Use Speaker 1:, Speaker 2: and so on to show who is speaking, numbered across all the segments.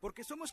Speaker 1: Porque somos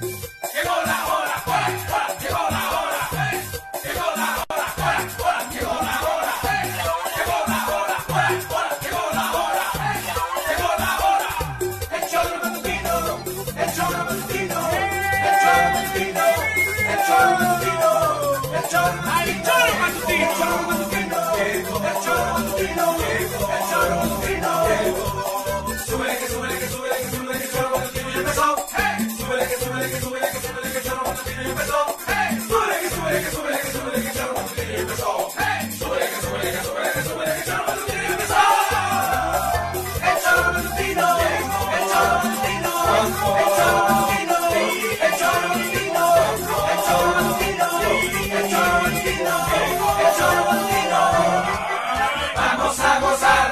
Speaker 1: Llegó la hora, hora, hora, llegó la hora, eh. llegó la hora, hora, hora, llegó la hora, eh. llegó la hora, hora, hora, llegó la hora, eh. llegó la hora, el chorro matutino, el chorro matutino, el chorro matutino, el chorro matutino, el chorro matutino, el chorro matutino, el chorro matutino, el chorro matutino, súbele que súbele que súbele que súbele que el chorro matutino ya empezó, eh. súbele que súbele que súbele que súbele que el chorro matutino ya empezó, eh. súbele que súbele que súbele que súbele que el chorro matutino ya empezó, eh. súbele que súbele que súbele que súbele que el chorro matutino ya empezó, el chorro matutino, el chorro matutino, el chorro matutino, el chorro matutino, el chorro matutino, el chorro matutino, el chorro matutino, vamos a gozar.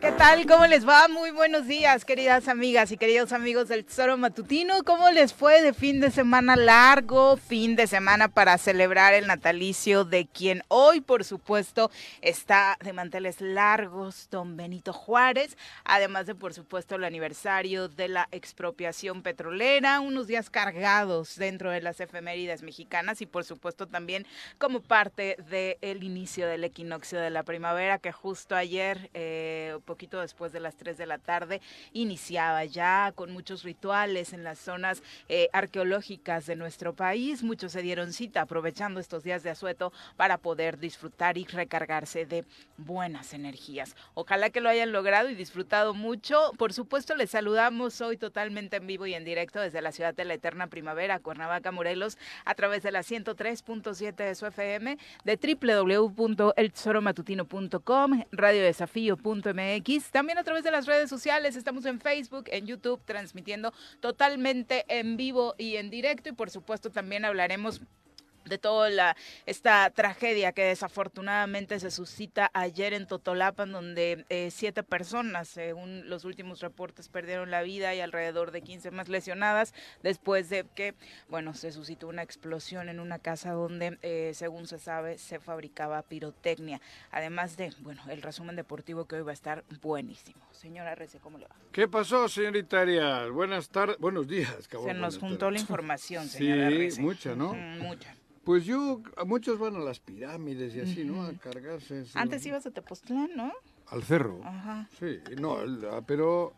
Speaker 2: ¿Qué tal? ¿Cómo les va? Muy buenos días, queridas amigas y queridos amigos del Tesoro Matutino. ¿Cómo les fue de fin de semana largo? Fin de semana para celebrar el natalicio de quien hoy, por supuesto, está de manteles largos, don Benito Juárez. Además de, por supuesto, el aniversario de la expropiación petrolera, unos días cargados dentro de las efemérides mexicanas y, por supuesto, también como parte del inicio del equinoccio de la primavera, que justo ayer... eh, poquito después de las 3 de la tarde, iniciaba ya con muchos rituales en las zonas eh, arqueológicas de nuestro país. Muchos se dieron cita aprovechando estos días de asueto para poder disfrutar y recargarse de buenas energías. Ojalá que lo hayan logrado y disfrutado mucho. Por supuesto, les saludamos hoy totalmente en vivo y en directo desde la ciudad de la Eterna Primavera, Cuernavaca, Morelos, a través de la 103.7 de su FM, de www.eltesoromatutino.com, radiodesafío.mx también a través de las redes sociales, estamos en Facebook, en YouTube, transmitiendo totalmente en vivo y en directo. Y por supuesto también hablaremos de toda la, esta tragedia que desafortunadamente se suscita ayer en Totolapan, donde eh, siete personas, según los últimos reportes, perdieron la vida y alrededor de 15 más lesionadas, después de que, bueno, se suscitó una explosión en una casa donde, eh, según se sabe, se fabricaba pirotecnia. Además de, bueno, el resumen deportivo que hoy va a estar buenísimo. Señora Rece, ¿cómo le va?
Speaker 3: ¿Qué pasó, señorita Arias? Buenas tardes, buenos días, cabrón.
Speaker 2: Se nos
Speaker 3: buenas
Speaker 2: juntó
Speaker 3: tardes.
Speaker 2: la información,
Speaker 3: Sí,
Speaker 2: señora Rece.
Speaker 3: mucha, ¿no?
Speaker 2: Mm, Mucha.
Speaker 3: Pues yo, a muchos van a las pirámides y así, ¿no? A
Speaker 2: Ujú.
Speaker 3: cargarse. su-
Speaker 2: Antes ibas a Tepoztlán, ¿no?
Speaker 3: Al cerro.
Speaker 2: Ajá.
Speaker 3: Sí, no, el- ah, pero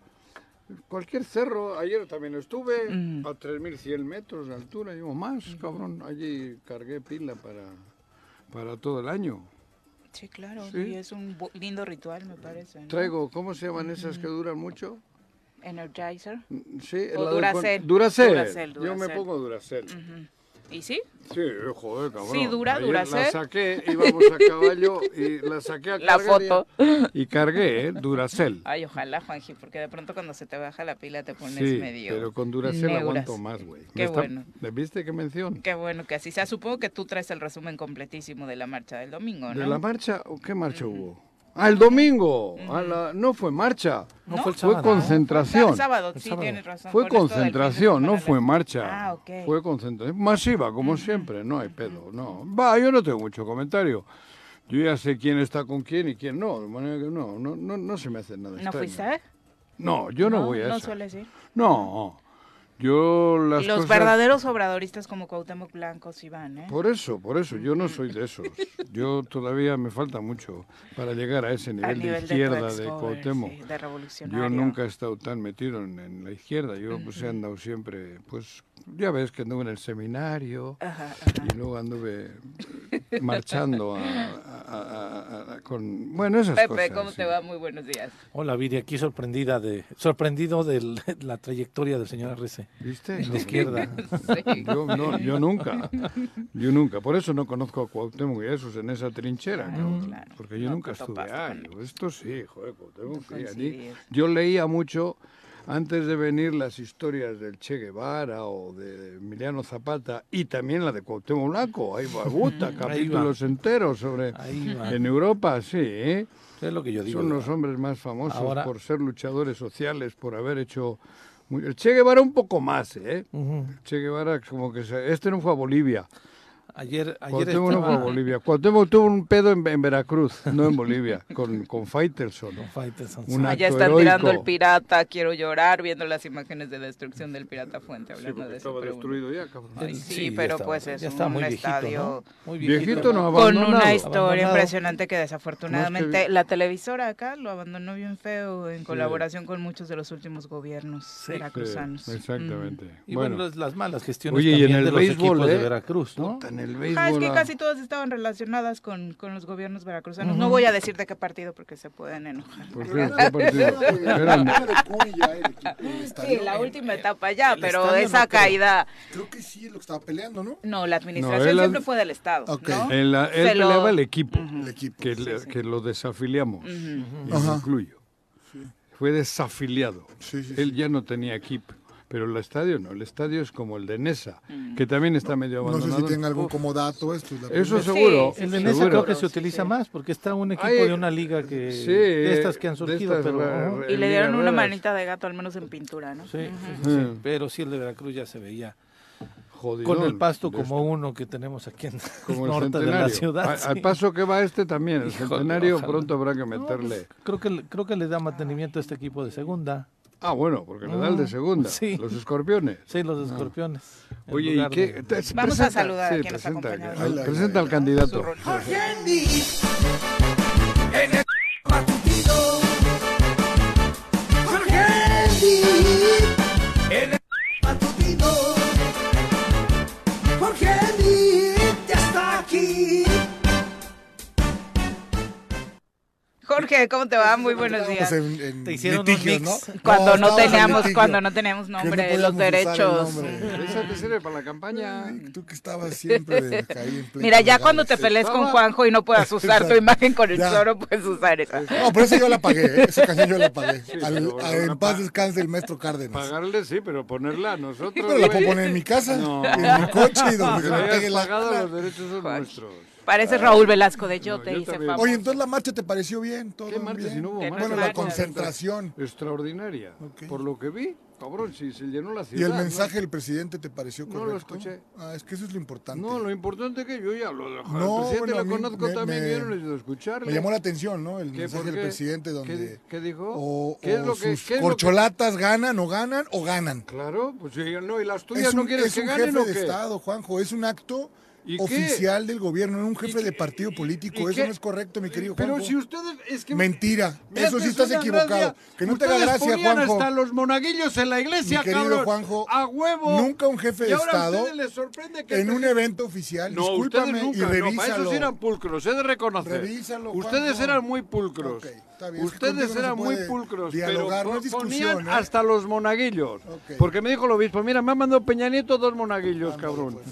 Speaker 3: cualquier cerro, ayer también estuve a 3.100 metros de altura y o más, cabrón. Allí cargué pila para, para todo el año.
Speaker 2: Sí, claro,
Speaker 3: Sí.
Speaker 2: y es un bu- lindo ritual, me parece. ¿no?
Speaker 3: Traigo, ¿cómo se llaman esas que duran mucho?
Speaker 2: Energizer.
Speaker 3: Sí,
Speaker 2: O
Speaker 3: la de-
Speaker 2: Duracell.
Speaker 3: Duracell.
Speaker 2: Duracell,
Speaker 3: Yo me
Speaker 2: Duracell.
Speaker 3: pongo Duracell.
Speaker 2: ¿Y sí?
Speaker 3: Sí, eh, joder, cabrón.
Speaker 2: Sí, dura,
Speaker 3: Ayer
Speaker 2: dura,
Speaker 3: La
Speaker 2: ¿sí?
Speaker 3: saqué, íbamos a caballo y la saqué a
Speaker 2: La
Speaker 3: cargar y-
Speaker 2: foto.
Speaker 3: Y cargué, ¿eh? Duracel.
Speaker 2: Ay, ojalá, Juanji, porque de pronto cuando se te baja la pila te pones
Speaker 3: Sí,
Speaker 2: medio.
Speaker 3: pero con Duracel
Speaker 2: neuras.
Speaker 3: aguanto más, güey. Me
Speaker 2: Qué
Speaker 3: está-
Speaker 2: bueno.
Speaker 3: ¿Me viste qué mención?
Speaker 2: Qué bueno que así sea. Supongo que tú traes el resumen completísimo de la marcha del domingo, ¿no?
Speaker 3: ¿De la marcha? ¿O ¿Qué marcha hubo? Ah, el domingo. A la- No fue marcha.
Speaker 2: No, fue el
Speaker 3: Fue
Speaker 2: sábado.
Speaker 3: concentración.
Speaker 2: El sábado, sí, tienes razón.
Speaker 3: Fue
Speaker 2: con esto del fin de
Speaker 3: concentración, no
Speaker 2: semana
Speaker 3: fue
Speaker 2: largo.
Speaker 3: marcha.
Speaker 2: Ah, ok.
Speaker 3: Fue concentración. Masiva, como siempre, no hay pedo, no. Va, yo no tengo mucho comentario. Yo ya sé quién está con quién y quién no. De manera que no, no, no, no se me hace nada
Speaker 2: ¿No
Speaker 3: extraño.
Speaker 2: fuiste?
Speaker 3: No, yo no, voy a
Speaker 2: No
Speaker 3: esa.
Speaker 2: suele ser.
Speaker 3: No, yo las
Speaker 2: Los
Speaker 3: cosas-
Speaker 2: verdaderos obradoristas como Cuauhtémoc Blanco sí van, ¿eh?
Speaker 3: Por eso, por eso, yo no soy de esos. Yo todavía me falta mucho para llegar a ese nivel,
Speaker 2: Al nivel
Speaker 3: de izquierda
Speaker 2: tu
Speaker 3: de,
Speaker 2: ex-cover,
Speaker 3: Cuauhtémoc.
Speaker 2: sí, de
Speaker 3: Yo
Speaker 2: revolucionario.
Speaker 3: nunca he estado tan metido en, en la izquierda. Yo pues he andado siempre, pues ya ves que anduve en el seminario
Speaker 2: Ajá,
Speaker 3: y luego anduve eh, marchando a- a- a- a- con... Bueno, esas
Speaker 2: Pepe,
Speaker 3: cosas.
Speaker 2: ¿cómo
Speaker 3: sí.
Speaker 2: te va? Muy buenos días.
Speaker 4: Hola, Viri, aquí sorprendida de, sorprendido de la trayectoria del señor RC.
Speaker 3: ¿Viste?
Speaker 4: De izquierda.
Speaker 2: Sí.
Speaker 3: Yo, no, yo nunca, yo nunca. Por eso no conozco a Cuauhtémoc y a esos en esa trinchera, cabrón.
Speaker 2: claro.
Speaker 3: porque yo
Speaker 2: No
Speaker 3: nunca
Speaker 2: te
Speaker 3: estuve.
Speaker 2: topaste
Speaker 3: Ah,
Speaker 2: con
Speaker 3: yo, esto sí, joder, Cuauhtémoc, sí, allí.
Speaker 2: coincidías.
Speaker 3: Yo leía mucho antes de venir las historias del Che Guevara o de Emiliano Zapata y también la de Cuauhtémoc Blanco. Ahí va, gusta, capítulos enteros sobre
Speaker 4: Ahí va.
Speaker 3: en Europa, sí, ¿eh?
Speaker 4: Es lo que yo digo.
Speaker 3: Son los hombres más famosos
Speaker 4: Ahora-
Speaker 3: por ser luchadores sociales, por haber hecho... muy- El Che Guevara un poco más, ¿eh?
Speaker 4: Ujú.
Speaker 3: El Che Guevara como que... se- Este no fue a Bolivia.
Speaker 4: Ayer, ayer
Speaker 3: Cuauhtémoc no fue a
Speaker 4: estaba
Speaker 3: Bolivia. Cuauhtémoc tuvo un pedo en, en Veracruz, no en Bolivia, con, con Faitelson.
Speaker 4: con Faitelson.
Speaker 3: Una- Un
Speaker 2: Allá
Speaker 3: acto
Speaker 2: Ah, están tirando
Speaker 3: heroico.
Speaker 2: el pirata, quiero llorar, viendo las imágenes de destrucción del pirata Fuente, hablando de eso. pero bueno.
Speaker 3: Eh, ya, cabrón.
Speaker 4: Del-
Speaker 2: sí,
Speaker 4: ya
Speaker 2: pero pues es
Speaker 4: ya estaba
Speaker 2: un estadio-
Speaker 4: ¿no? Muy
Speaker 3: Viejito, no
Speaker 2: Con
Speaker 3: abandonado. este
Speaker 2: una historia
Speaker 4: Abandonado.
Speaker 2: impresionante que
Speaker 3: No,
Speaker 2: desafortunadamente
Speaker 3: es que vi-
Speaker 2: la televisora acá lo abandonó bien feo en colaboración con muchos de los últimos gobiernos veracruzanos.
Speaker 3: Sí, exactamente.
Speaker 4: Y bueno,
Speaker 3: bueno,
Speaker 4: las- las malas gestiones
Speaker 3: oye, y en
Speaker 4: también
Speaker 3: el
Speaker 4: de los
Speaker 3: béisbol,
Speaker 4: equipos
Speaker 3: ¿eh?
Speaker 4: de Veracruz, ¿no?
Speaker 3: Puta, en el
Speaker 2: Mm.
Speaker 3: béisbol.
Speaker 2: Ah, es que
Speaker 3: ah,
Speaker 2: casi todas estaban relacionadas con, con los gobiernos veracruzanos. No voy a decir de qué partido porque se pueden enojar.
Speaker 3: ¿por qué? Pues ¿Qué partido? Eran-
Speaker 5: Era de Cuya, el equipo de
Speaker 2: Sí,
Speaker 5: estadio.
Speaker 2: la última etapa ya,
Speaker 4: el
Speaker 2: pero
Speaker 4: estadio
Speaker 2: esa
Speaker 4: no creo.
Speaker 2: caída...
Speaker 5: Creo que sí, lo que estaba peleando, ¿no?
Speaker 2: No, la administración
Speaker 3: él ad-
Speaker 2: siempre fue del Estado.
Speaker 5: Ok.
Speaker 2: ¿no?
Speaker 3: en la- él
Speaker 2: Se lo-
Speaker 3: peleaba el equipo,
Speaker 5: El equipo.
Speaker 3: que, le- que lo desafiliamos, y me
Speaker 5: Ajá.
Speaker 3: incluyo. Fue desafiliado.
Speaker 5: Sí, sí,
Speaker 3: Él ya no tenía equipo, pero el estadio no. El estadio es como el de Nesa,
Speaker 2: Mm.
Speaker 3: que también está medio
Speaker 5: No sé
Speaker 3: abandonado.
Speaker 5: si tenga algún como dato esto. es la
Speaker 3: Eso
Speaker 5: primera.
Speaker 3: seguro.
Speaker 2: sí,
Speaker 4: El
Speaker 2: sí,
Speaker 4: de Nesa
Speaker 3: seguro.
Speaker 4: creo que se utiliza más porque está un equipo
Speaker 3: Ay,
Speaker 4: de una liga que
Speaker 3: Sí,
Speaker 4: de estas que han
Speaker 3: de
Speaker 4: surgido,
Speaker 3: estas
Speaker 4: pero
Speaker 3: ra-
Speaker 4: ¿no?
Speaker 3: ra-
Speaker 2: Y le dieron
Speaker 3: mira,
Speaker 2: una
Speaker 3: ruedas.
Speaker 2: manita de gato, al menos en pintura, ¿no?
Speaker 4: Sí, sí, sí, sí.
Speaker 3: Ujú.
Speaker 4: pero sí el de Veracruz ya se veía
Speaker 3: Jodidón.
Speaker 4: con el pasto
Speaker 3: De-
Speaker 4: como uno que tenemos aquí en el
Speaker 3: como el
Speaker 4: norte de la
Speaker 3: centenario.
Speaker 4: ciudad.
Speaker 3: A-
Speaker 4: sí.
Speaker 3: Al paso que va este también, el
Speaker 4: Híjole,
Speaker 3: centenario
Speaker 4: ojalá.
Speaker 3: pronto habrá que
Speaker 4: No,
Speaker 3: meterle.
Speaker 4: pues, creo que le- creo que le da mantenimiento a este equipo de segunda.
Speaker 3: Ah, bueno, porque le da
Speaker 2: Mm,
Speaker 3: el de segunda.
Speaker 4: sí.
Speaker 3: Los escorpiones.
Speaker 4: Sí, los escorpiones. en
Speaker 3: Oye, ¿y
Speaker 4: lugar
Speaker 3: qué?
Speaker 4: de-
Speaker 3: Te-
Speaker 2: Vamos a saludar a quien nos
Speaker 3: presenta,
Speaker 2: acompaña
Speaker 3: al-
Speaker 2: hoy.
Speaker 5: Hola,
Speaker 3: presenta al
Speaker 5: hola.
Speaker 3: candidato.
Speaker 2: Jorge, ¿cómo te va? Muy buenos días.
Speaker 5: Pues Estábamos en- en este
Speaker 4: Te hicieron un
Speaker 5: litigios,
Speaker 4: mix.
Speaker 5: ¿no?
Speaker 2: Cuando no
Speaker 5: estábamos en
Speaker 2: teníamos,
Speaker 5: litigio,
Speaker 2: cuando no teníamos
Speaker 5: que
Speaker 2: nombre,
Speaker 5: podíamos
Speaker 2: los
Speaker 5: usar el
Speaker 2: derechos.
Speaker 5: nombre.
Speaker 3: Esa te sirve para la campaña.
Speaker 5: Ay, Tú que estabas siempre de- ahí en pleitos
Speaker 2: Mira, ya cuando te
Speaker 5: legales.
Speaker 2: pelees
Speaker 3: Estaba-
Speaker 2: con Juanjo y no puedas usar tu
Speaker 5: Exacto.
Speaker 2: imagen con el
Speaker 5: Ya.
Speaker 2: choro, pues. puedes usar esa.
Speaker 5: No, por eso yo la pagué, ¿eh? esa canción yo la pagué. Al-
Speaker 3: pero
Speaker 5: a-
Speaker 3: no la
Speaker 5: en
Speaker 3: pa-
Speaker 5: paz descanse el maestro Cárdenas.
Speaker 3: Pagarle sí, pero ponerla a nosotros.
Speaker 5: Pero la
Speaker 3: güey.
Speaker 5: puedo poner en mi casa,
Speaker 3: No.
Speaker 5: y en mi coche y donde
Speaker 3: Que
Speaker 5: se
Speaker 3: le
Speaker 5: me
Speaker 3: hayas
Speaker 5: pegue la
Speaker 3: pagado
Speaker 5: gana.
Speaker 3: los derechos son nuestros.
Speaker 2: Parece Raúl Velasco de Yo
Speaker 3: No,
Speaker 2: te
Speaker 3: yo
Speaker 2: hice
Speaker 3: también.
Speaker 2: famoso.
Speaker 5: Oye, entonces la marcha te pareció bien, todo
Speaker 3: ¿Qué marcha
Speaker 5: bien?
Speaker 3: si no hubo
Speaker 2: Que no es
Speaker 3: marcha?
Speaker 5: Bueno, la
Speaker 2: marcha.
Speaker 5: concentración
Speaker 3: Extraordinaria.
Speaker 5: Ok.
Speaker 3: Por lo que vi, cabrón, si se llenó la
Speaker 5: y
Speaker 3: ciudad.
Speaker 5: el
Speaker 3: ¿no?
Speaker 5: mensaje del presidente te pareció
Speaker 3: No
Speaker 5: correcto.
Speaker 3: lo escuché.
Speaker 5: Ah, es que eso es lo importante.
Speaker 3: No, lo importante es que yo ya lo dejo.
Speaker 5: No,
Speaker 3: al presidente
Speaker 5: bueno, a
Speaker 3: lo
Speaker 5: mí
Speaker 3: conozco
Speaker 5: me-
Speaker 3: también,
Speaker 5: me-
Speaker 3: yo no necesito escucharle.
Speaker 5: Me llamó la atención, ¿no? El
Speaker 3: ¿Qué,
Speaker 5: mensaje
Speaker 3: por
Speaker 5: del
Speaker 3: qué?
Speaker 5: presidente donde...
Speaker 3: ¿Qué, qué dijo?
Speaker 5: O,
Speaker 3: ¿Qué
Speaker 5: o
Speaker 3: es lo que,
Speaker 5: sus
Speaker 3: qué es lo que-
Speaker 5: corcholatas ganan o ganan o ganan.
Speaker 3: Claro, pues sí, no, y las tuyas
Speaker 5: es un,
Speaker 3: no quieres
Speaker 5: es
Speaker 3: que
Speaker 5: un
Speaker 3: ganen
Speaker 5: jefe
Speaker 3: o
Speaker 5: de
Speaker 3: qué?
Speaker 5: Estado, Juanjo. Es un acto
Speaker 3: ¿Y qué?
Speaker 5: oficial del gobierno, no un jefe
Speaker 3: ¿Y
Speaker 5: de
Speaker 3: qué?
Speaker 5: partido
Speaker 3: ¿Y
Speaker 5: político. Eso
Speaker 3: qué?
Speaker 5: no es correcto, mi querido
Speaker 3: Pero
Speaker 5: Juanjo.
Speaker 3: si ustedes es que
Speaker 5: Mentira.
Speaker 3: Mira,
Speaker 5: Eso sí
Speaker 3: es
Speaker 5: estás
Speaker 3: una
Speaker 5: equivocado.
Speaker 3: gracia.
Speaker 5: Que no te haga
Speaker 3: Ustedes
Speaker 5: gracia,
Speaker 3: ponían
Speaker 5: Juanjo.
Speaker 3: hasta los monaguillos en la iglesia,
Speaker 5: Mi querido
Speaker 3: cabrón.
Speaker 5: Juanjo,
Speaker 3: a huevo.
Speaker 5: nunca un jefe de
Speaker 3: Y ahora a
Speaker 5: Estado
Speaker 3: ustedes les sorprende que
Speaker 5: en
Speaker 3: el
Speaker 5: un
Speaker 3: presidente-
Speaker 5: evento oficial,
Speaker 3: No,
Speaker 5: discúlpame
Speaker 3: ustedes
Speaker 5: y
Speaker 3: nunca, no, para
Speaker 5: revísalo.
Speaker 3: esos eran pulcros, he de reconocer.
Speaker 5: Revísalo,
Speaker 3: ustedes
Speaker 5: Juanjo.
Speaker 3: eran muy pulcros.
Speaker 5: Ok, está bien, es que
Speaker 3: ustedes
Speaker 5: contigo no
Speaker 3: eran
Speaker 5: se
Speaker 3: muy
Speaker 5: puede
Speaker 3: pulcros,
Speaker 5: dialogar,
Speaker 3: pero
Speaker 5: no es
Speaker 3: po-
Speaker 5: discusión,
Speaker 3: ponían
Speaker 5: ¿eh?
Speaker 3: hasta los monaguillos.
Speaker 5: Ok.
Speaker 3: Porque me dijo el obispo, mira, me ha mandado Peña Nieto dos monaguillos,
Speaker 5: Ándale,
Speaker 3: cabrón.
Speaker 5: pues.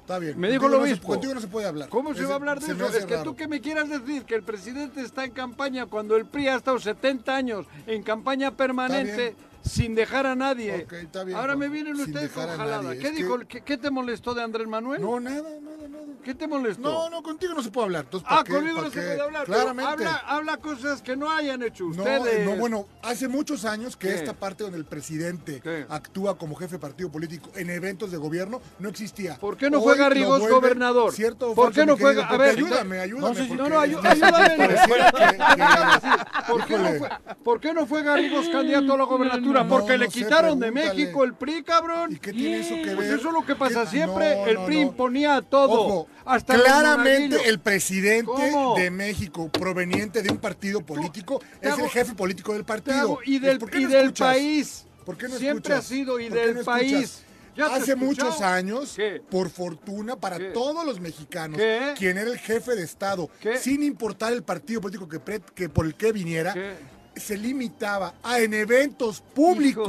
Speaker 5: Está bien.
Speaker 3: Me dijo
Speaker 5: Contigo
Speaker 3: el
Speaker 5: no se-
Speaker 3: obispo.
Speaker 5: Contigo no se puede hablar.
Speaker 3: ¿Cómo se
Speaker 5: Ese-
Speaker 3: va a hablar de
Speaker 5: se me
Speaker 3: eso?
Speaker 5: hace
Speaker 3: Es que
Speaker 5: raro.
Speaker 3: tú que me quieras decir que el presidente está en campaña cuando el PRI ha estado 70 años en campaña permanente
Speaker 5: Está
Speaker 3: sin dejar a nadie.
Speaker 5: Ok, está bien,
Speaker 3: Ahora me
Speaker 5: Juanjo,
Speaker 3: vienen
Speaker 5: sin
Speaker 3: ustedes con
Speaker 5: dejar a
Speaker 3: jalada.
Speaker 5: nadie,
Speaker 3: ¿Qué
Speaker 5: es
Speaker 3: dijo?
Speaker 5: que-
Speaker 3: ¿Qué, qué te molestó de Andrés Manuel?
Speaker 5: No, nada, nada, nada.
Speaker 3: ¿Qué te molestó?
Speaker 5: No, no, contigo no se puede hablar. Entonces, ¿para
Speaker 3: Ah,
Speaker 5: qué?
Speaker 3: conmigo
Speaker 5: ¿Para
Speaker 3: no se
Speaker 5: qué?
Speaker 3: puede hablar. pero
Speaker 5: Claramente.
Speaker 3: Habla, habla cosas que no hayan hecho
Speaker 5: No,
Speaker 3: ustedes.
Speaker 5: no, bueno, hace muchos años que
Speaker 3: ¿Qué?
Speaker 5: esta parte donde el presidente
Speaker 3: ¿Qué?
Speaker 5: actúa como jefe de partido político en eventos de gobierno no existía.
Speaker 3: ¿Por qué no
Speaker 5: Hoy
Speaker 3: fue
Speaker 5: lo
Speaker 3: Garrigós
Speaker 5: vuelve
Speaker 3: gobernador?
Speaker 5: Cierto, o
Speaker 3: ¿Por
Speaker 5: falso,
Speaker 3: qué no
Speaker 5: mi
Speaker 3: fue-
Speaker 5: querido
Speaker 3: a
Speaker 5: Pepe,
Speaker 3: ver,
Speaker 5: ayúdame, ayúdame.
Speaker 3: no sé si-
Speaker 5: porque
Speaker 3: no, no, ayú-
Speaker 5: esto
Speaker 3: ayúdame.
Speaker 5: pareciera que- que-
Speaker 3: ¿Por qué, no
Speaker 5: híjole.
Speaker 3: fue, por qué no fue Garrigós candidato a la gobernatura?
Speaker 5: no,
Speaker 3: Porque
Speaker 5: no
Speaker 3: le
Speaker 5: sé,
Speaker 3: quitaron de
Speaker 5: pregúntale.
Speaker 3: México el PRI, cabrón.
Speaker 5: ¿Y qué tiene eso que
Speaker 3: Pues
Speaker 5: ver?
Speaker 3: eso es lo que pasa
Speaker 5: ¿Qué-
Speaker 3: siempre.
Speaker 5: No,
Speaker 3: el
Speaker 5: no,
Speaker 3: PRI
Speaker 5: no.
Speaker 3: imponía todo.
Speaker 5: Ojo,
Speaker 3: hasta los monaguillos.
Speaker 5: claramente el presidente
Speaker 3: ¿Cómo?
Speaker 5: de México, proveniente de un partido político,
Speaker 3: te
Speaker 5: es
Speaker 3: hago-
Speaker 5: el jefe político del
Speaker 3: Te
Speaker 5: partido.
Speaker 3: hago- y del,
Speaker 5: ¿Por qué
Speaker 3: y
Speaker 5: no
Speaker 3: del
Speaker 5: escuchas?
Speaker 3: país.
Speaker 5: ¿Por qué no
Speaker 3: Siempre
Speaker 5: escuchas?
Speaker 3: ha sido y
Speaker 5: ¿Por qué
Speaker 3: del
Speaker 5: no escuchas?
Speaker 3: país. ¿Ya te
Speaker 5: Hace
Speaker 3: he escuchado?
Speaker 5: muchos años,
Speaker 3: ¿Qué?
Speaker 5: por fortuna para
Speaker 3: ¿Qué?
Speaker 5: todos los mexicanos,
Speaker 3: ¿Qué?
Speaker 5: quien era el jefe de Estado,
Speaker 3: ¿Qué?
Speaker 5: sin importar el partido político que, pre- que por el que viniera,
Speaker 3: ¿Qué?
Speaker 5: se limitaba a en eventos públicos,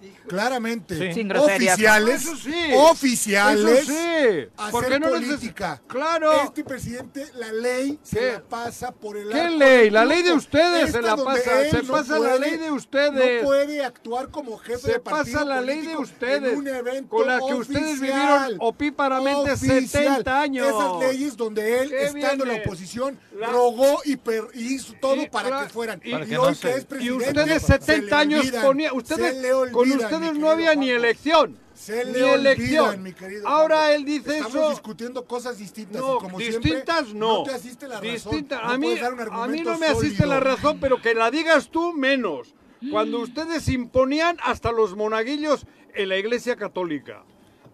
Speaker 3: Hijo del- hijo-
Speaker 5: claramente,
Speaker 4: Sí.
Speaker 2: Sin groserías.
Speaker 5: oficiales,
Speaker 3: Eso sí.
Speaker 5: oficiales,
Speaker 3: Eso sí.
Speaker 5: hacer
Speaker 3: Porque no neces-
Speaker 5: política.
Speaker 3: Claro.
Speaker 5: Este presidente, la ley
Speaker 3: ¿Qué?
Speaker 5: se la pasa por el
Speaker 3: ¿Qué
Speaker 5: arco
Speaker 3: ley?
Speaker 5: del
Speaker 3: La ley
Speaker 5: triunfo.
Speaker 3: de ustedes
Speaker 5: Esta
Speaker 3: se la
Speaker 5: donde
Speaker 3: pasa,
Speaker 5: él
Speaker 3: se pasa la ley de ustedes.
Speaker 5: No puede actuar como jefe
Speaker 3: Se
Speaker 5: de partido
Speaker 3: pasa la ley de
Speaker 5: político
Speaker 3: ustedes,
Speaker 5: en un evento
Speaker 3: con la que ustedes vivieron opíparamente 70 años.
Speaker 5: Esas leyes donde él,
Speaker 3: ¿Qué
Speaker 5: estando en
Speaker 3: viene?
Speaker 5: la oposición,
Speaker 3: La-
Speaker 5: rogó y, per- y hizo todo
Speaker 3: Y
Speaker 5: para
Speaker 3: la-
Speaker 5: que fueran.
Speaker 3: y-
Speaker 5: Y,
Speaker 4: Para que
Speaker 5: hoy
Speaker 4: no se-
Speaker 5: que es
Speaker 3: Y
Speaker 5: presidente,
Speaker 3: ustedes
Speaker 5: se le
Speaker 3: 70 años
Speaker 5: olvidan,
Speaker 3: ponían,
Speaker 5: se
Speaker 3: ustedes,
Speaker 5: le olvidan,
Speaker 3: con
Speaker 5: mi
Speaker 3: ustedes
Speaker 5: querido
Speaker 3: no había ni
Speaker 5: Juanjo.
Speaker 3: elección,
Speaker 5: Se le
Speaker 3: ni
Speaker 5: olvidan,
Speaker 3: elección.
Speaker 5: mi querido
Speaker 3: Ahora
Speaker 5: Juanjo.
Speaker 3: él dice
Speaker 5: Estamos
Speaker 3: eso.
Speaker 5: discutiendo cosas distintas.
Speaker 3: No,
Speaker 5: y como
Speaker 3: distintas
Speaker 5: siempre,
Speaker 3: no.
Speaker 5: te asiste la razón.
Speaker 3: Distinta-
Speaker 5: No
Speaker 3: a, mí,
Speaker 5: puedes dar un
Speaker 3: a mí
Speaker 5: argumento
Speaker 3: no me asiste
Speaker 5: sólido.
Speaker 3: la razón, pero que la digas tú menos. Cuando ustedes imponían hasta los monaguillos en la iglesia católica.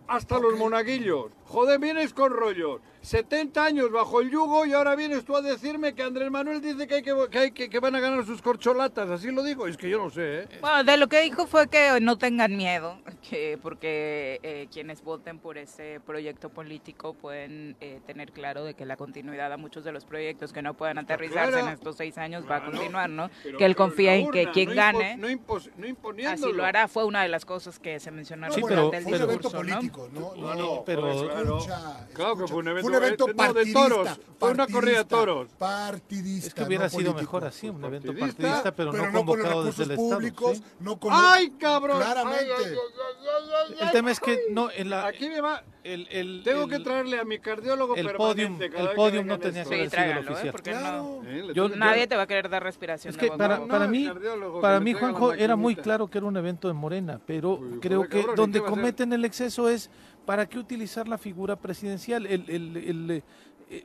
Speaker 3: Hasta los monaguillos. Joder, vienes con rollos. 70 años bajo el yugo y ahora vienes tú a decirme que Andrés Manuel dice que, hay que, que hay que- que van a ganar sus corcholatas. Así lo digo. Es que yo no sé, ¿eh?
Speaker 2: Bueno, de lo que dijo fue que no tengan miedo, que porque eh, quienes voten por ese proyecto político pueden eh, tener claro de que la continuidad a muchos de los proyectos que no puedan aterrizarse
Speaker 3: claro.
Speaker 2: en estos seis años va a
Speaker 3: Claro.
Speaker 2: continuar, ¿no?
Speaker 3: Ah, Pero-
Speaker 2: que él
Speaker 3: pero
Speaker 2: confía
Speaker 3: la
Speaker 2: en que
Speaker 3: urna,
Speaker 2: quien
Speaker 3: no impo-
Speaker 2: gane
Speaker 3: No, impos- no imponiéndolo.
Speaker 2: así lo hará. Fue una de las cosas que se mencionaron
Speaker 4: Sí,
Speaker 5: bueno,
Speaker 4: pero-
Speaker 2: durante el
Speaker 5: fue un evento
Speaker 2: discurso, ¿no?
Speaker 5: político, ¿no?
Speaker 3: No, no,
Speaker 4: pero-
Speaker 5: Escucha,
Speaker 3: Claro que
Speaker 5: escucha.
Speaker 3: fue un evento, eh, no, de
Speaker 5: partidista.
Speaker 3: toros. Fue una corrida de
Speaker 5: partidista,
Speaker 3: toros.
Speaker 5: Partidista.
Speaker 4: Es que hubiera
Speaker 5: no
Speaker 4: sido
Speaker 5: político.
Speaker 4: mejor así, un evento
Speaker 3: partidista,
Speaker 4: partidista, pero, no
Speaker 5: con los
Speaker 4: convocado
Speaker 5: recursos
Speaker 4: desde el
Speaker 5: públicos,
Speaker 4: Estado. ¿sí?
Speaker 5: no con
Speaker 3: ¡Ay, cabrón!
Speaker 5: Claramente.
Speaker 3: Ay, ay, ay, ay, ay,
Speaker 4: El
Speaker 3: ay,
Speaker 4: tema es que
Speaker 3: ay.
Speaker 4: no, en la,
Speaker 3: Aquí me va.
Speaker 4: el, el-
Speaker 3: Tengo
Speaker 4: el-
Speaker 3: que traerle a mi cardiólogo
Speaker 4: el
Speaker 3: permanente
Speaker 4: podium-
Speaker 3: cada
Speaker 4: el
Speaker 3: vez que
Speaker 4: podium no
Speaker 3: vengan
Speaker 4: tenía
Speaker 3: estos.
Speaker 4: que
Speaker 2: Sí,
Speaker 4: decir el
Speaker 2: tráigalo, ¿eh?
Speaker 4: oficial.
Speaker 2: Porque
Speaker 5: Claro.
Speaker 3: Eh, le
Speaker 4: Yo-
Speaker 3: tengo que-
Speaker 2: nadie te va a querer dar respiración.
Speaker 4: Es
Speaker 2: de
Speaker 4: que
Speaker 2: boca a
Speaker 4: para,
Speaker 2: boca.
Speaker 4: para
Speaker 3: no,
Speaker 4: mí,
Speaker 3: cardiólogo,
Speaker 4: para
Speaker 3: que
Speaker 4: mí
Speaker 3: le traiga la
Speaker 4: Juanjo, era muy
Speaker 3: maquinita.
Speaker 4: claro que era un evento de Morena, pero
Speaker 3: Uy,
Speaker 4: creo
Speaker 3: joder,
Speaker 4: que
Speaker 3: cabrón, ¿y
Speaker 4: donde
Speaker 3: qué va a hacer?
Speaker 4: cometen el exceso es para qué utilizar la figura presidencial, el, el- el, eh, eh,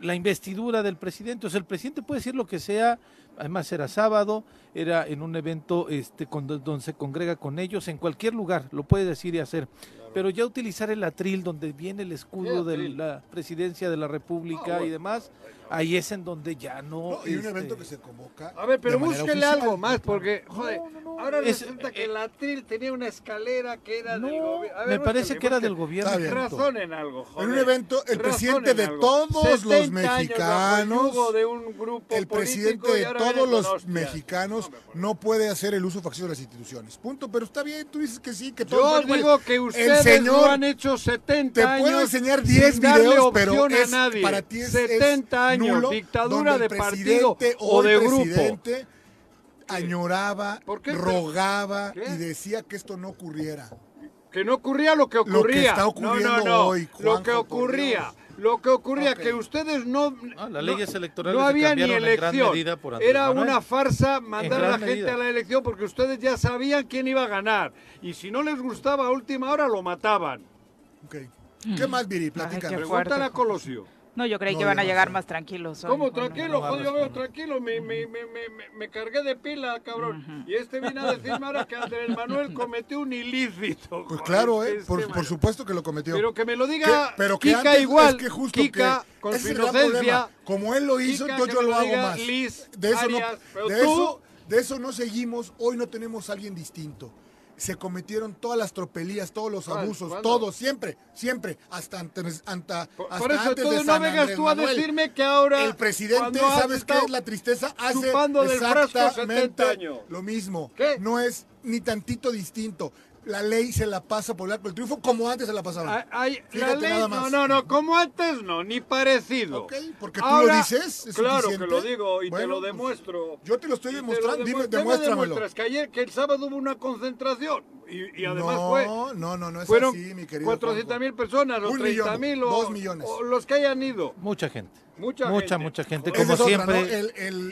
Speaker 4: la investidura del presidente. O sea, el presidente puede decir lo que sea, además era sábado, era en un evento este, con- donde se congrega con ellos, en cualquier lugar, lo puede decir y hacer. Pero ya utilizar el atril donde viene el escudo
Speaker 3: ¿Qué
Speaker 4: de
Speaker 3: atril?
Speaker 4: la presidencia de la República y demás, ahí es en donde ya no...
Speaker 5: No, y un
Speaker 4: este,
Speaker 5: evento que se convoca.
Speaker 3: A ver, pero
Speaker 5: de manera
Speaker 3: búsquele
Speaker 5: oficial.
Speaker 3: algo más, porque, joder, ahora
Speaker 4: Es-
Speaker 3: resulta
Speaker 4: eh,
Speaker 3: que la atril tenía una escalera que era del
Speaker 4: No,
Speaker 3: gobierno. A ver,
Speaker 4: me parece
Speaker 3: búsquele,
Speaker 4: que era
Speaker 3: búsquele.
Speaker 4: del gobierno.
Speaker 5: Está bien.
Speaker 4: punto.
Speaker 3: Razón en algo, joder.
Speaker 5: En un evento, el
Speaker 3: Razón
Speaker 5: presidente
Speaker 3: en
Speaker 5: de
Speaker 3: algo.
Speaker 5: todos los
Speaker 3: 70 años bajo el
Speaker 5: mexicanos,
Speaker 3: yugo de un grupo
Speaker 5: el presidente
Speaker 3: político y
Speaker 5: de
Speaker 3: ahora viene
Speaker 5: todos
Speaker 3: con
Speaker 5: los
Speaker 3: hostias.
Speaker 5: mexicanos
Speaker 3: No me acuerdo.
Speaker 5: no puede hacer el uso faccioso de las instituciones. Punto. Pero está bien, tú dices que sí, que todo
Speaker 3: Yo digo que ustedes
Speaker 5: el señor
Speaker 3: lo han hecho 70
Speaker 5: Te
Speaker 3: años.
Speaker 5: puedo enseñar 10
Speaker 3: sin darle
Speaker 5: videos, pero
Speaker 3: opción a
Speaker 5: es,
Speaker 3: nadie.
Speaker 5: para ti es,
Speaker 3: 70
Speaker 5: es
Speaker 3: años,
Speaker 5: nulo,
Speaker 3: dictadura
Speaker 5: donde el
Speaker 3: de partido
Speaker 5: presidente
Speaker 3: o
Speaker 5: hoy
Speaker 3: de grupo.
Speaker 5: presidente añoraba,
Speaker 3: ¿Por qué?
Speaker 5: rogaba
Speaker 3: ¿Qué?
Speaker 5: y decía que esto no ocurriera.
Speaker 3: Que no ocurría lo que ocurría.
Speaker 5: está ocurriendo
Speaker 3: no, no, no.
Speaker 5: hoy,
Speaker 3: lo
Speaker 5: Juanjo,
Speaker 3: que
Speaker 5: por
Speaker 3: ocurría.
Speaker 5: Dios.
Speaker 3: Lo que ocurría
Speaker 5: Ok.
Speaker 3: que ustedes no.
Speaker 4: Ah, las
Speaker 3: no-
Speaker 4: leyes electorales
Speaker 3: No
Speaker 4: se
Speaker 3: había ni
Speaker 4: cambiaron en gran
Speaker 3: elección.
Speaker 4: medida por Andrés
Speaker 3: Era
Speaker 4: Manuel.
Speaker 3: una farsa mandar a
Speaker 4: gran
Speaker 3: la gente
Speaker 4: medida.
Speaker 3: a la elección porque ustedes ya sabían quién iba a ganar. Y si no les gustaba a última hora, lo mataban.
Speaker 5: Ok. ¿Qué más, Viri?
Speaker 2: qué
Speaker 5: Platícanos.
Speaker 2: fuerte.
Speaker 3: Pregúntale a Colosio.
Speaker 2: No, yo creí
Speaker 5: No,
Speaker 2: que iban a
Speaker 5: yo no
Speaker 2: llegar
Speaker 5: sé.
Speaker 2: más tranquilos. hoy,
Speaker 3: ¿Cómo
Speaker 2: Juan, la
Speaker 3: tranquilo?
Speaker 2: verdad.
Speaker 3: Joder, yo veo tranquilo, me, me, me, me, me- me cargué de pila, cabrón. Y este vino a decirme ahora que Andrés Manuel cometió un ilícito.
Speaker 5: Pues
Speaker 3: joder,
Speaker 5: claro,
Speaker 3: es
Speaker 5: ¿eh?
Speaker 3: que
Speaker 5: por,
Speaker 3: este
Speaker 5: por
Speaker 3: man-
Speaker 5: supuesto que lo cometió.
Speaker 3: Pero que me lo diga
Speaker 5: Que- pero que
Speaker 3: Kika
Speaker 5: antes,
Speaker 3: igual.
Speaker 5: es que justo
Speaker 3: Kika,
Speaker 5: que-
Speaker 3: con
Speaker 5: ese
Speaker 3: su
Speaker 5: es el gran
Speaker 3: inocencia.
Speaker 5: problema. Como él lo hizo,
Speaker 3: Kika,
Speaker 5: entonces
Speaker 3: que
Speaker 5: yo
Speaker 3: me
Speaker 5: lo
Speaker 3: lo
Speaker 5: hago
Speaker 3: diga
Speaker 5: más.
Speaker 3: Liz
Speaker 5: de eso
Speaker 3: Arias, pero
Speaker 5: no, de
Speaker 3: tú-
Speaker 5: eso, de eso no seguimos. Hoy no tenemos a alguien distinto. Se cometieron todas las tropelías, todos los
Speaker 3: ¿Cuál?
Speaker 5: abusos,
Speaker 3: ¿Cuándo?
Speaker 5: todo, siempre, siempre, hasta antes, anta-
Speaker 3: Por,
Speaker 5: hasta
Speaker 3: por eso,
Speaker 5: antes de
Speaker 3: entonces no
Speaker 5: San
Speaker 3: vengas tú a
Speaker 5: Andrés Manuel.
Speaker 3: decirme que ahora.
Speaker 5: el presidente,
Speaker 3: cuando has
Speaker 5: ¿sabes qué
Speaker 3: estado-
Speaker 5: es la tristeza? Hace
Speaker 3: chupando del frasco 70
Speaker 5: exactamente
Speaker 3: años.
Speaker 5: lo mismo.
Speaker 3: ¿Qué?
Speaker 5: No es ni tantito distinto. La ley se la pasa por el arco del triunfo como antes se la pasaba.
Speaker 3: Ah, ay, la
Speaker 5: Fíjate
Speaker 3: ley-
Speaker 5: nada
Speaker 3: no,
Speaker 5: más.
Speaker 3: no, no, como antes no, ni parecido.
Speaker 5: Ok, porque tú
Speaker 3: Ahora-
Speaker 5: lo dices. ¿es
Speaker 3: claro
Speaker 5: suficiente?
Speaker 3: que lo digo y te
Speaker 5: Bueno,
Speaker 3: lo
Speaker 5: pues,
Speaker 3: demuestro.
Speaker 5: Yo te lo estoy
Speaker 3: Y te lo
Speaker 5: demostrando, dime,
Speaker 3: demuestro. ¿Qué me
Speaker 5: demuéstramelo.
Speaker 3: demuestras? que ayer, que el sábado hubo una concentración y, y además
Speaker 5: no,
Speaker 3: fue.
Speaker 5: no, no, no es
Speaker 3: Fueron
Speaker 5: así, mi querido.
Speaker 3: 400 mil personas, o
Speaker 5: Un millón,
Speaker 3: 30 mil, o,
Speaker 5: dos millones.
Speaker 3: o los que hayan ido.
Speaker 4: Mucha gente.
Speaker 3: Mucha
Speaker 4: mucha,
Speaker 3: gente.
Speaker 4: mucha gente.
Speaker 3: Esa
Speaker 4: Como
Speaker 3: es
Speaker 4: siempre,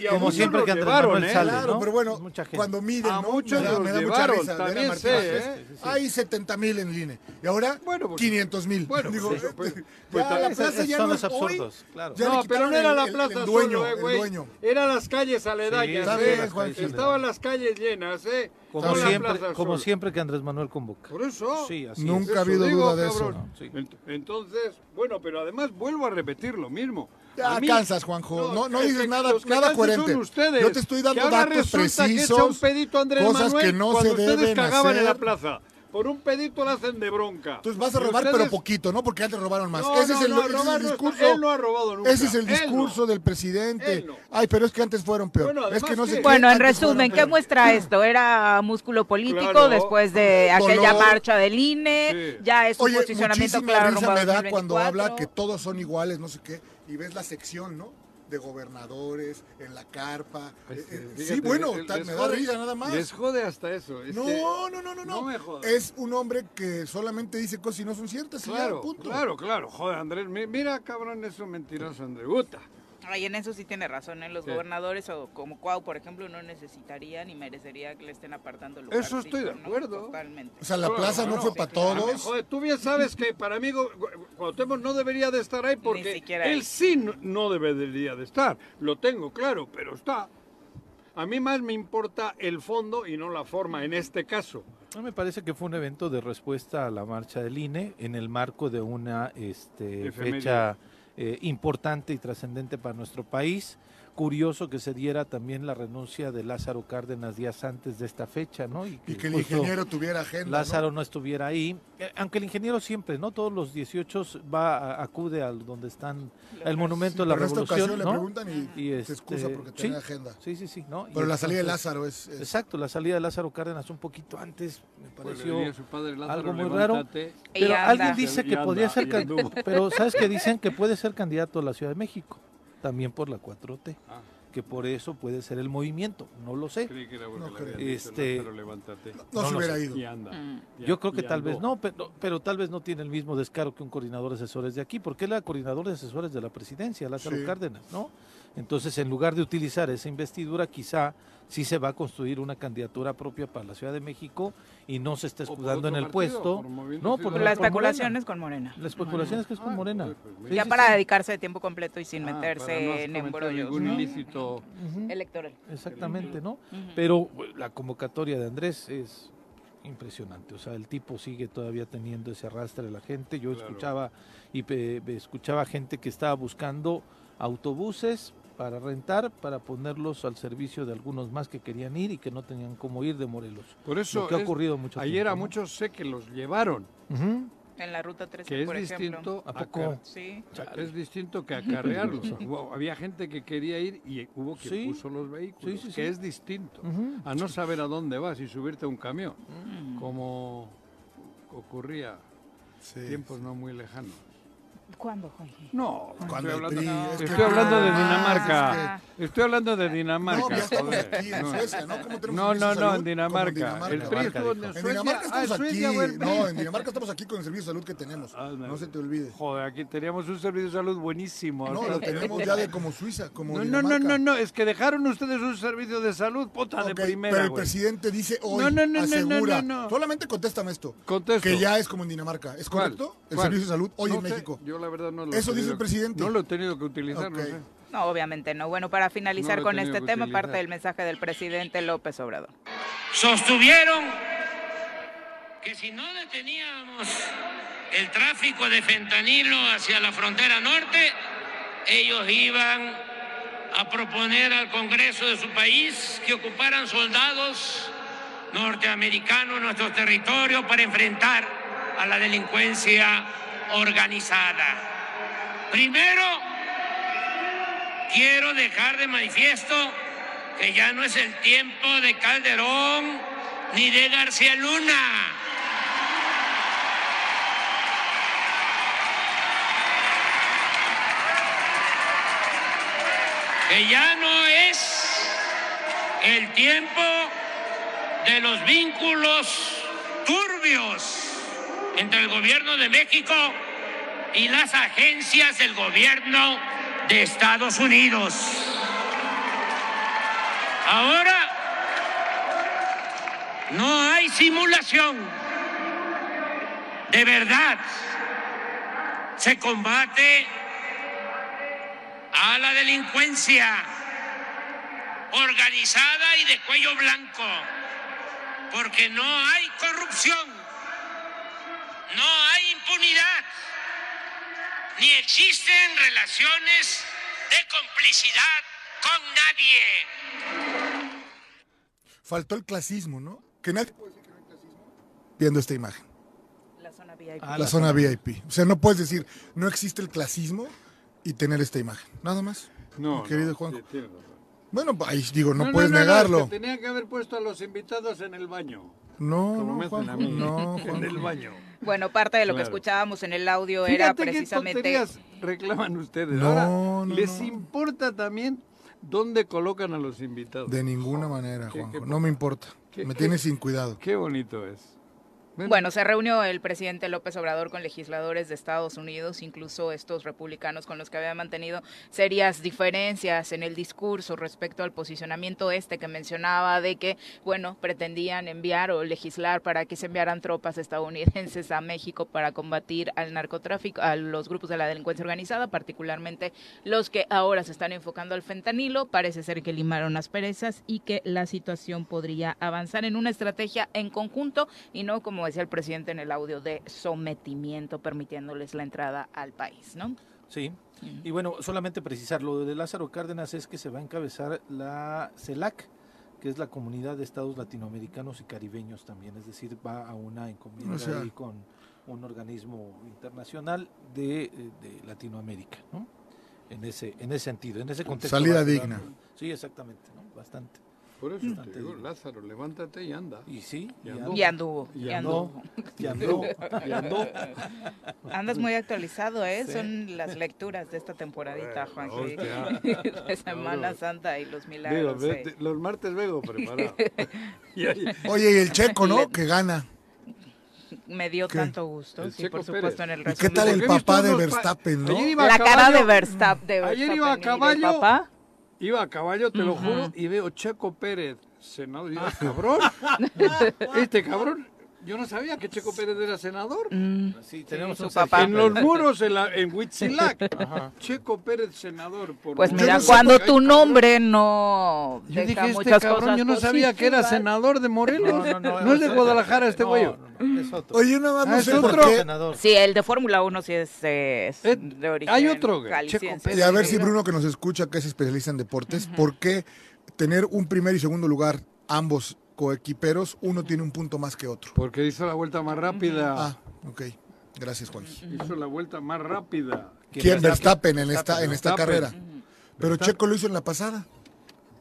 Speaker 3: Y a
Speaker 4: como
Speaker 3: muchos
Speaker 4: siempre
Speaker 3: los
Speaker 4: que Andrés
Speaker 3: llevaron,
Speaker 4: Manuel
Speaker 3: ¿eh?
Speaker 4: sale,
Speaker 5: Claro,
Speaker 4: ¿no?
Speaker 5: pero bueno,
Speaker 4: Mucha gente. Este,
Speaker 5: cuando miden,
Speaker 3: A
Speaker 5: ¿no?
Speaker 3: muchos
Speaker 5: me da,
Speaker 3: los
Speaker 5: me da mucha
Speaker 3: llevaron,
Speaker 5: risa.
Speaker 3: también
Speaker 5: Adriana
Speaker 3: sé,
Speaker 5: Martínez.
Speaker 3: ¿eh? Sí, sí, sí.
Speaker 5: Hay 70 mil en línea. Y ahora,
Speaker 3: Bueno, pues-
Speaker 5: 500 mil.
Speaker 3: Bueno,
Speaker 5: Digo, este,
Speaker 3: pues, pues,
Speaker 5: ya
Speaker 3: pues,
Speaker 5: la
Speaker 3: es-
Speaker 5: plaza
Speaker 4: es-
Speaker 5: ya
Speaker 4: son
Speaker 5: no
Speaker 4: los
Speaker 5: es hoy,
Speaker 4: absurdos, claro.
Speaker 5: ya le
Speaker 3: no, pero
Speaker 5: quitaron
Speaker 3: no era
Speaker 5: el-
Speaker 3: la
Speaker 5: el-
Speaker 3: plaza
Speaker 5: el dueño,
Speaker 3: solo, eh,
Speaker 5: el
Speaker 3: güey.
Speaker 5: dueño.
Speaker 3: Era las calles
Speaker 4: Sí,
Speaker 3: aledañas,
Speaker 4: está
Speaker 3: eh.
Speaker 5: bien, Juan.
Speaker 3: Estaban las calles llenas, ¿eh?
Speaker 4: Como
Speaker 3: No la
Speaker 4: siempre,
Speaker 3: plaza
Speaker 4: como
Speaker 3: sola.
Speaker 4: siempre que Andrés Manuel convoca.
Speaker 3: Por eso.
Speaker 4: Sí, así
Speaker 5: Nunca
Speaker 4: es.
Speaker 5: ha habido
Speaker 3: digo,
Speaker 5: duda de eso.
Speaker 3: cabrón.
Speaker 4: No, sí.
Speaker 3: Ent- Entonces, bueno, pero además vuelvo a repetir lo mismo.
Speaker 5: Ya
Speaker 3: A mí-
Speaker 5: cansas, Juanjo. No, no
Speaker 3: es
Speaker 5: dices
Speaker 3: que
Speaker 5: nada-
Speaker 3: los que
Speaker 5: nada
Speaker 3: cansan
Speaker 5: coherente.
Speaker 3: son ustedes,
Speaker 5: Yo te estoy dando
Speaker 3: que ahora
Speaker 5: datos
Speaker 3: resulta que echa
Speaker 5: precisos,
Speaker 3: un pedito a Andrés
Speaker 5: cosas
Speaker 3: Manuel
Speaker 5: que no
Speaker 3: cuando
Speaker 5: se
Speaker 3: ustedes
Speaker 5: deben
Speaker 3: cagaban en la
Speaker 5: hacer.
Speaker 3: plaza. Por un pedito la hacen de bronca.
Speaker 5: Entonces vas a
Speaker 3: Y
Speaker 5: robar,
Speaker 3: ustedes-
Speaker 5: pero poquito, ¿no? Porque antes robaron más.
Speaker 3: No,
Speaker 5: ese
Speaker 3: no,
Speaker 5: es el,
Speaker 3: no,
Speaker 5: ese es el
Speaker 3: robar no está-
Speaker 5: discurso.
Speaker 3: él no ha robado nunca.
Speaker 5: Ese es el
Speaker 3: Él no.
Speaker 5: discurso del presidente.
Speaker 3: Él no.
Speaker 5: Ay, pero es que antes fueron peor.
Speaker 3: Bueno,
Speaker 5: es que
Speaker 3: además
Speaker 5: no sé
Speaker 3: que-
Speaker 5: qué,
Speaker 2: Bueno, en
Speaker 5: antes fueron
Speaker 2: resumen, ¿qué
Speaker 5: peor.
Speaker 2: muestra esto? Era músculo político
Speaker 3: Claro.
Speaker 2: después de
Speaker 5: Dolor.
Speaker 2: aquella marcha del INE,
Speaker 3: Sí.
Speaker 2: ya es un
Speaker 5: Oye,
Speaker 2: posicionamiento
Speaker 5: muchísima
Speaker 2: claro
Speaker 5: risa
Speaker 2: rumbo a
Speaker 5: me da cuando
Speaker 2: 2024.
Speaker 5: habla que todos son iguales, no sé qué, y ves la sección, ¿no? De gobernadores, en la carpa. Eh, eh, sí,
Speaker 3: Fíjate,
Speaker 5: bueno,
Speaker 3: les-
Speaker 5: ta-
Speaker 3: les
Speaker 5: me da
Speaker 3: jode-
Speaker 5: risa nada más.
Speaker 3: Les jode hasta eso. es que-
Speaker 5: No, no, no, no, no.
Speaker 3: No me jodas.
Speaker 5: Es un hombre que solamente dice cosas y no son ciertas. y ya,
Speaker 3: Claro,
Speaker 5: punto.
Speaker 3: claro, claro. Joder, Andrés, mi- mira, cabrón, eso mentiroso, Andreguta.
Speaker 2: Ay, en eso sí tiene razón, ¿eh? los
Speaker 3: Sí.
Speaker 2: gobernadores o como Cuau, por ejemplo, no necesitarían ni merecería que le estén apartando
Speaker 3: Eso estoy de
Speaker 2: lugarcito, ¿no?
Speaker 3: acuerdo.
Speaker 2: Totalmente.
Speaker 5: O sea, la
Speaker 3: Claro,
Speaker 5: plaza no
Speaker 3: claro.
Speaker 5: fue para todos.
Speaker 3: Joder, tú bien sabes que para mí Gu- Gu- Cuauhtémoc no debería de estar ahí porque
Speaker 2: siquiera
Speaker 3: él
Speaker 2: él.
Speaker 3: sí no- no debería de estar. Lo tengo claro, pero está. A mí más me importa el fondo y no la forma en este caso.
Speaker 4: No me parece que fue un evento de respuesta a la marcha del INE en el marco de una este,
Speaker 3: Efeméride.
Speaker 4: fecha eh, importante y trascendente para nuestro país. Curioso que se diera también la renuncia de Lázaro Cárdenas días antes de esta fecha, ¿no?
Speaker 5: Y que el
Speaker 4: justo
Speaker 5: ingeniero tuviera agenda. ¿no?
Speaker 4: Lázaro ¿no? estuviera ahí, Eh, aunque el ingeniero siempre, ¿no? Todos los 18 va a- acude al donde están el monumento de la
Speaker 5: Pero en esta ocasión
Speaker 4: revolución,
Speaker 5: le
Speaker 4: ¿no?
Speaker 5: preguntan y,
Speaker 4: Y,
Speaker 5: se
Speaker 4: este,
Speaker 5: excusa porque
Speaker 4: sí.
Speaker 5: tenía agenda.
Speaker 4: Sí, sí, sí, ¿no? Y
Speaker 5: Pero la salida de
Speaker 4: entonces-
Speaker 5: Lázaro es. es-
Speaker 4: Exacto, la salida de Lázaro Cárdenas un poquito antes
Speaker 3: Pues
Speaker 4: me pareció algo muy raro.
Speaker 2: Y
Speaker 4: Pero
Speaker 2: anda.
Speaker 4: alguien dice
Speaker 3: Y
Speaker 4: que
Speaker 3: anda,
Speaker 4: podría ser
Speaker 3: y
Speaker 4: can-
Speaker 3: anduvo.
Speaker 4: pero sabes que dicen que puede ser candidato a la Ciudad de México, también por la 4T,
Speaker 3: Ah.
Speaker 4: que por eso puede ser el movimiento, no lo sé.
Speaker 3: Creí que era porque
Speaker 5: No
Speaker 3: le
Speaker 5: creo.
Speaker 3: habían dicho,
Speaker 4: Este-
Speaker 3: Lázaro, levántate.
Speaker 5: no,
Speaker 4: No
Speaker 5: se
Speaker 4: lo
Speaker 5: hubiera
Speaker 4: sé.
Speaker 5: ido.
Speaker 3: Y anda. Y-
Speaker 4: Yo creo que
Speaker 3: y
Speaker 4: tal
Speaker 3: andó.
Speaker 4: vez no, pero, pero tal vez no tiene el mismo descaro que un coordinador de asesores de aquí, porque él era coordinador de asesores de la presidencia, Lázaro
Speaker 5: Sí.
Speaker 4: Cárdenas, ¿no? Entonces, en lugar de utilizar esa investidura, quizá sí se va a construir una candidatura propia para la Ciudad de México y no se está
Speaker 3: O por
Speaker 4: escudando en
Speaker 3: otro
Speaker 4: el
Speaker 3: partido,
Speaker 4: puesto.
Speaker 3: por Movimiento
Speaker 4: no, Pero
Speaker 3: Ciudadano.
Speaker 2: La
Speaker 4: por Morena.
Speaker 2: especulación es con Morena.
Speaker 4: La especulación es que es con
Speaker 3: Ah,
Speaker 4: Morena.
Speaker 3: joder, pues,
Speaker 4: Sí,
Speaker 2: Ya
Speaker 4: sí,
Speaker 2: para
Speaker 4: sí.
Speaker 2: dedicarse de tiempo completo y sin
Speaker 3: Ah,
Speaker 2: meterse
Speaker 3: para no
Speaker 2: en
Speaker 3: cometer
Speaker 2: embrollos
Speaker 3: Ningún
Speaker 2: ¿no?
Speaker 3: ilícito.
Speaker 4: Ujú.
Speaker 2: electoral.
Speaker 4: Exactamente, ¿no?
Speaker 2: Ujú.
Speaker 4: Pero bueno, la convocatoria de Andrés es impresionante, o sea, el tipo sigue todavía teniendo ese arrastre de la gente. Yo
Speaker 3: Claro.
Speaker 4: escuchaba y pe- pe- escuchaba gente que estaba buscando autobuses para rentar, para ponerlos al servicio de algunos más que querían ir y que no tenían cómo ir de Morelos.
Speaker 3: Por eso
Speaker 4: Lo que ha
Speaker 3: es-
Speaker 4: ocurrido mucho
Speaker 3: ayer
Speaker 4: tiempo,
Speaker 3: a
Speaker 4: ¿no?
Speaker 3: muchos sé que los llevaron,
Speaker 4: Ujú.
Speaker 2: En la ruta 13,
Speaker 3: que es
Speaker 2: por ejemplo.
Speaker 3: distinto
Speaker 4: ¿A
Speaker 3: a
Speaker 4: poco?
Speaker 3: acar-
Speaker 2: Sí.
Speaker 4: Chale.
Speaker 3: es distinto que acarrearlos. Hubo- había gente que quería ir y hubo que
Speaker 4: Sí.
Speaker 3: puso los vehículos,
Speaker 4: Sí, sí, sí.
Speaker 3: que es distinto
Speaker 4: Ujú.
Speaker 3: a no saber a dónde vas y subirte a un camión, como ocurría
Speaker 5: Sí.
Speaker 3: tiempos no muy lejanos.
Speaker 2: ¿Cuándo, Jorge?
Speaker 3: No,
Speaker 5: Cuando
Speaker 3: estoy
Speaker 5: el
Speaker 3: hablando,
Speaker 5: PRI- es que-
Speaker 3: estoy hablando de
Speaker 2: Ah,
Speaker 3: Dinamarca.
Speaker 2: es
Speaker 3: Estoy hablando de
Speaker 5: No,
Speaker 3: Dinamarca.
Speaker 5: ya estamos
Speaker 3: joder.
Speaker 5: aquí en
Speaker 3: No.
Speaker 5: Suecia, ¿no? ¿Cómo tenemos
Speaker 3: No,
Speaker 5: servicio de salud?
Speaker 3: no, no, en
Speaker 5: Como en
Speaker 3: Dinamarca. El PRI
Speaker 4: Dinamarca,
Speaker 3: estuvo en
Speaker 4: dijo.
Speaker 5: En
Speaker 3: Suecia.
Speaker 5: Dinamarca
Speaker 3: Ah,
Speaker 5: estamos aquí.
Speaker 3: Suecia, buen PRI.
Speaker 5: No, en Dinamarca estamos aquí con el servicio de salud que tenemos.
Speaker 3: Ah,
Speaker 5: No se te olvide.
Speaker 3: Joder, aquí teníamos un servicio de salud buenísimo.
Speaker 5: No,
Speaker 3: Ahora
Speaker 5: lo tenemos ya de como Suiza, como
Speaker 3: No, no,
Speaker 5: Dinamarca.
Speaker 3: no, no, no, es que dejaron ustedes un servicio de salud, puta
Speaker 5: Ok,
Speaker 3: de primera.
Speaker 5: pero el
Speaker 3: güey.
Speaker 5: presidente dice hoy,
Speaker 3: No, no, no, no,
Speaker 5: asegura.
Speaker 3: no, no.
Speaker 5: Solamente contéstame esto.
Speaker 3: Contesto.
Speaker 5: Que ya es como en Dinamarca. ¿Es
Speaker 3: ¿Cuál?
Speaker 5: correcto? El
Speaker 3: ¿Cuál?
Speaker 5: servicio de salud hoy
Speaker 3: No
Speaker 5: en
Speaker 3: sé,
Speaker 5: México.
Speaker 3: Yo la verdad no lo he
Speaker 5: Eso dice
Speaker 3: tenido
Speaker 5: el
Speaker 3: que-
Speaker 5: presidente.
Speaker 3: No lo he tenido que utilizar, no
Speaker 5: Ok. pues
Speaker 3: sé.
Speaker 2: No, obviamente no. Bueno, para finalizar
Speaker 3: No lo he
Speaker 2: con
Speaker 3: tenido
Speaker 2: este
Speaker 3: que
Speaker 2: tema, parte
Speaker 3: utilizar.
Speaker 2: del mensaje del presidente López Obrador.
Speaker 6: sostuvieron que si no deteníamos el tráfico de fentanilo hacia la frontera norte, ellos iban a proponer al Congreso de su país que ocuparan soldados norteamericanos nuestros territorios para enfrentar a la delincuencia organizada. Primero, quiero dejar de manifiesto que ya no es el tiempo de Calderón ni de García Luna. Que ya no es el tiempo de los vínculos turbios entre el gobierno de México y las agencias del gobierno de Estados Unidos. Ahora no hay simulación. De verdad se combate a la delincuencia organizada y de cuello blanco, porque no hay corrupción, no hay impunidad ni existen relaciones de complicidad con nadie.
Speaker 5: Faltó el clasismo, ¿no? Que nadie puede decir que no hay clasismo. viendo esta imagen.
Speaker 2: La zona VIP.
Speaker 4: Ah,
Speaker 5: la zona VIP. O sea, no puedes decir, no existe el clasismo y tener esta imagen. Nada más.
Speaker 3: No,
Speaker 5: mi querido
Speaker 3: no,
Speaker 5: Juanjo.
Speaker 3: sí, tienes razón.
Speaker 5: Bueno, ahí digo, no,
Speaker 3: No, no,
Speaker 5: puedes
Speaker 3: no, no, es que
Speaker 5: negarlo.
Speaker 3: tenía que haber puesto a los invitados en el baño.
Speaker 5: No,
Speaker 3: como
Speaker 5: no,
Speaker 3: me hacen a
Speaker 5: Juanjo,
Speaker 3: mí.
Speaker 5: no,
Speaker 3: En el
Speaker 5: Juanjo.
Speaker 3: baño.
Speaker 2: Bueno, parte de lo que
Speaker 3: Claro.
Speaker 2: escuchábamos en el audio era
Speaker 3: Fíjate
Speaker 2: precisamente.
Speaker 3: qué tonterías reclaman ustedes.
Speaker 5: No,
Speaker 3: Ahora,
Speaker 5: no,
Speaker 3: les
Speaker 5: no.
Speaker 3: importa también dónde colocan a los invitados.
Speaker 5: De ninguna manera,
Speaker 3: Qué-
Speaker 5: Juanjo.
Speaker 3: qué
Speaker 5: No me importa.
Speaker 3: qué-
Speaker 5: Me
Speaker 3: qué-
Speaker 5: tienes sin cuidado.
Speaker 3: Qué bonito es. Ven.
Speaker 2: Bueno, se reunió el presidente López Obrador con legisladores de Estados Unidos, incluso estos republicanos con los que había mantenido serias diferencias en el discurso respecto al posicionamiento este que mencionaba de que, bueno, pretendían enviar o legislar para que se enviaran tropas estadounidenses a México para combatir al narcotráfico, a los grupos de la delincuencia organizada, particularmente los que ahora se están enfocando al fentanilo. Parece ser que limaron las perezas y que la situación podría avanzar en una estrategia en conjunto y no, como decía el presidente en el audio, de sometimiento, permitiéndoles la entrada al país, ¿no?
Speaker 4: Sí. Y bueno, solamente precisar, lo de Lázaro Cárdenas es que se va a encabezar la CELAC, que es la comunidad de estados latinoamericanos y caribeños también, es decir, va a una encomienda
Speaker 5: O sea-
Speaker 4: ahí con un organismo internacional de, eh, de Latinoamérica, ¿no? En ese, en ese sentido, en ese contexto.
Speaker 5: Salida
Speaker 4: va a quedar,
Speaker 5: digna.
Speaker 4: ¿no? Sí, exactamente, ¿no? Bastante.
Speaker 3: Por eso te
Speaker 4: Bastante
Speaker 3: digo,
Speaker 4: bien.
Speaker 3: Lázaro, levántate y anda.
Speaker 4: Y sí,
Speaker 3: Y
Speaker 4: ya
Speaker 3: andó.
Speaker 4: no,
Speaker 2: Y anduvo, y
Speaker 3: Y
Speaker 2: anduvo.
Speaker 4: ya no, ya no.
Speaker 2: Andas muy actualizado, ¿eh?
Speaker 4: Sí.
Speaker 2: Son las lecturas de esta temporadita, Juan.
Speaker 3: no,
Speaker 2: que-
Speaker 3: ya.
Speaker 2: de Semana
Speaker 3: No.
Speaker 2: Santa y los
Speaker 3: Digo,
Speaker 2: milagros.
Speaker 3: vete,
Speaker 2: sí.
Speaker 3: los martes vengo preparado. Y ahí-
Speaker 5: Oye, y el checo,
Speaker 2: Le-
Speaker 5: ¿no? Que gana.
Speaker 2: Me dio
Speaker 5: ¿Qué?
Speaker 2: tanto gusto,
Speaker 3: El
Speaker 2: sí,
Speaker 3: Checo
Speaker 2: por supuesto,
Speaker 3: Pérez.
Speaker 2: en el
Speaker 5: ¿Y
Speaker 2: resumen.
Speaker 5: qué tal
Speaker 3: Porque
Speaker 5: el
Speaker 3: he
Speaker 5: papá
Speaker 3: visto
Speaker 5: de
Speaker 3: unos pa-
Speaker 5: Verstappen, no?
Speaker 3: Ayer iba a
Speaker 2: La cara de
Speaker 3: caballo.
Speaker 2: Verstappen. De
Speaker 3: Ayer iba a
Speaker 2: Verstappen y de
Speaker 3: caballo.
Speaker 2: papá.
Speaker 3: Iba a caballo, te lo juro, y veo Checo Pérez. Senador,
Speaker 2: Ah.
Speaker 3: y digo, cabrón. Este cabrón, yo no sabía que Checo Pérez era senador.
Speaker 4: Sí, tenemos
Speaker 2: Mm. su
Speaker 4: un
Speaker 2: papá.
Speaker 4: Sergio
Speaker 3: En los
Speaker 4: Pérez.
Speaker 3: muros, en, la, en Huitzilac. Checo Pérez, senador. Por
Speaker 2: Pues
Speaker 5: Yo
Speaker 2: mira,
Speaker 5: no sé
Speaker 2: cuando
Speaker 3: por qué hay
Speaker 2: tu
Speaker 3: cabrón.
Speaker 2: nombre no
Speaker 3: Yo
Speaker 2: deja
Speaker 3: dije, este
Speaker 2: muchas
Speaker 3: cabrón,
Speaker 2: cosas
Speaker 3: yo no sabía que era
Speaker 2: positivas.
Speaker 3: senador de Morelos. No, es de
Speaker 4: otro.
Speaker 3: Guadalajara este
Speaker 4: No,
Speaker 3: güey.
Speaker 4: no, no, es otro.
Speaker 5: Oye, nada más
Speaker 3: Ah,
Speaker 5: no
Speaker 3: es
Speaker 5: sé por
Speaker 3: otro.
Speaker 5: qué.
Speaker 4: senador.
Speaker 2: Sí, el de Fórmula 1 sí es, eh, es
Speaker 3: Eh,
Speaker 2: de origen
Speaker 3: hay otro, güey,
Speaker 2: jalisciense.
Speaker 3: Checo Pérez.
Speaker 5: Y a ver si Bruno, que nos escucha, que es especialista en deportes, ¿por qué tener un primer y segundo lugar, ambos coequiperos, uno tiene un punto más que otro?
Speaker 3: Porque hizo la vuelta más rápida.
Speaker 5: Ah, ok. Gracias, Juan.
Speaker 3: Hizo la vuelta más rápida.
Speaker 5: ¿Quién Verstappen en esta,
Speaker 4: Verstappen,
Speaker 5: en esta
Speaker 3: Verstappen.
Speaker 5: carrera? Pero Checo lo hizo en la pasada.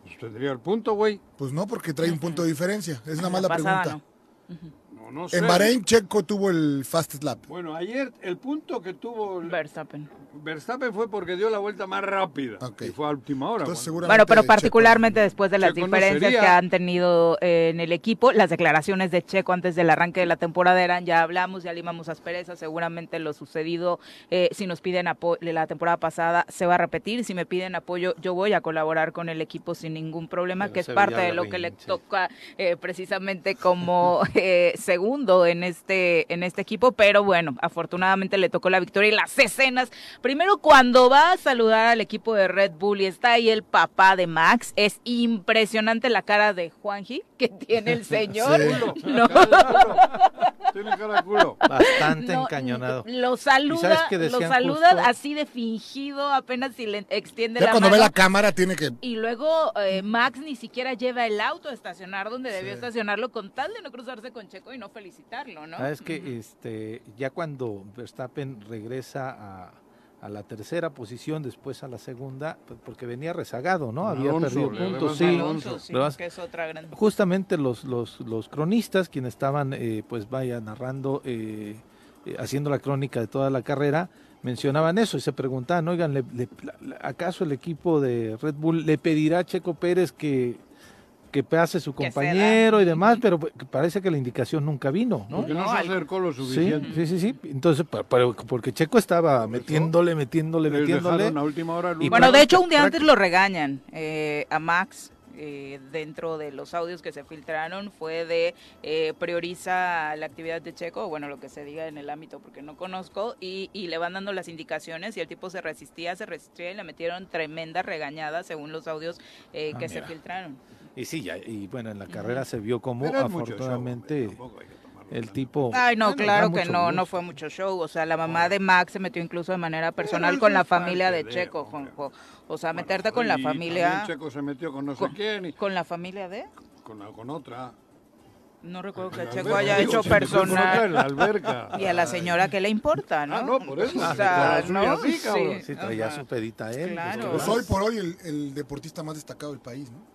Speaker 3: Pues tendría el punto, güey.
Speaker 5: Pues no, porque trae un punto de diferencia. Es
Speaker 2: La
Speaker 5: una mala
Speaker 2: pasada
Speaker 5: pregunta.
Speaker 3: No, no sé.
Speaker 5: En Bahrein, Checo tuvo el fast lap.
Speaker 3: Bueno, ayer el punto que tuvo
Speaker 2: no, Verstappen.
Speaker 3: Verstappen fue porque dio la vuelta más rápida.
Speaker 5: Ok.
Speaker 3: Y fue a última hora.
Speaker 5: Entonces,
Speaker 3: Juan.
Speaker 5: seguramente
Speaker 2: Bueno, pero
Speaker 5: Checo-
Speaker 2: particularmente después de las
Speaker 3: Checo no
Speaker 2: diferencias
Speaker 3: sería.
Speaker 2: que han tenido eh, en el equipo, las declaraciones de Checo antes del arranque de la temporada eran, ya hablamos, ya limamos asperezas, seguramente lo sucedido, eh, si nos piden apoyo la temporada pasada, se va a repetir, si me piden apoyo, yo voy a colaborar con el equipo sin ningún problema,
Speaker 4: Pero
Speaker 2: que es
Speaker 4: se
Speaker 2: parte
Speaker 4: veía
Speaker 2: de lo que le
Speaker 4: berrinche.
Speaker 2: toca eh, precisamente como eh, segundo en este, en este equipo, pero bueno, afortunadamente le tocó la victoria y las escenas Primero, cuando va a saludar al equipo de Red Bull y está ahí el papá de Max, es impresionante la cara de Juanji que tiene el señor.
Speaker 5: Sí.
Speaker 2: No,
Speaker 3: Tiene cara de culo.
Speaker 4: Bastante
Speaker 2: no,
Speaker 4: encañonado.
Speaker 2: Lo
Speaker 4: ¿Y
Speaker 2: saluda,
Speaker 4: sabes qué
Speaker 2: lo
Speaker 4: decían
Speaker 2: saluda
Speaker 4: justo?
Speaker 2: así de fingido, apenas si le extiende
Speaker 5: Ya
Speaker 2: la
Speaker 5: cuando
Speaker 2: mano.
Speaker 5: ve la cámara tiene que...
Speaker 2: Y luego eh, Max ni siquiera lleva el auto a estacionar donde debió
Speaker 5: Sí.
Speaker 2: estacionarlo con tal de no cruzarse con Checo y no felicitarlo, ¿no?
Speaker 4: Ah, es que este, ya cuando Verstappen regresa a, a la tercera posición, después a la segunda, p- porque venía rezagado, ¿no? Había
Speaker 3: Alonso, le
Speaker 4: perdido puntos,
Speaker 3: levanta
Speaker 4: sí.
Speaker 3: Alonso,
Speaker 2: sí,
Speaker 4: ¿verdad?
Speaker 2: que es otra gran...
Speaker 4: Justamente los, los, los cronistas, quienes estaban, eh, pues vaya, narrando, eh, eh, haciendo la crónica de toda la carrera, mencionaban eso y se preguntaban, oigan, ¿le- le- la- la- ¿acaso el equipo de Red Bull le pedirá a Checo Pérez que, que pase su
Speaker 2: Que ceda.
Speaker 4: compañero y demás? Pero pues, parece que la indicación nunca vino, ¿no?
Speaker 3: Porque no, se acercó lo
Speaker 4: Sí,
Speaker 3: suficiente.
Speaker 4: sí, sí, sí. Entonces, pa- pero porque Checo estaba metiéndole, metiéndole,
Speaker 3: Les
Speaker 4: metiéndole.
Speaker 3: dejaron a última hora el
Speaker 4: Y
Speaker 3: último.
Speaker 2: Bueno, de hecho, un día
Speaker 4: prácti-
Speaker 2: antes lo regañan eh, a Max. eh, dentro de los audios que se filtraron fue de eh, prioriza la actividad de Checo, bueno, lo que se diga en el ámbito porque no conozco, y, y le van dando las indicaciones y el tipo se resistía, se resistía y le metieron tremenda regañada según los audios eh,
Speaker 4: Ah,
Speaker 2: que se
Speaker 4: mira.
Speaker 2: filtraron.
Speaker 4: Y sí, ya, y bueno, en la carrera se vio como
Speaker 3: Pero es mucho show,
Speaker 4: afortunadamente
Speaker 3: hombre, tampoco hay que tomarlo
Speaker 4: el
Speaker 3: tan-
Speaker 4: tipo.
Speaker 2: Ay, no,
Speaker 4: Bueno,
Speaker 2: claro
Speaker 4: da
Speaker 2: que
Speaker 4: mucho
Speaker 2: no, no
Speaker 4: gusto.
Speaker 2: fue mucho show. O sea, la mamá de Max se metió incluso de manera personal
Speaker 3: eso
Speaker 2: con la
Speaker 3: es parte
Speaker 2: familia de
Speaker 3: de,
Speaker 2: Checo,
Speaker 3: hombre.
Speaker 2: Juanjo. O sea,
Speaker 3: Bueno,
Speaker 2: meterte con
Speaker 3: y
Speaker 2: la
Speaker 3: también
Speaker 2: familia,
Speaker 3: Checo se metió con no sé
Speaker 2: con-
Speaker 3: quién y
Speaker 2: con la familia de...
Speaker 3: con, con otra.
Speaker 2: No recuerdo que
Speaker 3: La
Speaker 2: Checo
Speaker 3: alberca,
Speaker 2: haya
Speaker 3: digo,
Speaker 2: hecho
Speaker 3: se metió con otra en la
Speaker 2: personal.
Speaker 3: alberca.
Speaker 2: Y a la señora, ¿qué le importa, no?
Speaker 3: Ah, no, por eso.
Speaker 2: O
Speaker 3: Ah,
Speaker 2: sea,
Speaker 3: la suya
Speaker 2: ¿no?
Speaker 3: sí, cabrón.
Speaker 4: Sí, traía
Speaker 2: ajá.
Speaker 4: su pedita él.
Speaker 2: Claro.
Speaker 4: pues,
Speaker 5: Pues hoy por hoy el, el deportista más destacado del país, ¿no?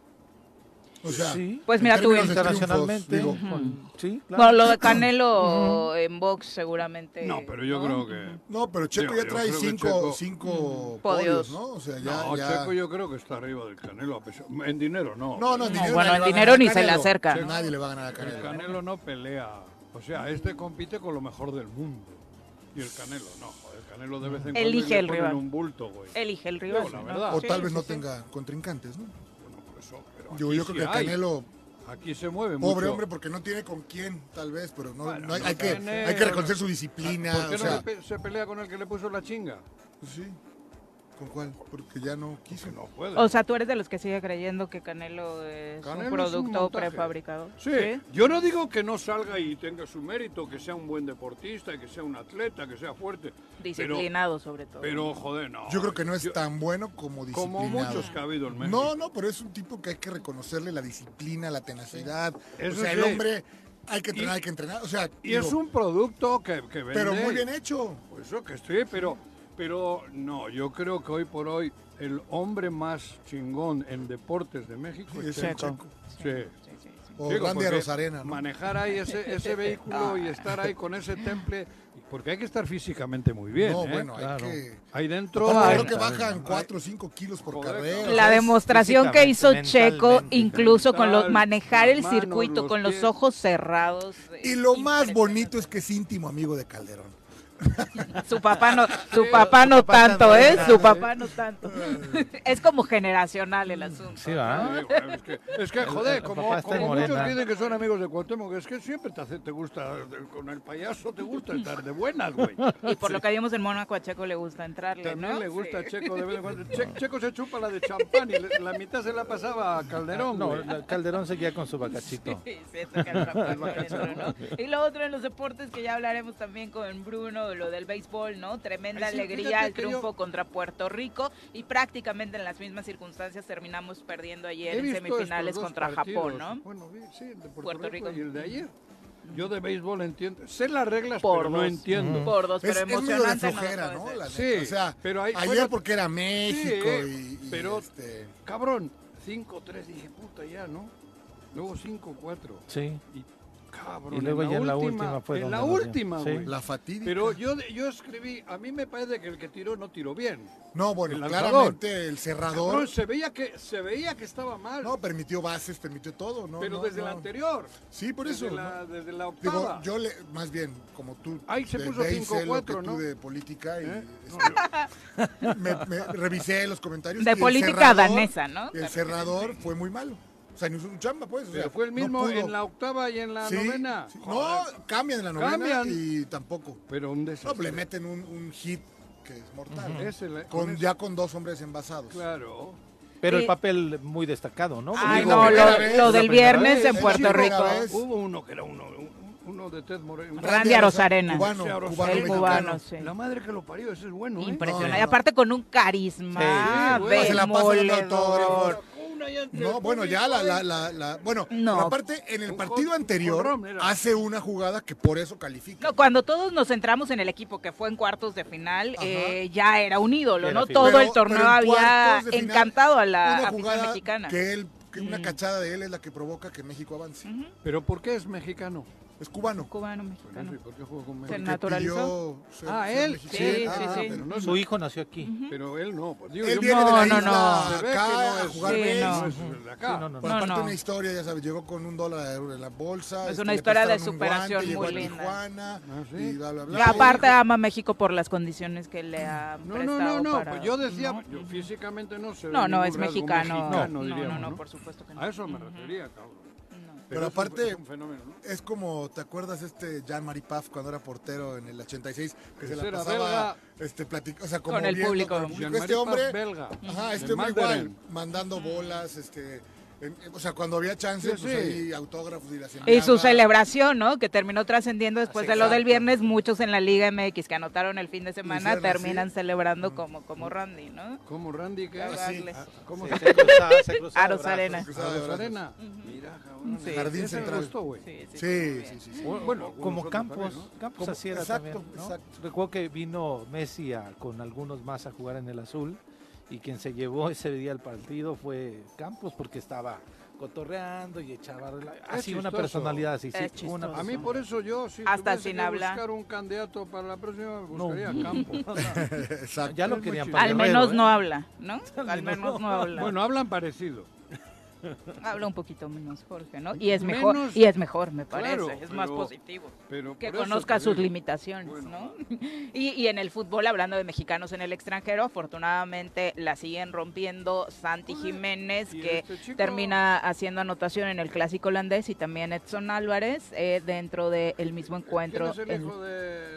Speaker 5: O sea,
Speaker 4: Sí.
Speaker 2: Pues
Speaker 5: en
Speaker 2: mira, tú,
Speaker 5: términos de
Speaker 4: internacionalmente.
Speaker 5: triunfos, digo.
Speaker 4: con- sí, claro.
Speaker 2: Bueno, lo de Canelo en box seguramente.
Speaker 3: No, pero yo creo que.
Speaker 5: no, pero Checo ya
Speaker 3: Yo- yo
Speaker 5: trae
Speaker 3: creo que
Speaker 5: cinco,
Speaker 3: Checo-
Speaker 5: cinco
Speaker 2: Mm, Podios.
Speaker 5: podios, ¿no? O sea, ya.
Speaker 3: No,
Speaker 5: ya-
Speaker 3: Checo yo creo que está arriba del Canelo. a pesar- En dinero no.
Speaker 5: No, no, en dinero.
Speaker 2: bueno,
Speaker 5: nadie
Speaker 2: en
Speaker 5: le va a
Speaker 2: dinero
Speaker 5: ganar
Speaker 2: ni
Speaker 5: a
Speaker 2: se le
Speaker 5: Canelo.
Speaker 2: acerca.
Speaker 5: Checo- Nadie le va a ganar a
Speaker 3: El
Speaker 5: Canelo.
Speaker 3: Canelo no pelea. O sea, este compite con lo mejor del mundo. Y el Canelo no. joder, El Canelo de vez en cuando.
Speaker 2: Mm. Elige
Speaker 3: le
Speaker 2: el
Speaker 3: ponen
Speaker 2: rival.
Speaker 3: un bulto, güey.
Speaker 2: Elige el rival.
Speaker 3: No, la
Speaker 2: ¿no?
Speaker 3: verdad.
Speaker 5: O
Speaker 2: Sí,
Speaker 5: tal vez
Speaker 2: sí,
Speaker 5: no
Speaker 2: sí.
Speaker 5: tenga contrincantes, ¿no?
Speaker 3: Bueno, por eso, pero
Speaker 5: Yo,
Speaker 3: aquí
Speaker 5: yo creo
Speaker 3: sí
Speaker 5: que el
Speaker 3: hay.
Speaker 5: Canelo,
Speaker 3: Aquí se mueve mucho.
Speaker 5: pobre hombre, porque no tiene con quién, tal vez, pero no,
Speaker 3: Bueno,
Speaker 5: no hay,
Speaker 3: no
Speaker 5: hay que,
Speaker 3: tiene-
Speaker 5: hay que reconocer su
Speaker 3: ¿Por
Speaker 5: disciplina.
Speaker 3: qué
Speaker 5: O
Speaker 3: no le
Speaker 5: sea,
Speaker 3: pe- se pelea con el que le puso la chinga?
Speaker 5: Pues sí. ¿Con cuál? Porque ya no quiso.
Speaker 3: Que no puede.
Speaker 2: O sea, tú eres de los que sigue creyendo que Canelo es
Speaker 3: Canelo
Speaker 2: un
Speaker 3: es un
Speaker 2: producto
Speaker 3: montaje.
Speaker 2: prefabricado.
Speaker 3: Sí, yo no digo que no salga y tenga su mérito, que sea un buen deportista, que sea un atleta, que sea fuerte.
Speaker 2: Disciplinado sobre todo.
Speaker 3: Pero, pero, joder, no.
Speaker 5: Yo creo que no es
Speaker 3: Yo-
Speaker 5: tan bueno como disciplinado.
Speaker 3: Como muchos que ha habido en México.
Speaker 5: No, no, pero es un tipo que hay que reconocerle la disciplina, la tenacidad.
Speaker 3: Eso
Speaker 5: o sea, el
Speaker 3: sí.
Speaker 5: hombre hay que entrenar, hay que entrenar. O sea,
Speaker 3: Y
Speaker 5: digo,
Speaker 3: es un producto que, que vende.
Speaker 5: pero muy bien hecho.
Speaker 3: Por eso que estoy, pero, pero no, yo creo que hoy por hoy el hombre más chingón en deportes de México
Speaker 5: Es
Speaker 3: es
Speaker 5: el
Speaker 3: Checo.
Speaker 5: Checo.
Speaker 3: Sí.
Speaker 2: Sí, sí, sí.
Speaker 5: O
Speaker 3: Digo,
Speaker 5: Randy
Speaker 3: porque
Speaker 5: Arozarena, ¿no?
Speaker 3: Manejar ahí ese, ese este vehículo y estar ahí con ese temple, porque hay que estar físicamente muy bien.
Speaker 5: no,
Speaker 3: ¿eh?
Speaker 5: bueno,
Speaker 4: claro.
Speaker 5: hay que...
Speaker 3: Ahí dentro. eh,
Speaker 5: Aparte,
Speaker 3: hay-
Speaker 5: creo que
Speaker 3: hay-
Speaker 5: bajan 4 o 5 kilos por
Speaker 3: Joder,
Speaker 5: carrera.
Speaker 3: cabrón.
Speaker 5: o
Speaker 2: La
Speaker 5: sea, es-
Speaker 2: demostración que hizo
Speaker 4: físicamente,
Speaker 2: Checo,
Speaker 4: mentalmente,
Speaker 2: incluso con los,
Speaker 3: mental,
Speaker 2: manejar el
Speaker 3: las manos,
Speaker 2: circuito
Speaker 3: los
Speaker 2: con los
Speaker 3: pies.
Speaker 2: ojos cerrados. eh,
Speaker 5: Y lo más
Speaker 2: Impresionante.
Speaker 5: bonito es que es íntimo amigo de Calderón.
Speaker 2: Su papá no, su papá no
Speaker 4: papá
Speaker 2: tanto,
Speaker 4: también,
Speaker 2: ¿eh? Su
Speaker 4: ¿sabes?
Speaker 2: papá no tanto. es como generacional el asunto.
Speaker 4: Sí, ¿verdad?
Speaker 3: Sí, bueno, es, que, es que,
Speaker 4: el
Speaker 3: joder, como,
Speaker 4: papá está
Speaker 3: como
Speaker 4: en
Speaker 3: muchos
Speaker 4: Morena.
Speaker 3: dicen que son amigos de Cuauhtémoc, es que siempre te, hace- te gusta, eh, con el payaso te gusta estar de buenas, güey.
Speaker 2: Y por lo que vimos en Mónaco a Checo le gusta entrarle,
Speaker 3: También
Speaker 2: ¿no?
Speaker 3: le gusta a
Speaker 2: Sí.
Speaker 3: Checo de vez en cuando. Che- Checo se chupa la de champán y le- la mitad se la pasaba a Calderón,
Speaker 4: No,
Speaker 3: güey.
Speaker 4: la- Calderón seguía con su bacachito.
Speaker 2: Sí, sí, eso que atrapó el centro, ¿no? Y lo otro en los deportes que ya hablaremos también con Bruno, lo del béisbol, ¿no? Tremenda
Speaker 3: Ay, sí,
Speaker 2: alegría
Speaker 3: fíjate
Speaker 2: el
Speaker 3: que yo-
Speaker 2: triunfo contra Puerto Rico y prácticamente en las mismas circunstancias terminamos perdiendo ayer
Speaker 3: He
Speaker 2: en
Speaker 3: visto estos
Speaker 2: semifinales
Speaker 3: dos
Speaker 2: contra
Speaker 3: partidos.
Speaker 2: Japón, ¿no?
Speaker 3: Bueno, vi- sí, el de Puerto,
Speaker 2: Puerto
Speaker 3: Rico,
Speaker 2: Rico.
Speaker 3: y el de ayer. Yo de béisbol entiendo. Sé las reglas,
Speaker 2: Por
Speaker 3: pero no
Speaker 2: dos.
Speaker 4: Mm.
Speaker 3: entiendo.
Speaker 2: Por dos,
Speaker 5: Es,
Speaker 2: pero
Speaker 5: es medio de
Speaker 2: emocionante. no
Speaker 5: flojera,
Speaker 2: dejó
Speaker 5: ¿no?
Speaker 2: de ser.
Speaker 5: La neta.
Speaker 3: Sí,
Speaker 5: o sea,
Speaker 3: pero hay-
Speaker 5: ayer
Speaker 3: bueno,
Speaker 5: porque era México
Speaker 3: Sí,
Speaker 5: y, y
Speaker 3: pero-
Speaker 5: este,
Speaker 3: Cabrón, 5-3, dije, puta, ya, ¿no? Luego 5-4.
Speaker 4: Sí.
Speaker 3: Y cabrón.
Speaker 4: Y luego ya en la última fue
Speaker 3: En
Speaker 4: donde
Speaker 3: la
Speaker 4: nos dio.
Speaker 3: última,
Speaker 4: Sí.
Speaker 3: güey.
Speaker 5: la fatídica.
Speaker 3: Pero yo, yo escribí, a mí me parece que el que tiró no tiró bien.
Speaker 5: no,
Speaker 3: el
Speaker 5: bueno,
Speaker 3: lanzador.
Speaker 5: claramente el
Speaker 3: Cabrón,
Speaker 5: cerrador
Speaker 3: se veía que, se veía que estaba mal.
Speaker 5: no permitió bases, permitió todo, ¿no?
Speaker 3: pero
Speaker 5: no,
Speaker 3: desde la
Speaker 5: no.
Speaker 3: anterior.
Speaker 5: Sí, por
Speaker 3: desde
Speaker 5: eso.
Speaker 3: La,
Speaker 5: ¿no?
Speaker 3: desde la octava.
Speaker 5: Digo, yo le, más bien, como tú.
Speaker 3: Ahí se
Speaker 5: de
Speaker 3: puso
Speaker 5: béisbol, lo que
Speaker 3: 5-4,
Speaker 5: tú
Speaker 3: ¿no?
Speaker 5: de política y.
Speaker 3: ¿Eh?
Speaker 5: este, me, me revisé los comentarios.
Speaker 2: De
Speaker 5: y el
Speaker 2: política
Speaker 5: cerrador-
Speaker 2: danesa, ¿no?
Speaker 5: El cerrador fue muy malo. O sea, ni hizo un chamba, pues. o
Speaker 3: Pero
Speaker 5: sea,
Speaker 3: fue el
Speaker 5: no
Speaker 3: mismo
Speaker 5: pudo.
Speaker 3: en la octava y en la
Speaker 5: Sí,
Speaker 3: novena.
Speaker 5: sí. No,
Speaker 3: Joder,
Speaker 5: cambian en la novena
Speaker 3: Cambian.
Speaker 5: y tampoco.
Speaker 3: Pero un
Speaker 5: No, le
Speaker 3: desastre.
Speaker 5: meten un, un hit que es mortal. ¿no?
Speaker 3: Ese le-
Speaker 5: Con,
Speaker 3: con ese-
Speaker 5: ya con dos hombres envasados.
Speaker 3: Claro.
Speaker 4: Pero
Speaker 2: Y-
Speaker 4: el papel muy destacado, ¿no?
Speaker 2: Ay,
Speaker 5: Digo,
Speaker 2: Ah, no,
Speaker 5: primera
Speaker 2: lo,
Speaker 5: vez,
Speaker 2: lo
Speaker 5: la
Speaker 2: del
Speaker 5: primera
Speaker 2: viernes
Speaker 5: vez,
Speaker 2: en
Speaker 5: es
Speaker 2: Puerto
Speaker 5: la
Speaker 2: Rico.
Speaker 5: primera vez.
Speaker 3: Hubo uno que era uno, un- uno de Ted Moreno.
Speaker 2: Randy Arozarena.
Speaker 5: Cubano,
Speaker 3: Arozarena.
Speaker 5: cubano,
Speaker 2: El
Speaker 5: mexicano.
Speaker 2: cubano, sí.
Speaker 3: La madre que lo parió, ese es bueno, ¿eh?
Speaker 2: Impresionante.
Speaker 5: No, no,
Speaker 2: Y
Speaker 5: no.
Speaker 2: aparte con un carisma
Speaker 3: Sí, güey.
Speaker 5: Se la pasa dando
Speaker 2: demoledor.
Speaker 5: autógrafos.
Speaker 3: Una y entre
Speaker 5: No,
Speaker 3: el
Speaker 5: bueno, ya la,
Speaker 3: público,
Speaker 5: la,
Speaker 3: ¿eh?
Speaker 5: la, la- bueno,
Speaker 2: No.
Speaker 5: pero aparte en el
Speaker 3: Un
Speaker 5: partido
Speaker 3: hot- un
Speaker 5: anterior
Speaker 3: home run era.
Speaker 5: hace una jugada que por eso califica.
Speaker 2: No, cuando todos nos centramos en el equipo que fue en cuartos de final,
Speaker 5: Ajá.
Speaker 2: eh, ya era un ídolo,
Speaker 4: Era
Speaker 2: ¿no?
Speaker 4: figura.
Speaker 2: Todo
Speaker 5: Pero-
Speaker 2: el torneo
Speaker 5: pero en
Speaker 2: había
Speaker 5: cuartos de final,
Speaker 2: encantado a la
Speaker 5: una
Speaker 2: afición
Speaker 5: jugada
Speaker 2: mexicana. Mm.
Speaker 5: que él, que una cachada de él es la que provoca que México avance.
Speaker 3: Pero ¿por qué es mexicano?
Speaker 5: Es cubano.
Speaker 2: Cubano
Speaker 3: Bueno,
Speaker 2: mexicano.
Speaker 3: sí, ¿por qué jugó con
Speaker 2: Se
Speaker 5: que
Speaker 3: México?
Speaker 2: naturalizó.
Speaker 5: pidió ser-
Speaker 3: Ah,
Speaker 5: ser
Speaker 3: él.
Speaker 5: mexicano.
Speaker 2: Sí, sí,
Speaker 3: Ah,
Speaker 2: sí.
Speaker 3: Pero, no es-
Speaker 4: Su hijo nació aquí.
Speaker 3: pero él no. pues, digo,
Speaker 5: Él
Speaker 3: yo-
Speaker 5: viene de
Speaker 2: No,
Speaker 5: la
Speaker 2: no,
Speaker 5: isla
Speaker 2: no.
Speaker 3: Se ve que
Speaker 5: acá
Speaker 3: no
Speaker 5: a
Speaker 3: es-
Speaker 5: jugar
Speaker 2: Sí,
Speaker 5: béisbol.
Speaker 2: no.
Speaker 3: no es de acá.
Speaker 4: Sí, no, no,
Speaker 5: Pues
Speaker 4: no.
Speaker 2: No,
Speaker 5: aparte
Speaker 2: no.
Speaker 5: una historia, ya sabes, llegó con un dólar de euro en la bolsa.
Speaker 2: Es
Speaker 5: este,
Speaker 2: una
Speaker 5: le
Speaker 2: historia de
Speaker 5: prestaron un
Speaker 2: superación
Speaker 5: llegó
Speaker 2: muy
Speaker 5: a
Speaker 2: linda.
Speaker 5: Tijuana,
Speaker 3: Ah, sí.
Speaker 5: y bla, bla,
Speaker 2: Y
Speaker 5: bla.
Speaker 2: aparte ama a México por las condiciones que le ha
Speaker 3: No,
Speaker 2: prestado
Speaker 3: no, no, no.
Speaker 2: para-
Speaker 3: Pues yo decía,
Speaker 2: No,
Speaker 3: yo físicamente no se ve
Speaker 2: no, no,
Speaker 3: ningún
Speaker 2: es
Speaker 3: rasgo
Speaker 2: mexicano. no,
Speaker 3: diríamos,
Speaker 2: no, no,
Speaker 3: ¿no?
Speaker 2: por supuesto que no.
Speaker 3: A eso me
Speaker 2: Ujú,
Speaker 3: refería, cabrón. pues,
Speaker 2: no.
Speaker 5: Pero
Speaker 3: es un-
Speaker 5: aparte-
Speaker 3: es un fenómeno, ¿no?
Speaker 5: Es como, ¿te acuerdas este Jean-Marie Paf cuando era portero en el 86? Que se la
Speaker 3: Ese era
Speaker 5: pasaba
Speaker 3: belga.
Speaker 5: este, platic- o sea, como
Speaker 2: Con el
Speaker 5: viendo
Speaker 2: público.
Speaker 5: con el público.
Speaker 3: Jean-Marie
Speaker 5: Este
Speaker 3: Paz
Speaker 5: hombre,
Speaker 3: belga.
Speaker 5: ajá,
Speaker 3: De
Speaker 5: este hombre
Speaker 3: Mandarin.
Speaker 5: igual, mandando bolas, este, En- o sea, cuando había chances,
Speaker 3: Sí,
Speaker 5: pues
Speaker 3: sí.
Speaker 5: ahí autógrafos y la
Speaker 2: Y su
Speaker 5: señalaba.
Speaker 2: celebración, ¿no? Que terminó trascendiendo después
Speaker 5: Así,
Speaker 2: de lo del
Speaker 5: exacto.
Speaker 2: viernes. Muchos en la Liga MX que anotaron el fin de semana
Speaker 5: hicieron así.
Speaker 2: terminan celebrando como, como Randy, ¿no?
Speaker 3: ¿Cómo Randy? ¿Qué?
Speaker 2: Así.
Speaker 3: ¿Cómo
Speaker 4: Ah, Sí,
Speaker 3: se
Speaker 4: se cruzaba- se cruzaba
Speaker 2: Aros
Speaker 4: brazos.
Speaker 2: Arena.
Speaker 5: Cruzada de brazos.
Speaker 3: Arena. Mira, cabrón.
Speaker 2: Sí.
Speaker 5: Jardín
Speaker 3: Ese me
Speaker 5: central.
Speaker 3: gustó, güey.
Speaker 5: Sí, sí, sí. sí.
Speaker 4: Bueno,
Speaker 3: algunos
Speaker 4: como
Speaker 3: otros
Speaker 4: Campos,
Speaker 3: también, ¿no?
Speaker 4: Campos
Speaker 5: Como-
Speaker 4: así era
Speaker 5: exacto,
Speaker 4: también, ¿no?
Speaker 5: exacto.
Speaker 4: Recuerdo que vino Messi a- con algunos más a jugar en el azul y quien se llevó ese día al partido fue Campos porque estaba cotorreando y echaba rela- así una
Speaker 3: chistoso.
Speaker 4: personalidad así, sí,
Speaker 2: Es chistoso.
Speaker 4: una
Speaker 3: A mí por eso yo, si
Speaker 2: Hasta
Speaker 3: tuviese
Speaker 2: sin
Speaker 3: que
Speaker 2: hablar.
Speaker 3: buscar un candidato para la próxima,
Speaker 4: No.
Speaker 3: buscaría a Campos.
Speaker 4: persona-
Speaker 5: Exacto.
Speaker 4: ya lo
Speaker 3: Es
Speaker 4: querían
Speaker 3: muy
Speaker 4: para
Speaker 2: Al
Speaker 4: Guerrero,
Speaker 2: menos
Speaker 4: ¿eh?
Speaker 2: no habla, ¿no?
Speaker 4: Al
Speaker 2: Al
Speaker 4: menos
Speaker 2: menos no
Speaker 4: no.
Speaker 2: habla.
Speaker 3: Bueno, hablan parecido.
Speaker 2: habla un poquito menos Jorge, ¿no? Y es mejor,
Speaker 3: Menos-
Speaker 2: y es mejor, me parece,
Speaker 3: Claro,
Speaker 2: es más
Speaker 3: pero-
Speaker 2: positivo.
Speaker 3: Pero
Speaker 2: Que
Speaker 3: por eso
Speaker 2: conozca
Speaker 3: te
Speaker 2: sus
Speaker 3: digo.
Speaker 2: limitaciones,
Speaker 3: Bueno.
Speaker 2: ¿no? Y, y en el fútbol, hablando de mexicanos en el extranjero, afortunadamente la siguen rompiendo Santi Jiménez,
Speaker 3: y
Speaker 2: que
Speaker 3: este chico-
Speaker 2: termina haciendo anotación en el clásico holandés, y también Edson Álvarez eh, dentro del mismo encuentro.
Speaker 3: ¿Quién es el
Speaker 2: El-
Speaker 3: hijo de,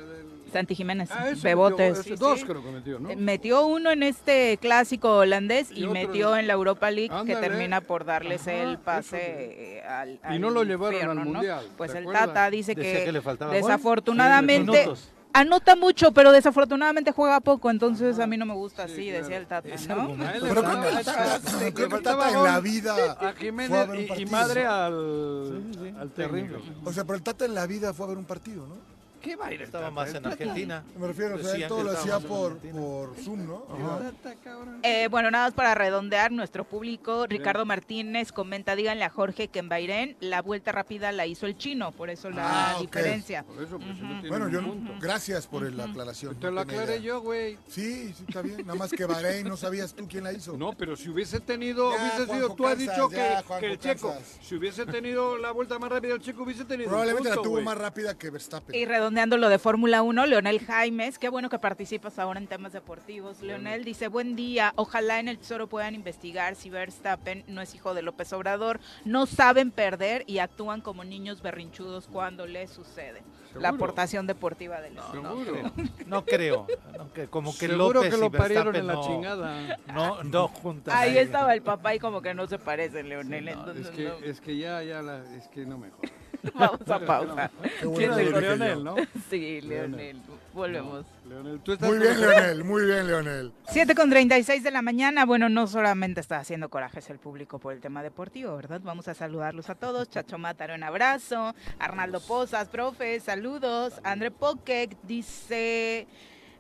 Speaker 3: del-
Speaker 2: Santi Jiménez,
Speaker 3: Ah, ese
Speaker 2: Bebotes.
Speaker 3: metió, ese
Speaker 2: Sí,
Speaker 3: dos
Speaker 2: sí.
Speaker 3: creo que metió, ¿no?
Speaker 2: Eh, Metió uno en este clásico holandés
Speaker 3: Y
Speaker 2: y,
Speaker 3: otro en-
Speaker 2: metió en la Europa League que
Speaker 3: Ándale.
Speaker 2: termina por darles
Speaker 3: Ajá,
Speaker 2: el
Speaker 3: eso
Speaker 2: pase eh, al,
Speaker 3: Y no lo llevaron
Speaker 2: infierno,
Speaker 3: al
Speaker 2: ¿no?
Speaker 3: Mundial,
Speaker 2: Pues
Speaker 3: ¿te
Speaker 2: el
Speaker 3: acuerdas?
Speaker 2: Tata dice
Speaker 4: Decía
Speaker 2: que,
Speaker 4: que le faltaba gol. Sí,
Speaker 2: desafortunadamente
Speaker 4: minutos.
Speaker 2: anota mucho, pero desafortunadamente juega poco, entonces a mí no me gusta
Speaker 3: Sí,
Speaker 2: Pues así,
Speaker 3: claro.
Speaker 2: decía el Tata,
Speaker 4: Ese
Speaker 2: ¿no?
Speaker 4: argumento.
Speaker 3: A él le
Speaker 5: Pero creo que
Speaker 3: faltaba-
Speaker 5: el Tata-
Speaker 3: Sí, le
Speaker 5: creo que el
Speaker 3: faltaba
Speaker 5: Tata en
Speaker 3: gol.
Speaker 5: la vida.
Speaker 3: A
Speaker 5: fue a
Speaker 3: Jiménez
Speaker 5: ver un
Speaker 3: y- y,
Speaker 5: partido.
Speaker 3: madre al,
Speaker 4: Sí, sí.
Speaker 3: al terrible.
Speaker 5: O sea, pero el Tata en la vida fue a ver un partido, ¿no?
Speaker 3: ¿Qué va a ir el
Speaker 4: Estaba
Speaker 3: Tata?
Speaker 4: más
Speaker 3: El
Speaker 4: en
Speaker 3: Tata-
Speaker 4: Argentina.
Speaker 5: Me refiero, o sea,
Speaker 4: Decían
Speaker 5: él todo
Speaker 4: que
Speaker 5: lo
Speaker 4: estaba
Speaker 5: hacía
Speaker 4: más en
Speaker 5: por,
Speaker 4: Argentina.
Speaker 5: por Zoom, ¿no?
Speaker 3: El Tata, cabrón.
Speaker 2: Eh, bueno, nada más para redondear nuestro público, Ricardo Martínez comenta, díganle a Jorge que en Bahrein la vuelta rápida la hizo el chino, por eso la
Speaker 5: Ah, ok.
Speaker 2: diferencia.
Speaker 3: Por eso, pues, si no tiene
Speaker 5: Bueno, yo,
Speaker 3: ningún punto.
Speaker 5: gracias por la aclaración.
Speaker 3: Te
Speaker 5: no
Speaker 3: lo
Speaker 5: tenía
Speaker 3: aclaré
Speaker 5: idea.
Speaker 3: yo, güey.
Speaker 5: Sí, sí, está bien. Nada más que Bahrein, no sabías tú quién la hizo.
Speaker 3: No, pero si hubiese tenido,
Speaker 5: Ya,
Speaker 3: hubiese
Speaker 5: Juanjo
Speaker 3: sido, tú has
Speaker 5: Kansas,
Speaker 3: dicho
Speaker 5: ya,
Speaker 3: que,
Speaker 5: Juanjo
Speaker 3: que el checo,
Speaker 5: Kansas.
Speaker 3: si hubiese tenido la vuelta más rápida, el checo hubiese tenido. un
Speaker 5: Probablemente la
Speaker 3: punto,
Speaker 5: tuvo
Speaker 3: güey.
Speaker 5: más rápida que Verstappen.
Speaker 2: Y redondeando lo de Fórmula 1, Leonel Jaimes, qué bueno que participas ahora en temas deportivos. Leonel dice, buen día, ojalá en el Tesoro puedan investigar si Verstappen no es hijo de López Obrador, no saben perder y actúan como niños berrinchudos cuando les sucede. La
Speaker 3: Seguro.
Speaker 2: aportación deportiva de Leonel.
Speaker 3: Seguro.
Speaker 4: No creo, no, que- como que
Speaker 3: Seguro
Speaker 4: López
Speaker 3: que lo
Speaker 4: y
Speaker 3: parieron
Speaker 4: Verstappen
Speaker 3: en la
Speaker 4: no-
Speaker 3: chingada.
Speaker 4: No, no juntan.
Speaker 2: Ahí estaba el papá y como que no se parece, Leonel. entonces
Speaker 3: Es que,
Speaker 2: no.
Speaker 3: es que ya, ya, la, es que no mejor.
Speaker 2: vamos a pausa.
Speaker 5: Qué bueno
Speaker 3: ¿Quién
Speaker 5: que
Speaker 3: es
Speaker 5: lo dije yo.
Speaker 3: Leonel, no?
Speaker 2: Sí, Leonel, volvemos.
Speaker 3: Leonel, tú estás
Speaker 5: Muy
Speaker 3: con
Speaker 5: bien,
Speaker 3: nosotros?
Speaker 5: Leonel, muy bien, Leonel.
Speaker 2: 7 con 36 de la mañana. Bueno, no solamente está haciendo corajes el público por el tema deportivo, ¿verdad? Vamos a saludarlos a todos. Chacho Mátaro, un abrazo. Arnaldo Pozas, profe, saludos. André Poquec dice...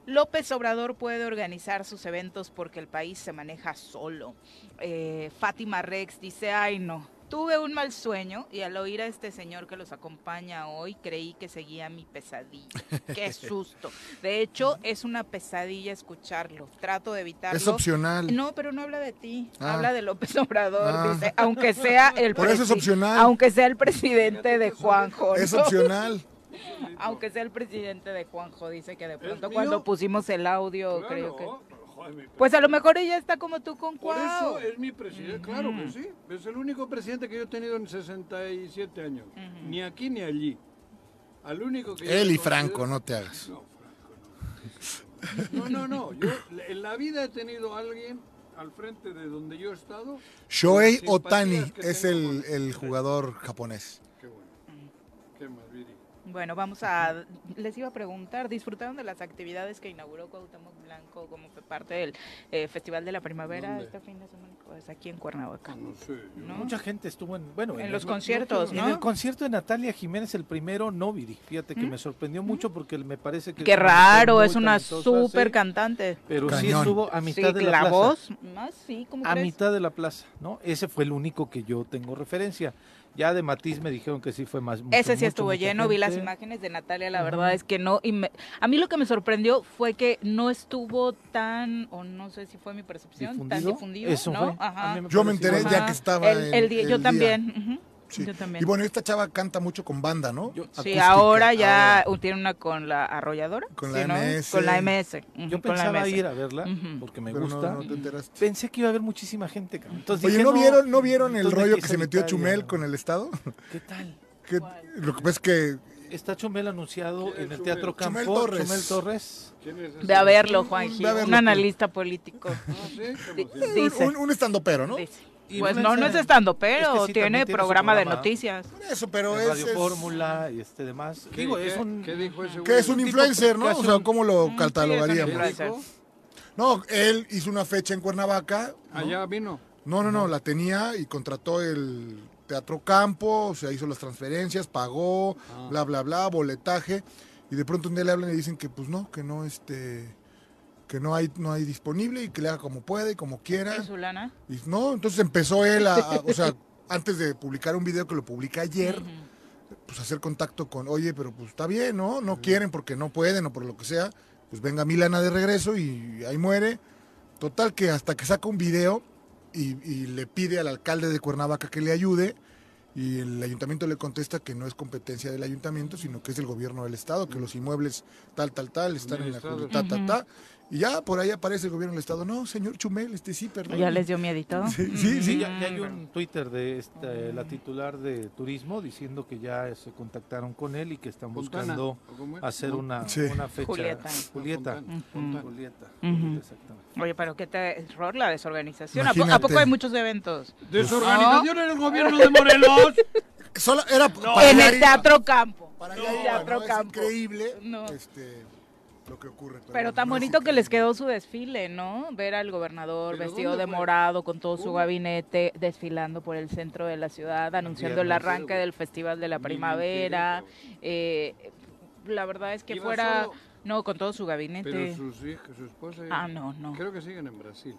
Speaker 2: López Obrador puede organizar sus eventos porque el país se maneja solo. Eh, Fátima Rex dice, ay no, tuve un mal sueño y al oír a este señor que los acompaña hoy creí que seguía mi pesadilla. Qué susto. De hecho, es una pesadilla escucharlo. Trato de evitarlo.
Speaker 5: Es opcional.
Speaker 2: No, pero no habla de ti.
Speaker 5: Ah.
Speaker 2: Habla de López Obrador.
Speaker 5: Ah.
Speaker 2: dice, aunque sea el
Speaker 5: Por eso es
Speaker 2: presi-
Speaker 5: opcional.
Speaker 2: Aunque sea el presidente de Juanjo.
Speaker 5: Es
Speaker 2: ¿no?
Speaker 5: opcional.
Speaker 2: Aunque sea el presidente de Juanjo, dice que de pronto
Speaker 3: mío?
Speaker 2: cuando pusimos el audio,
Speaker 3: Claro,
Speaker 2: creo que.
Speaker 3: pero, joder, mi
Speaker 2: Pues a lo
Speaker 3: presidente.
Speaker 2: mejor ella está como tú con
Speaker 3: Por
Speaker 2: Cuau.
Speaker 3: eso es mi presidente, claro que sí. Es el único presidente que yo he tenido en 67 años. Ni aquí ni allí. Al único que. yo
Speaker 5: Él y
Speaker 3: considero-
Speaker 5: Franco, no te hagas.
Speaker 3: No, Franco, no. No, no, no. Yo en la vida he tenido a alguien al frente de donde yo he estado.
Speaker 5: Shohei
Speaker 3: Simpatías
Speaker 5: Otani Eh,
Speaker 3: que
Speaker 5: es
Speaker 3: tengo
Speaker 5: el,
Speaker 3: con-
Speaker 5: el jugador japonés.
Speaker 3: Qué bueno. Qué más, Viri.
Speaker 2: Bueno, vamos a. Les iba a preguntar, ¿disfrutaron de las actividades que inauguró Cuauhtémoc Blanco como fue parte del eh, Festival de la Primavera
Speaker 3: ¿Dónde?
Speaker 2: este fin de semana? Pues aquí en Cuernavaca.
Speaker 3: No sé. yo-
Speaker 2: ¿No?
Speaker 4: Mucha gente estuvo en, bueno,
Speaker 2: En
Speaker 4: el-
Speaker 2: los conciertos,
Speaker 4: En
Speaker 2: ¿no? ¿Mm?
Speaker 4: el concierto de Natalia Jiménez, el primero, no vi. Fíjate que me sorprendió mucho porque me parece que...
Speaker 2: Qué
Speaker 4: es una mujer
Speaker 2: raro,
Speaker 4: muy
Speaker 2: es una
Speaker 4: talentosa,
Speaker 2: súper
Speaker 4: sí,
Speaker 2: cantante.
Speaker 4: Pero sí
Speaker 5: Cañón.
Speaker 4: estuvo a mitad
Speaker 2: Sí,
Speaker 4: de la,
Speaker 2: la
Speaker 4: plaza.
Speaker 2: voz. Más, sí, ¿cómo
Speaker 4: A
Speaker 2: crees?
Speaker 4: mitad de la plaza, ¿no? Ese fue el único que yo tengo referencia. Ya de Matiz me dijeron que sí fue más... mucho,
Speaker 2: Ese sí
Speaker 4: mucho,
Speaker 2: estuvo
Speaker 4: mucha
Speaker 2: lleno, vi las
Speaker 4: gente.
Speaker 2: imágenes de Natalia, la verdad es que no. Y me- a mí lo que me sorprendió fue que no estuvo tan, o no sé si fue mi percepción, tan difundido.
Speaker 4: Eso
Speaker 2: ¿no?
Speaker 4: fue.
Speaker 2: Ajá.
Speaker 4: A mí me
Speaker 5: Yo me
Speaker 4: pareció-
Speaker 5: enteré ya
Speaker 2: Ajá.
Speaker 5: que estaba
Speaker 2: El,
Speaker 5: el,
Speaker 2: el día- yo
Speaker 5: el
Speaker 2: también. ujú,
Speaker 5: Sí.
Speaker 2: Yo también.
Speaker 5: Y bueno, esta chava canta mucho con banda, ¿no?
Speaker 4: Yo-
Speaker 2: sí,
Speaker 5: Acústica,
Speaker 2: ahora ya
Speaker 5: ahora.
Speaker 2: tiene una con la arrolladora.
Speaker 5: Con
Speaker 2: sí,
Speaker 5: la
Speaker 2: ¿no?
Speaker 5: MS.
Speaker 2: Con la MS. ujú,
Speaker 4: Yo
Speaker 2: con la
Speaker 4: pensaba
Speaker 2: MS.
Speaker 4: ir a verla
Speaker 2: Ujú.
Speaker 4: porque me
Speaker 5: Pero no-
Speaker 4: gusta.
Speaker 5: no te enteraste.
Speaker 4: Pensé que iba a haber muchísima gente. cabrón. Entonces
Speaker 5: Oye,
Speaker 4: dije,
Speaker 5: ¿no vieron, no vieron el
Speaker 4: entonces me
Speaker 5: rollo
Speaker 4: fui
Speaker 5: que se metió
Speaker 4: solitario.
Speaker 5: Chumel con el Estado?
Speaker 4: ¿Qué tal?
Speaker 5: Que- lo que pasa es que
Speaker 4: Está Chumel anunciado
Speaker 3: ¿Quién es
Speaker 4: en el
Speaker 3: Chumel?
Speaker 4: Teatro Campo.
Speaker 5: Chumel Torres.
Speaker 4: Chumel Torres.
Speaker 3: ¿Quién es ese?
Speaker 2: Ve a verlo,
Speaker 5: Un-
Speaker 2: Juanji,
Speaker 5: ve a verlo
Speaker 2: un
Speaker 5: tú.
Speaker 2: analista político.
Speaker 3: No sé, qué
Speaker 2: Di-
Speaker 3: emoción.
Speaker 5: un,
Speaker 2: dice,
Speaker 5: un estandopero, ¿no?
Speaker 2: dice. Pues no, no es estando, pero
Speaker 4: Es que sí,
Speaker 2: tiene
Speaker 4: también tiene su
Speaker 2: programa de
Speaker 4: programa.
Speaker 2: noticias.
Speaker 5: Por eso, pero
Speaker 4: de
Speaker 5: es.
Speaker 4: Radio
Speaker 5: es-
Speaker 4: Fórmula y este demás.
Speaker 3: ¿Qué-
Speaker 4: Digo,
Speaker 3: qué-
Speaker 4: es un...
Speaker 3: ¿Qué dijo ese
Speaker 5: Que
Speaker 3: güey?
Speaker 5: es Ah. un
Speaker 4: tipo
Speaker 5: influencer,
Speaker 4: que
Speaker 5: ¿no?
Speaker 4: hace
Speaker 5: O sea,
Speaker 4: un-
Speaker 5: ¿cómo lo
Speaker 3: ¿Qué
Speaker 5: catalogaríamos?
Speaker 2: influencer.
Speaker 3: dijo?
Speaker 5: No, él hizo una fecha en Cuernavaca.
Speaker 3: Allá vino.
Speaker 5: No, no, no, la tenía y contrató el Teatro Campo, o sea, hizo las transferencias, pagó,
Speaker 4: Ah.
Speaker 5: bla, bla, bla, boletaje. Y de pronto un día le hablan y dicen que pues no, que no, este, que no hay, no hay disponible y que le haga como puede y como quiera.
Speaker 2: ¿Y su lana?
Speaker 5: Y no, entonces empezó él a, a- o sea, antes de publicar un video que lo publica ayer, pues hacer contacto con, oye, pero pues está bien, ¿no? No quieren porque no pueden o por lo que sea, pues venga Milana de regreso y ahí muere. Total que hasta que saca un video y, y le pide al alcalde de Cuernavaca que le ayude y el ayuntamiento le contesta que no es competencia del ayuntamiento, sino que es del gobierno del estado, que los inmuebles tal, tal, tal, están en la
Speaker 3: Administrados.
Speaker 5: jurisdicción, ta, ta, ta. Y ya por ahí aparece el gobierno del estado, no, señor Chumel, este sí, perdón.
Speaker 2: Ya les dio miedito.
Speaker 5: Sí, sí,
Speaker 4: Sí,
Speaker 5: sí.
Speaker 4: ya,
Speaker 2: Mm.
Speaker 4: ya hay un Twitter de esta, eh, la titular de turismo diciendo que ya se contactaron con él y que están
Speaker 3: Fontana,
Speaker 4: buscando
Speaker 3: ¿o cómo es?
Speaker 4: hacer una,
Speaker 5: Sí.
Speaker 4: una fecha.
Speaker 2: Julieta.
Speaker 4: Julieta.
Speaker 3: Fontana,
Speaker 4: Fontana.
Speaker 3: Fontana.
Speaker 4: Julieta,
Speaker 2: Ujú.
Speaker 4: exactamente.
Speaker 2: Oye, pero qué terror la desorganización. ¿A, po- a
Speaker 5: Imagínate.
Speaker 2: poco hay muchos eventos?
Speaker 3: Desorganización en el gobierno de Morelos.
Speaker 5: Solo era para
Speaker 2: en
Speaker 5: allá
Speaker 2: el
Speaker 5: iba,
Speaker 2: Teatro Campo.
Speaker 5: Para allá
Speaker 2: No.
Speaker 5: iba,
Speaker 2: Teatro
Speaker 5: ¿no?
Speaker 2: Campo.
Speaker 5: Es increíble
Speaker 2: No.
Speaker 5: este, lo que ocurre.
Speaker 2: Pero
Speaker 5: bueno,
Speaker 2: tan
Speaker 5: no es
Speaker 2: bonito que les
Speaker 5: increíble.
Speaker 2: quedó su desfile, ¿no? Ver al gobernador
Speaker 3: ¿Pero
Speaker 2: vestido
Speaker 3: dónde
Speaker 2: de
Speaker 3: fue?
Speaker 2: morado con todo su
Speaker 3: ¿Cómo?
Speaker 2: gabinete desfilando por el centro de la ciudad, anunciando el
Speaker 4: viernes,
Speaker 2: arranque
Speaker 3: güey.
Speaker 2: del Festival de la
Speaker 3: Ni
Speaker 2: Primavera. eh, la verdad es que
Speaker 3: Iba
Speaker 2: fuera...
Speaker 3: solo.
Speaker 2: No, con todo su gabinete.
Speaker 3: Pero sus hijas, su esposa.
Speaker 2: Ah, no, no.
Speaker 3: Creo que siguen en Brasil.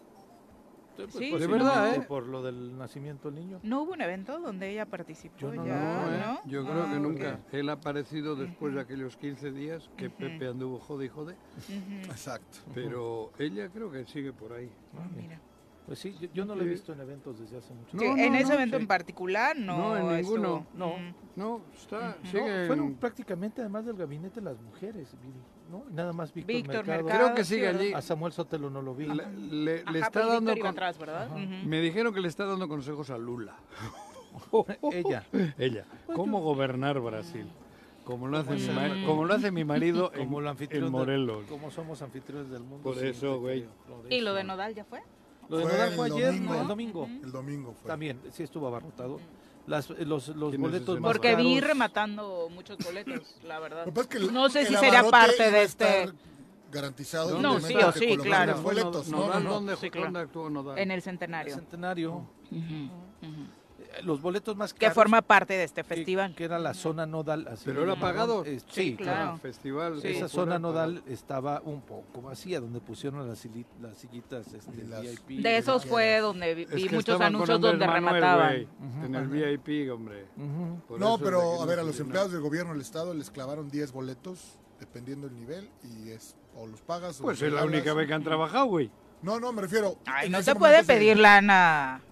Speaker 2: Sí,
Speaker 4: Pues sí,
Speaker 3: de verdad,
Speaker 4: no,
Speaker 3: ¿eh?
Speaker 4: por- Por lo del nacimiento del niño.
Speaker 2: ¿No hubo un evento donde ella participó
Speaker 4: Yo no
Speaker 2: ya?
Speaker 4: lo
Speaker 3: No,
Speaker 4: vi,
Speaker 3: ¿eh?
Speaker 2: ¿no?
Speaker 3: Yo creo
Speaker 2: Ah,
Speaker 3: que nunca.
Speaker 2: ok.
Speaker 3: Él ha aparecido después de aquellos 15 días que Pepe anduvo jode y jode.
Speaker 5: Exacto.
Speaker 3: Pero ella creo que sigue por ahí.
Speaker 4: Ah,
Speaker 2: Mira.
Speaker 4: Pues sí, yo, yo no lo he visto en eventos desde hace mucho
Speaker 3: No,
Speaker 2: Que
Speaker 4: tiempo.
Speaker 2: en ese
Speaker 3: no,
Speaker 2: evento
Speaker 3: sí.
Speaker 2: en particular no.
Speaker 3: No, en
Speaker 2: estuvo.
Speaker 3: ninguno.
Speaker 4: No.
Speaker 2: Mm.
Speaker 3: No, está,
Speaker 4: No,
Speaker 3: sigue.
Speaker 4: fueron
Speaker 3: en-
Speaker 4: prácticamente además del gabinete las mujeres, Viri, ¿no? Y Nada más Víctor,
Speaker 2: Víctor
Speaker 4: Mercado.
Speaker 2: Mercado.
Speaker 3: Creo que sigue
Speaker 2: sí,
Speaker 3: allí.
Speaker 4: A Samuel Sotelo no lo vi.
Speaker 3: Le, le- le
Speaker 2: Ajá,
Speaker 3: está
Speaker 2: pero Víctor
Speaker 3: dando.
Speaker 2: iba
Speaker 3: con-
Speaker 2: atrás, ¿verdad? Ujú.
Speaker 3: Me dijeron que le está dando consejos a Lula.
Speaker 4: Ella.
Speaker 3: Ella. ¿Cómo gobernar Brasil? Como lo hace, mi,
Speaker 4: esa-
Speaker 3: ma- como lo hace mi marido en,
Speaker 4: Como el anfitrión
Speaker 3: en
Speaker 4: del-
Speaker 3: Morelos.
Speaker 4: como somos anfitriones del mundo.
Speaker 3: Por
Speaker 4: sí,
Speaker 3: eso,
Speaker 4: no te
Speaker 3: güey.
Speaker 4: creo.
Speaker 2: ¿Y lo de
Speaker 4: eso.
Speaker 2: Nodal ya fue?
Speaker 4: Lo de
Speaker 5: Fue
Speaker 4: Nodal
Speaker 5: el
Speaker 4: fue ayer,
Speaker 5: domingo.
Speaker 4: ¿no? el domingo.
Speaker 5: El domingo fue.
Speaker 4: También, sí estuvo abarrotado. Las, eh, los los
Speaker 3: ¿Quién es
Speaker 4: boletos
Speaker 3: ese
Speaker 4: más
Speaker 2: Porque vi
Speaker 4: caros-
Speaker 2: rematando muchos boletos, la verdad.
Speaker 5: Lo que pasa es que el-
Speaker 2: No sé
Speaker 5: el
Speaker 2: si sería
Speaker 5: abarrote
Speaker 2: parte
Speaker 5: iba a
Speaker 2: de
Speaker 5: estar
Speaker 2: este.
Speaker 5: Garantizado.
Speaker 2: No,
Speaker 5: obviamente,
Speaker 2: sí o
Speaker 5: porque
Speaker 2: sí,
Speaker 5: con los
Speaker 2: claro.
Speaker 5: grandes boletos,
Speaker 3: No,
Speaker 5: no, no,
Speaker 3: Nodal,
Speaker 5: no.
Speaker 3: ¿dónde,
Speaker 2: Sí, claro.
Speaker 3: dónde actuó Nodal?
Speaker 2: En el
Speaker 4: El
Speaker 2: centenario.
Speaker 4: centenario.
Speaker 2: ujú.
Speaker 4: Eh, Los boletos más
Speaker 2: Que
Speaker 4: caros.
Speaker 2: forma parte de este
Speaker 4: que-
Speaker 2: festival.
Speaker 4: Que era la zona nodal. así
Speaker 3: Pero
Speaker 4: le
Speaker 3: era
Speaker 4: llamaban.
Speaker 3: pagado.
Speaker 4: Eh,
Speaker 2: Sí,
Speaker 4: sí, claro.
Speaker 2: claro.
Speaker 3: Festival.
Speaker 4: Sí, esa
Speaker 3: popular
Speaker 4: zona
Speaker 3: para-
Speaker 4: nodal estaba un poco vacía, donde pusieron las, sili- las sillitas este,
Speaker 5: Y las-
Speaker 4: VIP.
Speaker 2: De esos fue donde vi,
Speaker 3: Es
Speaker 2: vi
Speaker 3: que
Speaker 2: muchos
Speaker 3: estaban con
Speaker 2: anuncios
Speaker 3: Andrés
Speaker 2: donde
Speaker 3: Manuel,
Speaker 2: remataban.
Speaker 3: güey, En el VIP, hombre.
Speaker 4: Ujú.
Speaker 3: Por
Speaker 5: No,
Speaker 3: eso de
Speaker 5: pero
Speaker 3: que
Speaker 5: a ver,
Speaker 3: no
Speaker 5: a los
Speaker 3: se- no.
Speaker 5: empleados del gobierno del Estado les clavaron 10 boletos, dependiendo el nivel, y es o los pagas o
Speaker 3: Pues
Speaker 5: los
Speaker 3: es la
Speaker 5: regalas.
Speaker 3: única vez que han trabajado, güey.
Speaker 5: No, no, me refiero.
Speaker 2: Ay,
Speaker 5: en
Speaker 2: no
Speaker 5: ese
Speaker 2: se puede
Speaker 5: momento se-
Speaker 2: pedir lana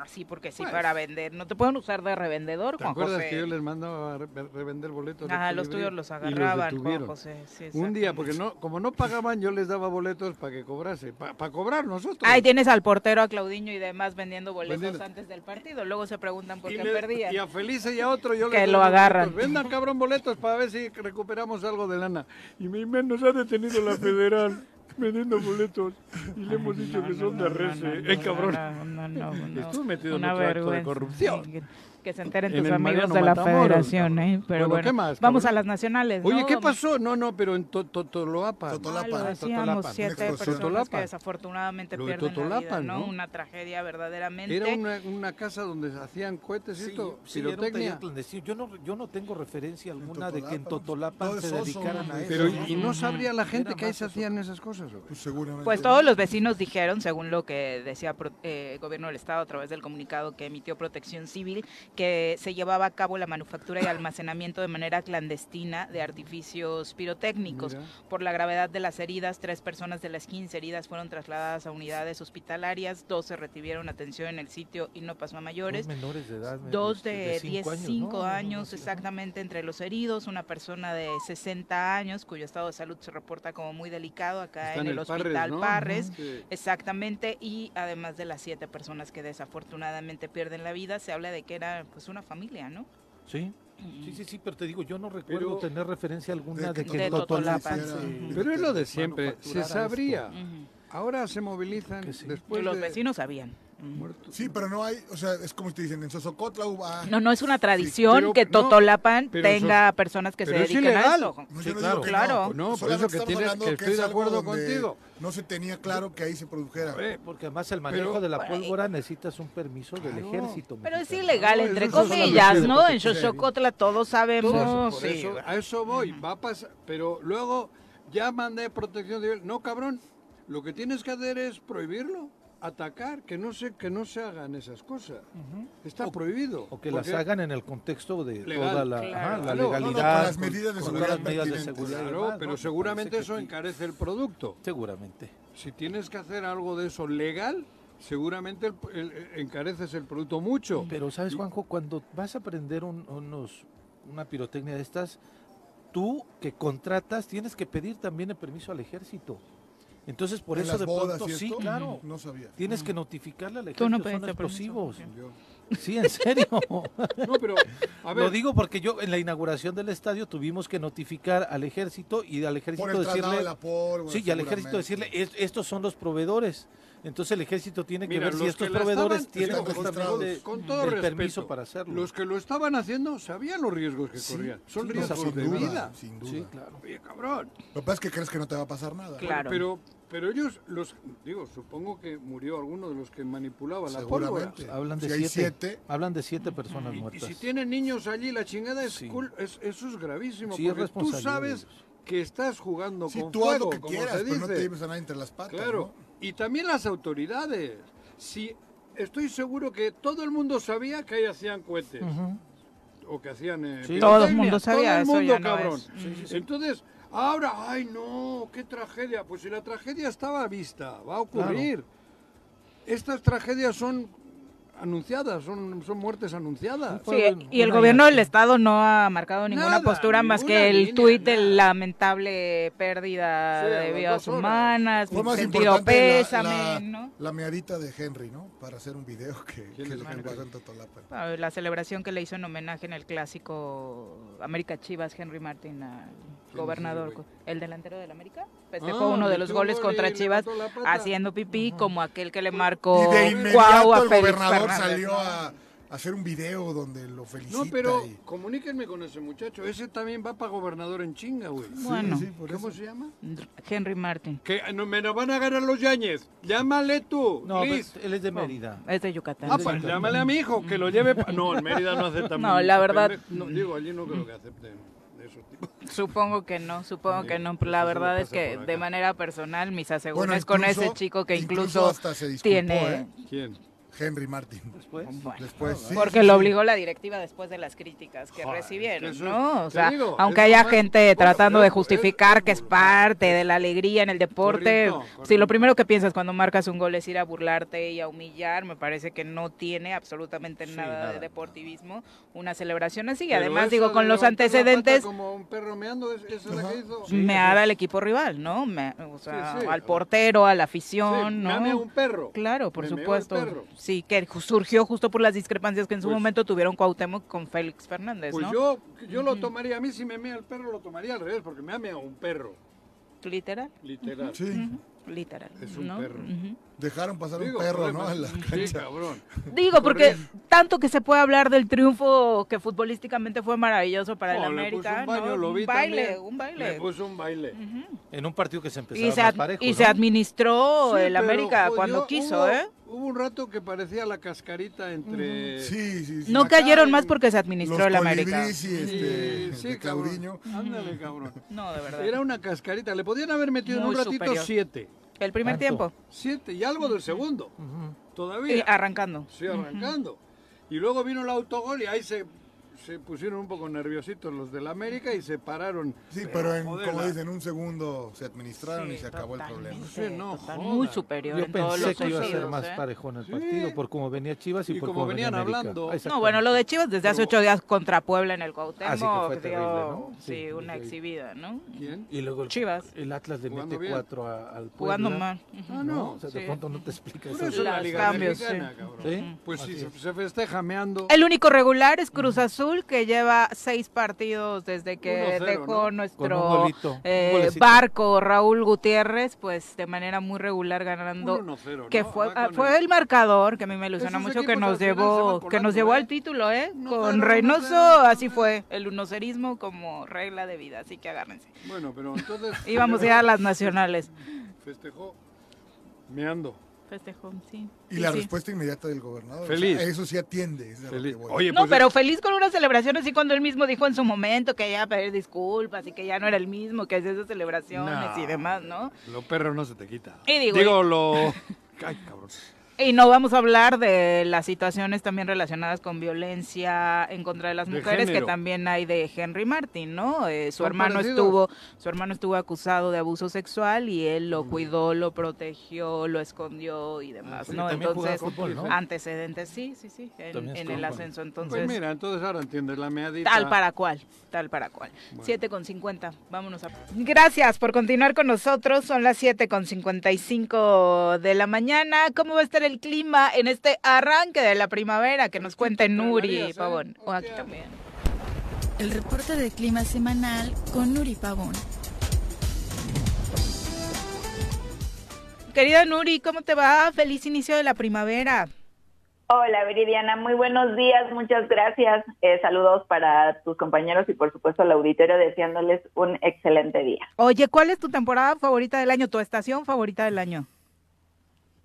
Speaker 2: así porque sí
Speaker 3: Pues.
Speaker 2: para vender. No te pueden usar de revendedor,
Speaker 3: ¿Te
Speaker 2: Juan
Speaker 3: acuerdas
Speaker 2: José.
Speaker 3: que yo les mandaba a re- revender boletos? de
Speaker 2: Ajá, los
Speaker 3: Colibrí?
Speaker 2: tuyos los
Speaker 3: Y
Speaker 2: agarraban, Juan
Speaker 3: detuvieron.
Speaker 2: José. sí,
Speaker 3: Un día,
Speaker 2: exactamente.
Speaker 3: porque no, como no pagaban, yo les daba boletos para que cobrase, para cobrar nosotros.
Speaker 2: Ahí tienes al portero, a Claudinho y demás vendiendo boletos
Speaker 3: Vendiendo.
Speaker 2: antes del partido. Luego se preguntan por
Speaker 3: y,
Speaker 2: qué
Speaker 3: le-
Speaker 2: perdían.
Speaker 3: y a Felice y a otro yo
Speaker 2: Que
Speaker 3: les
Speaker 2: lo
Speaker 3: daba
Speaker 2: agarran.
Speaker 3: boletos. Vendan, cabrón, boletos para ver si recuperamos algo de lana. Y mi men nos ha detenido la federal vendiendo boletos. Y le hemos dicho que son de arrese. eh, cabrón.
Speaker 2: No, no, no, no.
Speaker 3: Estuve metido en
Speaker 2: Una
Speaker 3: otro acto de
Speaker 2: vergüenza.
Speaker 3: corrupción.
Speaker 2: Que, que se enteren
Speaker 3: En
Speaker 2: tus
Speaker 3: el
Speaker 2: amigos
Speaker 3: Mariano
Speaker 2: de la
Speaker 3: Matamoros,
Speaker 2: federación,
Speaker 3: cabrón.
Speaker 2: ¿eh? Pero bueno,
Speaker 3: Bueno, ¿qué más,
Speaker 2: vamos a
Speaker 3: cabrón?
Speaker 2: las nacionales.
Speaker 3: Oye,
Speaker 2: ¿no?
Speaker 3: ¿qué
Speaker 2: Vamos-
Speaker 3: pasó? No, no, pero en To- To- Totoloapa.
Speaker 2: Ah, lo
Speaker 5: Totolapan.
Speaker 2: decíamos,
Speaker 4: Totolapan.
Speaker 2: siete
Speaker 5: Una explosión.
Speaker 2: personas
Speaker 3: Totolapan.
Speaker 2: que desafortunadamente
Speaker 3: Lo de
Speaker 2: pierden la vida,
Speaker 3: Totolapan,
Speaker 2: ¿no?
Speaker 3: ¿no?
Speaker 2: Una tragedia verdaderamente.
Speaker 3: Era una, una casa donde hacían cohetes,
Speaker 4: Sí,
Speaker 3: ¿cierto?
Speaker 4: sí, era un taller
Speaker 3: Pirotecnia.
Speaker 4: clandestino. Yo no, yo no tengo referencia alguna de que en
Speaker 5: Totolapan,
Speaker 4: Totolapan
Speaker 5: pues,
Speaker 4: se
Speaker 5: todo es oso,
Speaker 4: dedicaran a
Speaker 5: güey.
Speaker 4: eso.
Speaker 3: Pero,
Speaker 4: ¿no?
Speaker 3: ¿y no sabría la gente
Speaker 4: Era
Speaker 3: que ahí
Speaker 4: más
Speaker 3: se hacían esas cosas? güey?
Speaker 5: Pues seguramente.
Speaker 2: Pues todos los vecinos dijeron, según lo que decía pro- eh, Gobierno del Estado a través del comunicado que emitió Protección Civil, que se llevaba a cabo la manufactura y almacenamiento de manera clandestina de artificios pirotécnicos.
Speaker 3: Mira.
Speaker 2: Por la gravedad de las heridas, tres personas de las 15 heridas fueron trasladadas a unidades hospitalarias, dos se retuvieron atención en el sitio y no pasó a mayores.
Speaker 4: Dos menores de edad.
Speaker 2: Dos
Speaker 4: de
Speaker 2: de
Speaker 4: cinco años,
Speaker 2: 15
Speaker 4: ¿no?
Speaker 2: años,
Speaker 4: Sí, ¿no?
Speaker 2: exactamente entre los heridos, una persona de 60 años cuyo estado de salud se reporta como muy delicado acá
Speaker 3: Está
Speaker 2: en el,
Speaker 3: Parres,
Speaker 2: hospital
Speaker 3: ¿no?
Speaker 2: Parres.
Speaker 3: Sí.
Speaker 2: Exactamente, y además de las siete personas que desafortunadamente pierden la vida, se habla de que era pues una familia, ¿no?
Speaker 4: Sí. Sí, sí, sí, pero te digo, yo no recuerdo
Speaker 3: Pero-
Speaker 4: tener referencia alguna
Speaker 5: De
Speaker 4: de que,
Speaker 2: que
Speaker 4: en
Speaker 2: Totolapan
Speaker 4: Totolapan
Speaker 2: se
Speaker 4: se-
Speaker 2: hiciera.
Speaker 3: Pero es lo de siempre,
Speaker 4: manufacturara
Speaker 3: se
Speaker 4: esto.
Speaker 5: Mm.
Speaker 3: sabría.
Speaker 2: Ujú.
Speaker 3: Ahora se movilizan
Speaker 4: Que sí.
Speaker 3: después
Speaker 2: los
Speaker 3: de-
Speaker 2: vecinos sabían.
Speaker 3: muertos.
Speaker 5: Sí, pero no hay, o sea, es como te dicen, en Sosocotla hubo... ah,
Speaker 2: No, no es una tradición
Speaker 3: pero-
Speaker 2: que
Speaker 3: no,
Speaker 2: Totolapan
Speaker 3: pero
Speaker 2: tenga personas que se
Speaker 3: pero es
Speaker 2: dediquen a
Speaker 3: ilegal.
Speaker 2: eso.
Speaker 5: no, yo no
Speaker 4: Sí,
Speaker 5: digo
Speaker 4: claro.
Speaker 5: que
Speaker 2: Claro.
Speaker 5: no,
Speaker 3: No, por
Speaker 5: solamente
Speaker 3: eso que
Speaker 5: estamos
Speaker 3: tienes-
Speaker 5: hablando
Speaker 3: que
Speaker 5: que
Speaker 3: estoy
Speaker 5: es
Speaker 3: de
Speaker 5: algo
Speaker 3: acuerdo
Speaker 5: donde
Speaker 3: contigo.
Speaker 5: No se tenía claro que ahí se produjera.
Speaker 3: Eh,
Speaker 4: Porque además el manejo
Speaker 3: Pero-
Speaker 4: de la pólvora necesitas un permiso del
Speaker 3: Claro.
Speaker 4: ejército.
Speaker 2: Pero es
Speaker 4: mexicano.
Speaker 2: ilegal,
Speaker 3: No,
Speaker 2: entre
Speaker 3: eso es
Speaker 2: comillas,
Speaker 4: solamente
Speaker 2: ¿no?
Speaker 4: porque
Speaker 2: En
Speaker 4: tú eres
Speaker 2: Xochocotla todos
Speaker 3: Por eso,
Speaker 2: sabemos.
Speaker 3: pues, por
Speaker 2: sí.
Speaker 3: eso, a eso voy, va a pasar, pero luego ya mandé protección civil. No, cabrón, lo que tienes que hacer es prohibirlo, atacar, que no se, que no se hagan esas cosas. Está prohibido.
Speaker 4: O que
Speaker 3: porque-
Speaker 4: las hagan en el contexto de
Speaker 3: Legal.
Speaker 4: toda la,
Speaker 3: Claro.
Speaker 4: ajá, la
Speaker 3: Claro.
Speaker 4: legalidad.
Speaker 5: No, no, con las
Speaker 4: con-
Speaker 5: medidas de
Speaker 4: con
Speaker 5: seguridad
Speaker 4: todas las medidas de
Speaker 5: pertinentes.
Speaker 4: seguridad y
Speaker 3: Claro,
Speaker 4: demás,
Speaker 3: pero
Speaker 4: ¿no? Me
Speaker 3: seguramente
Speaker 4: parece que
Speaker 3: eso
Speaker 4: aquí-
Speaker 3: encarece el producto.
Speaker 4: Seguramente.
Speaker 3: Si tienes que hacer algo de eso legal, seguramente el- el- encareces el producto mucho.
Speaker 4: Pero sabes, Juanjo, cuando vas a prender un- unos, una pirotecnia de estas, tú que contratas tienes que pedir también el permiso al ejército. Entonces, por
Speaker 5: En
Speaker 4: eso
Speaker 5: las
Speaker 4: de
Speaker 5: bodas
Speaker 4: pronto,
Speaker 5: y
Speaker 4: sí,
Speaker 5: esto,
Speaker 4: claro,
Speaker 5: No sabía.
Speaker 4: tienes que notificarle al
Speaker 2: Tú
Speaker 4: ejército,
Speaker 2: no
Speaker 4: son
Speaker 2: pediste permiso,
Speaker 4: explosivos.
Speaker 3: Yo-
Speaker 4: Sí, en serio.
Speaker 3: No, pero a ver,
Speaker 4: Lo digo porque yo en la inauguración del estadio tuvimos que notificar al ejército y al ejército
Speaker 5: Por el traslado
Speaker 4: decirle...
Speaker 5: de la pólvora.
Speaker 4: Sí, y al ejército decirle,
Speaker 5: seguramente.
Speaker 4: "Es- estos son los proveedores. Entonces el ejército tiene que
Speaker 3: Mira,
Speaker 4: ver si
Speaker 3: los
Speaker 4: estos
Speaker 3: que la
Speaker 4: proveedores
Speaker 3: estaban-
Speaker 4: tienen
Speaker 5: digo,
Speaker 4: justamente
Speaker 5: registrados.
Speaker 3: con todo
Speaker 4: el
Speaker 3: respeto,
Speaker 4: permiso para hacerlo.
Speaker 3: Los que lo estaban haciendo sabían los riesgos que
Speaker 4: Sí,
Speaker 3: corrían.
Speaker 4: sí,
Speaker 3: Son
Speaker 4: los
Speaker 3: riesgos
Speaker 5: Sin
Speaker 3: de
Speaker 5: duda,
Speaker 3: vida.
Speaker 5: sin duda.
Speaker 4: Sí, claro.
Speaker 3: Oye, cabrón.
Speaker 5: Lo que pasa es que crees que no te va a pasar nada.
Speaker 2: Claro.
Speaker 3: Pero, pero ellos, los digo, supongo que murió alguno de los que manipulaba la pólvora.
Speaker 5: Seguramente.
Speaker 4: Hablan de
Speaker 5: si hay
Speaker 4: siete,
Speaker 5: siete,
Speaker 4: hablan de siete personas
Speaker 3: Y, y
Speaker 4: muertas.
Speaker 3: si tienen niños allí, la chingada es,
Speaker 4: Sí.
Speaker 3: cul- es- eso es gravísimo.
Speaker 4: Sí, es
Speaker 3: porque tú
Speaker 4: responsabilidad de
Speaker 3: sabes
Speaker 4: ellos.
Speaker 3: que estás jugando
Speaker 5: si
Speaker 3: con
Speaker 5: tú haz lo
Speaker 3: fuego,
Speaker 5: que
Speaker 3: como
Speaker 5: quieras,
Speaker 3: se
Speaker 5: pero
Speaker 3: dice.
Speaker 5: no te lleves a nadie entre las patas.
Speaker 3: Claro. Y también las autoridades. Si estoy seguro que todo el mundo sabía que ahí hacían cohetes. O que hacían. eh,
Speaker 4: Sí.
Speaker 2: Todo el
Speaker 3: pirotecnia.
Speaker 2: mundo sabía,
Speaker 3: Todo el
Speaker 2: eso
Speaker 3: mundo,
Speaker 2: ya no
Speaker 3: cabrón.
Speaker 2: es.
Speaker 3: Entonces, ahora, ay no, qué tragedia. Pues si la tragedia estaba a vista, va a ocurrir. Estas tragedias son anunciadas, son, son muertes anunciadas.
Speaker 2: Sí,
Speaker 4: Sí, fue un-
Speaker 2: y el
Speaker 4: una
Speaker 2: gobierno del
Speaker 4: reacción.
Speaker 2: Estado no ha marcado ninguna
Speaker 3: Nada,
Speaker 2: postura más
Speaker 3: ninguna
Speaker 2: que el
Speaker 3: línea,
Speaker 2: tuit de
Speaker 3: nada.
Speaker 2: lamentable pérdida
Speaker 3: Sí, a
Speaker 2: de
Speaker 3: las
Speaker 2: vidas
Speaker 3: dos horas.
Speaker 2: humanas,
Speaker 5: Lo más
Speaker 2: sentido
Speaker 5: importante la,
Speaker 2: pésame,
Speaker 5: la,
Speaker 2: ¿no?
Speaker 5: la meadita de Henry, ¿no? Para hacer un video que, que
Speaker 3: es
Speaker 5: es lo que
Speaker 3: Henry?
Speaker 5: pasó en Totolapan.
Speaker 2: Ah, La celebración que le hizo en homenaje en el clásico América Chivas, Henry Martin, al gobernador,
Speaker 3: güey?
Speaker 2: el delantero del América, festejó
Speaker 3: Ah,
Speaker 2: uno de los
Speaker 3: metió
Speaker 2: goles
Speaker 3: gol y
Speaker 2: contra Chivas
Speaker 3: levantó la pata.
Speaker 2: haciendo pipí, como aquel que le marcó
Speaker 5: Y de
Speaker 2: Cuau
Speaker 5: inmediato
Speaker 2: a
Speaker 5: el
Speaker 2: Félix
Speaker 5: gobernador
Speaker 2: Fernández,
Speaker 5: salió
Speaker 2: ¿no?
Speaker 5: a, a hacer un video donde lo felicita.
Speaker 3: No, pero
Speaker 5: y-
Speaker 3: comuníquenme con ese muchacho. Ese también va para gobernador en chinga, güey.
Speaker 2: Bueno,
Speaker 5: sí, por
Speaker 3: ¿Cómo
Speaker 5: eso.
Speaker 3: se llama?
Speaker 2: Henry Martin.
Speaker 3: Que ah, no, me lo van a agarrar los Yañez. Llámale tú,
Speaker 4: No,
Speaker 3: Liz.
Speaker 4: pero él es de Mérida.
Speaker 2: pues, Es de Yucatán.
Speaker 3: Ah, pues llámale a mi hijo, que lo lleve. pa- No, en Mérida no aceptan.
Speaker 2: No, la verdad-
Speaker 3: pendejo- No, digo, allí no creo que acepten esos tipos.
Speaker 2: Supongo que no, supongo que no.
Speaker 3: pues eso
Speaker 2: La
Speaker 3: se le
Speaker 2: verdad es
Speaker 3: pasa
Speaker 2: que
Speaker 3: por acá.
Speaker 2: de manera personal mis
Speaker 5: Bueno,
Speaker 2: asegúnes
Speaker 5: incluso-
Speaker 2: con ese chico que incluso,
Speaker 5: hasta se disculpó,
Speaker 2: tiene...
Speaker 5: ¿eh?
Speaker 3: ¿Quién?
Speaker 5: Henry Martin.
Speaker 4: Después.
Speaker 2: Bueno,
Speaker 5: Después, sí,
Speaker 2: porque
Speaker 5: sí,
Speaker 2: lo
Speaker 5: sí.
Speaker 2: obligó la directiva después de las críticas que recibieron,
Speaker 3: eso-
Speaker 2: ¿no? O
Speaker 3: te
Speaker 2: sea,
Speaker 3: digo,
Speaker 2: aunque
Speaker 3: eso
Speaker 2: haya
Speaker 3: más-
Speaker 2: gente
Speaker 3: bueno,
Speaker 2: tratando
Speaker 3: pero
Speaker 2: de
Speaker 3: es-
Speaker 2: justificar
Speaker 3: es
Speaker 2: que es
Speaker 3: vulgar.
Speaker 2: parte de la alegría en el deporte,
Speaker 3: Correcto,
Speaker 2: si lo
Speaker 3: correcto.
Speaker 2: primero que piensas cuando marcas un gol es ir a burlarte y a humillar, me parece que no tiene absolutamente
Speaker 4: Sí,
Speaker 2: nada,
Speaker 4: nada,
Speaker 2: de
Speaker 4: nada.
Speaker 2: deportivismo una celebración así. Y
Speaker 3: Pero
Speaker 2: además,
Speaker 3: eso
Speaker 2: digo,
Speaker 3: de
Speaker 2: con los
Speaker 3: levantar la pata
Speaker 2: antecedentes...
Speaker 3: Como un perro meando, ¿es- ¿esa es la
Speaker 5: Ajá.
Speaker 3: que hizo?
Speaker 2: mear al equipo rival, ¿no? Me- o sea,
Speaker 3: sí.
Speaker 2: al portero, a la afición,
Speaker 3: Sí,
Speaker 2: ¿no?
Speaker 3: mame a un perro.
Speaker 2: Claro, por
Speaker 3: Me meó el
Speaker 2: supuesto.
Speaker 3: perro.
Speaker 2: Sí, que ju- surgió justo por las discrepancias que en su
Speaker 3: Pues-
Speaker 2: momento tuvieron Cuauhtémoc con Félix Fernández,
Speaker 3: Pues
Speaker 2: ¿no?
Speaker 3: yo, yo lo tomaría, a mí si me mea el perro lo tomaría al revés, porque me mea un perro,
Speaker 2: Literal,
Speaker 3: literal.
Speaker 5: Sí,
Speaker 2: literal,
Speaker 3: Es un
Speaker 2: ¿no?
Speaker 3: perro.
Speaker 2: Ujú.
Speaker 5: dejaron pasar
Speaker 3: Digo,
Speaker 5: un perro, ¿no?
Speaker 3: problemas.
Speaker 5: A la
Speaker 3: Sí,
Speaker 5: cancha.
Speaker 3: cabrón.
Speaker 2: Digo, porque tanto que se puede hablar del triunfo que futbolísticamente fue maravilloso para el
Speaker 3: No, le puso
Speaker 2: América,
Speaker 3: un baño,
Speaker 2: ¿no?
Speaker 3: lo vi
Speaker 2: un baile,
Speaker 3: también.
Speaker 2: un
Speaker 3: Le
Speaker 2: baile.
Speaker 3: puso un baile.
Speaker 4: En un partido que se
Speaker 5: Pues
Speaker 4: empezaba
Speaker 2: Y se,
Speaker 4: más
Speaker 2: ad-
Speaker 4: parejo,
Speaker 2: y
Speaker 4: ¿no?
Speaker 2: se administró
Speaker 3: Sí,
Speaker 2: oh, el
Speaker 3: pero,
Speaker 2: América
Speaker 3: joder,
Speaker 2: cuando
Speaker 3: yo-
Speaker 2: quiso,
Speaker 3: hubo-
Speaker 2: ¿eh?
Speaker 3: Hubo un rato que parecía la cascarita entre...
Speaker 5: Sí, sí, sí.
Speaker 2: No
Speaker 3: pues, acá
Speaker 2: cayeron
Speaker 3: en-
Speaker 2: más porque se
Speaker 5: Los
Speaker 2: administró el América.
Speaker 5: colibrís y
Speaker 3: Sí,
Speaker 5: este,
Speaker 3: sí,
Speaker 5: de
Speaker 3: cabrón.
Speaker 5: Claudiño.
Speaker 3: Ándale, cabrón.
Speaker 2: No, de verdad.
Speaker 3: Era una cascarita. Le podían haber metido en
Speaker 2: Muy
Speaker 3: un ratito
Speaker 2: superior.
Speaker 3: siete.
Speaker 2: El primer
Speaker 4: ¿Cuánto?
Speaker 2: tiempo.
Speaker 3: Siete y algo del segundo. Todavía.
Speaker 2: Y arrancando.
Speaker 3: Sí, arrancando. Y luego vino el autogol y ahí se, se pusieron un poco nerviositos los del América y se pararon.
Speaker 5: Sí, pero en,
Speaker 3: joder,
Speaker 5: como
Speaker 3: la-
Speaker 5: dicen, un segundo se administraron y se acabó el problema.
Speaker 3: Sí, no
Speaker 2: total,
Speaker 3: jodas.
Speaker 2: muy superior
Speaker 4: Yo
Speaker 2: en todos
Speaker 4: pensé
Speaker 2: los
Speaker 4: que iba a ser
Speaker 2: sentidos,
Speaker 4: más
Speaker 2: ¿eh?
Speaker 4: parejo en el
Speaker 3: Sí.
Speaker 4: partido por cómo venía Chivas y,
Speaker 3: Y
Speaker 4: por
Speaker 3: como
Speaker 4: cómo venía
Speaker 3: venían
Speaker 4: América.
Speaker 3: hablando.
Speaker 4: Ah, exactamente.
Speaker 2: No, bueno, lo de Chivas desde hace
Speaker 3: Pero-
Speaker 2: ocho días contra Puebla en el
Speaker 4: Así que
Speaker 2: Cuauhtémoc
Speaker 4: fue terrible,
Speaker 2: dio,
Speaker 4: ¿no?
Speaker 2: sí,
Speaker 4: Sí,
Speaker 2: una
Speaker 4: sí.
Speaker 2: exhibida, ¿no?
Speaker 3: ¿Quién?
Speaker 4: Y luego el,
Speaker 2: Chivas.
Speaker 4: el Atlas le
Speaker 3: Jugando
Speaker 4: mete
Speaker 3: bien.
Speaker 4: cuatro a- al Puebla.
Speaker 2: Jugando mal.
Speaker 3: Ah,
Speaker 4: No,
Speaker 3: no.
Speaker 4: o sea, de
Speaker 2: Sí.
Speaker 4: pronto no te explica
Speaker 3: Por
Speaker 4: eso.
Speaker 3: eso la
Speaker 2: Las
Speaker 3: Liga
Speaker 2: cambios,
Speaker 3: Mexicana,
Speaker 2: sí.
Speaker 3: cabrón.
Speaker 4: ¿Sí?
Speaker 3: Pues si
Speaker 4: Así
Speaker 3: se,
Speaker 4: es.
Speaker 3: se festeja meando.
Speaker 2: El único regular es Cruz Azul que lleva seis partidos desde que
Speaker 3: 1-0,
Speaker 2: dejó
Speaker 3: ¿no?
Speaker 4: Con un
Speaker 2: nuestro
Speaker 4: golito, un
Speaker 2: eh,
Speaker 4: golecito.
Speaker 2: barco Raúl Gutiérrez, pues de manera muy regular ganando.
Speaker 3: 1-0,
Speaker 2: que
Speaker 3: ¿no?
Speaker 2: fue,
Speaker 3: Va
Speaker 2: ah,
Speaker 3: con
Speaker 2: fue
Speaker 3: el-
Speaker 2: el marcador que a mí me ilusiona
Speaker 3: Esos
Speaker 2: mucho que
Speaker 3: equipos
Speaker 2: nos
Speaker 3: al final se
Speaker 2: llevó
Speaker 3: van colando,
Speaker 2: que nos llevó
Speaker 3: ¿eh?
Speaker 2: al título, ¿eh?
Speaker 3: No,
Speaker 2: Con
Speaker 3: pero,
Speaker 2: Reynoso
Speaker 3: no, pero,
Speaker 2: así fue, el unocerismo como regla de vida, así que agárrense.
Speaker 3: Bueno, pero entonces.
Speaker 2: Íbamos ya a las nacionales.
Speaker 3: Festejó meando.
Speaker 2: Festejó, sí.
Speaker 5: Y
Speaker 2: sí,
Speaker 5: la
Speaker 2: sí.
Speaker 5: respuesta inmediata del gobernador.
Speaker 3: Feliz.
Speaker 5: O sea, eso sí atiende. es a lo que
Speaker 3: Feliz.
Speaker 5: voy.
Speaker 3: Oye,
Speaker 2: No,
Speaker 3: pues,
Speaker 2: pero feliz con una celebración así cuando él mismo dijo en su momento que ya pedir disculpas y que ya no era el mismo, que hacía esas celebraciones
Speaker 3: No.
Speaker 2: y demás, ¿no?
Speaker 3: Lo perro no se te quita.
Speaker 2: Y digo-
Speaker 3: lo. Ay, cabrón.
Speaker 2: Y no vamos a hablar de las situaciones también relacionadas con violencia en contra de las
Speaker 3: De
Speaker 2: mujeres que
Speaker 3: género.
Speaker 2: también hay de Henry Martin, ¿no? Eh, su
Speaker 3: Son
Speaker 2: hermano
Speaker 3: parecidos.
Speaker 2: estuvo, su hermano estuvo acusado de abuso sexual y él lo cuidó, lo protegió, lo escondió
Speaker 3: Ah,
Speaker 2: y demás,
Speaker 4: porque
Speaker 2: ¿no?
Speaker 4: también jugaba
Speaker 2: Entonces,
Speaker 4: fútbol, ¿no?
Speaker 2: antecedentes, sí, sí, sí, en,
Speaker 4: También es
Speaker 2: en el
Speaker 4: company.
Speaker 2: ascenso,
Speaker 3: Pues
Speaker 2: entonces.
Speaker 3: mira, entonces ahora entiendes la meadita.
Speaker 2: Tal para cual, tal para cual. 7 con 50, vámonos a... Gracias por continuar con nosotros, son las 7 con 55 de la mañana. ¿Cómo va a estar el clima en este arranque de la primavera? Que nos cuente
Speaker 3: te
Speaker 2: Nuri,
Speaker 3: entregarías, ¿eh?
Speaker 2: Pavón. O aquí
Speaker 3: Hostia.
Speaker 2: también.
Speaker 7: El reporte de clima semanal con Nuri Pavón.
Speaker 2: Querida Nuri, ¿cómo te va? Feliz inicio de la primavera.
Speaker 8: Hola Viridiana, muy buenos días, muchas gracias. Eh, saludos para tus compañeros y por supuesto al auditorio deseándoles un excelente día.
Speaker 2: Oye, ¿cuál es tu temporada favorita del año, tu estación favorita del año?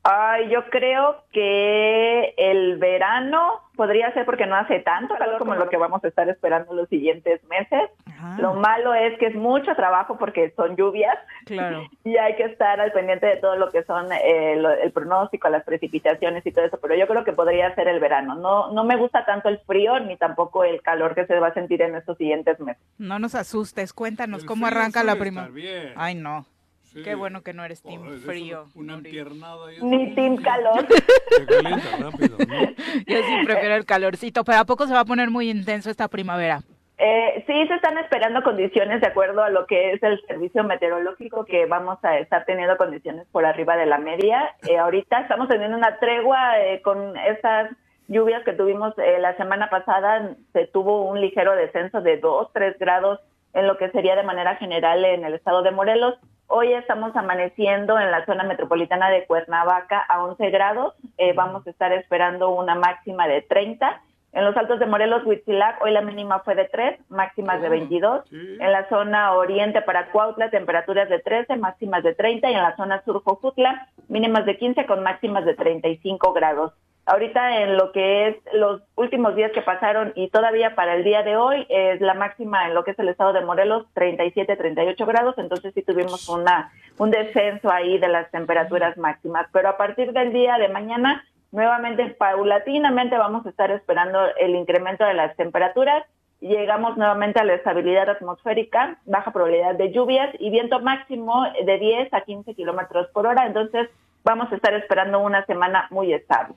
Speaker 8: Ay, yo creo que el verano podría ser porque no hace tanto calor como lo que vamos a estar esperando los siguientes meses.
Speaker 2: Ajá,
Speaker 8: Lo malo es que es mucho trabajo porque son lluvias
Speaker 2: claro.
Speaker 8: y hay que estar al pendiente de todo lo que son eh, lo- el pronóstico, las precipitaciones y todo eso, pero yo creo que podría ser el verano. No, no me gusta tanto el frío ni tampoco el calor que se va a sentir en estos siguientes meses.
Speaker 2: No nos asustes, cuéntanos
Speaker 3: El
Speaker 2: cómo
Speaker 3: frío
Speaker 2: arranca la
Speaker 3: suele
Speaker 2: primavera.
Speaker 3: estar bien.
Speaker 2: Ay, no.
Speaker 3: Sí.
Speaker 2: Qué bueno que no eres team
Speaker 3: Joder, eso,
Speaker 2: frío.
Speaker 3: Una
Speaker 2: Nuri.
Speaker 3: empiernada y eso.
Speaker 8: Ni team calor.
Speaker 3: Te calienta rápido, ¿no?
Speaker 2: Yo sí prefiero el calorcito, pero ¿a poco se va a poner muy intenso esta primavera?
Speaker 8: Eh, sí, se están esperando condiciones de acuerdo a lo que es el servicio meteorológico, que vamos a estar teniendo condiciones por arriba de la media. Eh, ahorita estamos teniendo una tregua eh, con esas lluvias que tuvimos eh, la semana pasada. Se tuvo un ligero descenso de 2, 3 grados en lo que sería de manera general en el estado de Morelos. Hoy estamos amaneciendo en la zona metropolitana de Cuernavaca a 11 grados. Eh, vamos a estar esperando una máxima de 30. En los altos de Morelos, Huitzilac, hoy la mínima fue de 3, máximas de 22. En la zona oriente para Cuautla, temperaturas de 13, máximas de 30. Y en la zona sur, Jojutla, mínimas de 15 con máximas de 35 grados. Ahorita en lo que es los últimos días que pasaron y todavía para el día de hoy es la máxima en lo que es el estado de Morelos, 37, 38 grados, entonces sí tuvimos una un descenso ahí de las temperaturas máximas, pero a partir del día de mañana nuevamente paulatinamente vamos a estar esperando el incremento de las temperaturas, llegamos nuevamente a la estabilidad atmosférica, baja probabilidad de lluvias y viento máximo de 10 a 15 kilómetros por hora, entonces vamos a estar esperando una semana muy estable.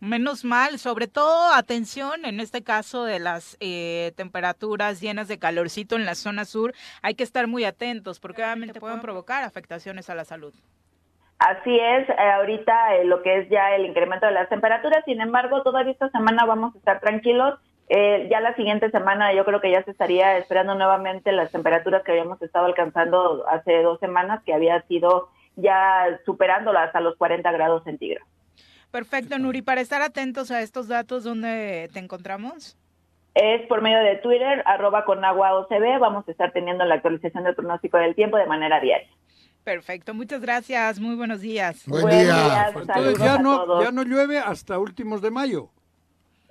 Speaker 2: Menos mal, sobre todo atención en este caso de las eh, temperaturas llenas de calorcito en la zona sur, hay que estar muy atentos porque obviamente pueden provocar afectaciones a la salud.
Speaker 8: Así es, eh, ahorita eh, lo que es ya el incremento de las temperaturas, sin embargo, todavía esta semana vamos a estar tranquilos. Eh, ya la siguiente semana yo creo que ya se estaría esperando nuevamente las temperaturas que habíamos estado alcanzando hace dos semanas, que había sido ya superándolo hasta los 40 grados centígrados.
Speaker 2: Perfecto, Nuri, para estar atentos a estos datos, ¿dónde te encontramos?
Speaker 8: Es por medio de Twitter, arroba con agua OCB, vamos a estar teniendo la actualización del pronóstico del tiempo de manera diaria.
Speaker 2: Perfecto, muchas gracias, muy buenos días.
Speaker 5: Buen
Speaker 8: Buen
Speaker 5: día.
Speaker 8: día,
Speaker 3: Entonces
Speaker 8: saludos
Speaker 3: ya
Speaker 8: a
Speaker 3: no,
Speaker 8: todos.
Speaker 3: ya no llueve hasta últimos de mayo.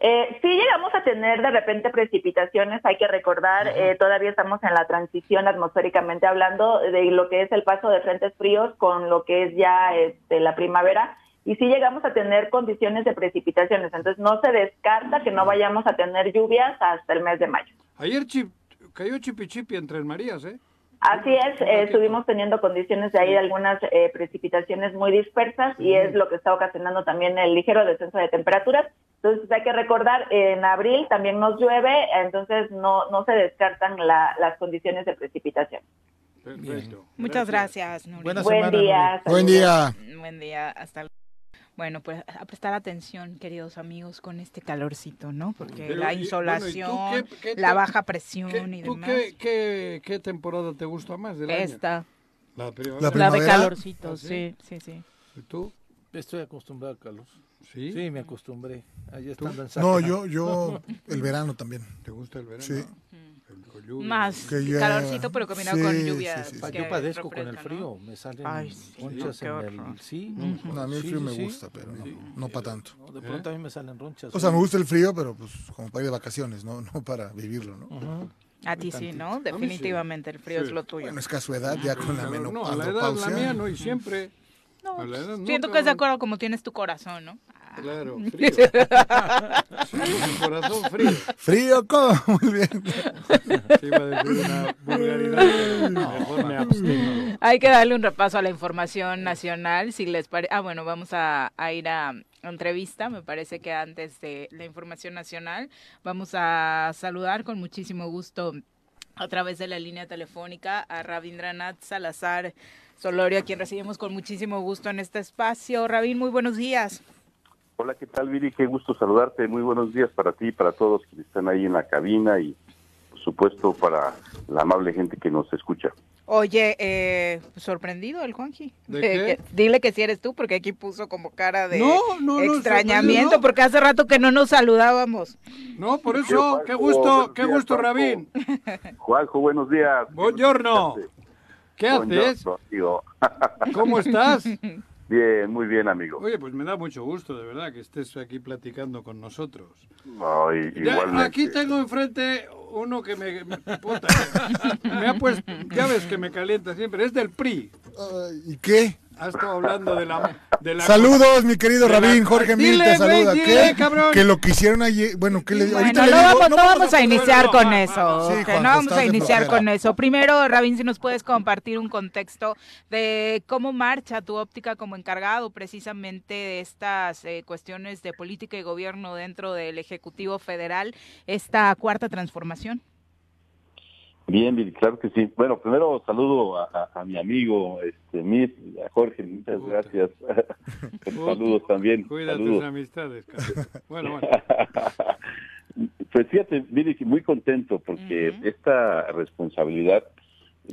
Speaker 8: Eh, sí llegamos a tener de repente precipitaciones, hay que recordar, eh, todavía estamos en la transición atmosféricamente hablando de lo que es el paso de frentes fríos con lo que es ya este, la primavera y sí llegamos a tener condiciones de precipitaciones, entonces no se descarta que no vayamos a tener lluvias hasta el mes de mayo.
Speaker 3: Ayer chip- cayó chipichipi en Tres Marías, ¿eh?
Speaker 8: Así es, eh, estuvimos teniendo condiciones de ahí de algunas eh, precipitaciones muy dispersas y es lo que está ocasionando también el ligero descenso de temperaturas. Entonces hay que recordar, en abril también nos llueve, entonces no, no se descartan la- las condiciones de precipitación.
Speaker 3: Perfecto.
Speaker 2: Muchas gracias, Nuri.
Speaker 4: Buenas- Una
Speaker 8: Buen
Speaker 4: semana,
Speaker 8: día.
Speaker 5: Buen
Speaker 8: saludos.
Speaker 5: día.
Speaker 2: Buen día, hasta luego. Bueno, pues a prestar atención, queridos amigos, con este calorcito, ¿no? Porque
Speaker 3: Pero,
Speaker 2: la
Speaker 3: y-
Speaker 2: insolación,
Speaker 3: bueno, ¿y tú qué- qué
Speaker 2: la
Speaker 3: te-
Speaker 2: baja presión y
Speaker 3: ¿Qué, ¿Tú
Speaker 2: demás.
Speaker 3: qué, qué, qué temporada te gusta más del año?
Speaker 2: Esta,
Speaker 3: La primavera.
Speaker 5: La
Speaker 2: la de
Speaker 5: primavera?
Speaker 2: calorcito,
Speaker 3: ¿Ah,
Speaker 2: sí, sí,
Speaker 3: sí?
Speaker 2: sí.
Speaker 3: ¿Y tú?
Speaker 4: Estoy acostumbrado al calor.
Speaker 3: ¿Sí?
Speaker 4: Sí, me acostumbré. Allá
Speaker 3: ¿Tú?
Speaker 4: están
Speaker 5: No,
Speaker 4: danzando.
Speaker 5: yo, yo, el verano también.
Speaker 3: ¿Te gusta el verano?
Speaker 5: Sí.
Speaker 3: El con lluvia.
Speaker 2: Más
Speaker 5: Que llueva.
Speaker 2: calorcito, pero combinado
Speaker 5: Sí,
Speaker 2: con
Speaker 5: sí,
Speaker 2: lluvia.
Speaker 5: sí, sí.
Speaker 4: Pa-
Speaker 2: que
Speaker 4: Yo padezco con el
Speaker 2: refresca, ¿no?
Speaker 4: frío, me salen
Speaker 2: Ay, sí,
Speaker 4: ronchas
Speaker 2: qué
Speaker 4: en
Speaker 2: horror.
Speaker 4: el... Sí,
Speaker 5: No, a mí el
Speaker 4: Sí,
Speaker 5: frío
Speaker 4: sí,
Speaker 5: me
Speaker 4: sí.
Speaker 5: gusta, pero no, no para tanto.
Speaker 4: No, de pronto a mí me salen ronchas.
Speaker 5: O sea, me gusta el frío, pero pues como para ir de vacaciones, no, no para vivirlo, ¿no?
Speaker 4: Ajá.
Speaker 2: A ti sí, ¿no? Definitivamente el frío
Speaker 3: Sí.
Speaker 2: es lo tuyo.
Speaker 5: Bueno, es que a su edad, ya con la
Speaker 3: Claro,
Speaker 5: menop-
Speaker 3: no, a la edad la
Speaker 5: andropausia,
Speaker 3: mía no y siempre.
Speaker 2: No,
Speaker 3: a la edad no,
Speaker 2: siento que es de
Speaker 3: cabrón.
Speaker 2: acuerdo como tienes tu corazón, ¿no? Ah.
Speaker 3: Claro, frío. Sí, mi corazón frío.
Speaker 5: Frío, ¿cómo? Muy bien.
Speaker 3: Sí, iba a decir una vulgaridad, pero mejor me abstengo.
Speaker 2: Hay que darle un repaso a la información nacional, si les parece. Ah, bueno, vamos a, a ir a entrevista, me parece que antes de la información nacional vamos a saludar con muchísimo gusto a través de la línea telefónica a Rabindranath Salazar Solorio, a quien recibimos con muchísimo gusto en este espacio. Rabín, muy buenos días.
Speaker 9: Hola, ¿qué tal, Viri? Qué gusto saludarte. Muy buenos días para ti y para todos quienes están ahí en la cabina y, por supuesto, para la amable gente que nos escucha.
Speaker 2: Oye, eh, sorprendido el Juanji.
Speaker 3: ¿De
Speaker 2: Eh,
Speaker 3: qué?
Speaker 2: que- dile que si eres tú, porque aquí puso como cara de
Speaker 3: No, no, no,
Speaker 2: extrañamiento,
Speaker 3: sorprendido, no.
Speaker 2: porque hace rato que no nos saludábamos.
Speaker 3: No, por eso, qué gusto, qué gusto, Rabín.
Speaker 9: Juanjo, buenos días.
Speaker 3: Buongiorno. ¿Qué
Speaker 9: Buongiorno,
Speaker 3: haces?
Speaker 9: amigo.
Speaker 3: ¿Cómo estás?
Speaker 9: Bien, muy bien, amigo.
Speaker 3: Oye, pues me da mucho gusto, de verdad, que estés aquí platicando con nosotros.
Speaker 9: Ay,
Speaker 3: Ya,
Speaker 9: igualmente.
Speaker 3: aquí tengo enfrente uno que me, me- puta, me ha puesto, ya ves que me calienta siempre, es del PRI.
Speaker 5: Ay, ¿Y qué?
Speaker 3: Has estado hablando de la... De la
Speaker 5: Saludos, mi querido
Speaker 3: de la-
Speaker 5: Rabín, Jorge
Speaker 3: Dile,
Speaker 5: Mil te
Speaker 3: güey,
Speaker 5: saluda.
Speaker 3: dile,
Speaker 5: ¿Qué?
Speaker 3: cabrón.
Speaker 5: Que lo que hicieron ayer, bueno, ¿qué le digo?
Speaker 2: Bueno,
Speaker 5: Ahorita
Speaker 2: no,
Speaker 5: le digo,
Speaker 2: vamos, no
Speaker 3: vamos
Speaker 2: vamos
Speaker 3: a
Speaker 2: a
Speaker 3: poner-
Speaker 2: iniciar
Speaker 3: no,
Speaker 2: con
Speaker 3: va,
Speaker 2: eso.
Speaker 5: va. Sí,
Speaker 2: ok,
Speaker 5: Juanjo,
Speaker 2: no vamos
Speaker 5: estás
Speaker 2: a
Speaker 5: de
Speaker 2: iniciar
Speaker 5: flojera.
Speaker 2: con eso. Primero, Rabin, si nos puedes compartir un contexto de cómo marcha tu óptica como encargado precisamente de estas eh, cuestiones de política y gobierno dentro del Ejecutivo Federal, esta cuarta transformación.
Speaker 9: Bien, Viri, claro que sí. Bueno, primero saludo a, a- a mi amigo, este, Mir, a Jorge, muchas
Speaker 3: Puta.
Speaker 9: gracias.
Speaker 3: Puta.
Speaker 9: saludos también.
Speaker 3: Cuida
Speaker 9: saludos.
Speaker 3: tus amistades, cabrón. Bueno, bueno.
Speaker 9: Pues fíjate, mire, que muy contento porque
Speaker 2: Ujú.
Speaker 9: esta responsabilidad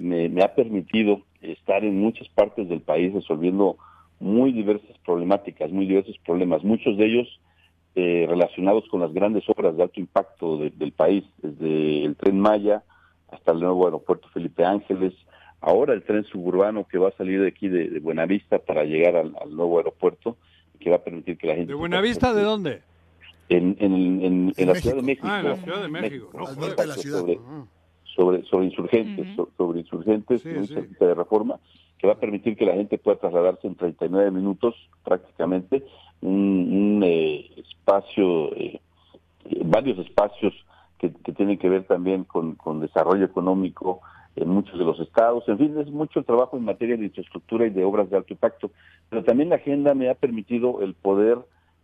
Speaker 9: me, me ha permitido estar en muchas partes del país resolviendo muy diversas problemáticas, muy diversos problemas, muchos de ellos eh, relacionados con las grandes obras de alto impacto de- del país, desde el tren Maya hasta el nuevo aeropuerto Felipe Ángeles, ahora el tren suburbano que va a salir de aquí de, de Buenavista para llegar al, al nuevo aeropuerto, que va a permitir que la gente...
Speaker 3: ¿De Buenavista de dónde?
Speaker 9: En, en, en- en
Speaker 5: En
Speaker 9: la Ciudad de México.
Speaker 3: Ah, en la Ciudad de México. No,
Speaker 5: Al
Speaker 3: joder.
Speaker 5: norte de la ciudad.
Speaker 9: Sobre,
Speaker 3: Ah,
Speaker 9: sobre, sobre insurgentes,
Speaker 2: Ujú.
Speaker 9: so- sobre insurgentes,
Speaker 3: Sí,
Speaker 9: muy
Speaker 3: sí.
Speaker 9: cerquita de reforma, que va a permitir que la gente pueda trasladarse en 39 minutos prácticamente, un, un, eh, espacio, eh, eh, varios espacios que, que tienen que ver también con, con desarrollo económico en muchos de los estados, en fin, es mucho el trabajo en materia de infraestructura y de obras de alto impacto, pero también la agenda me ha permitido el poder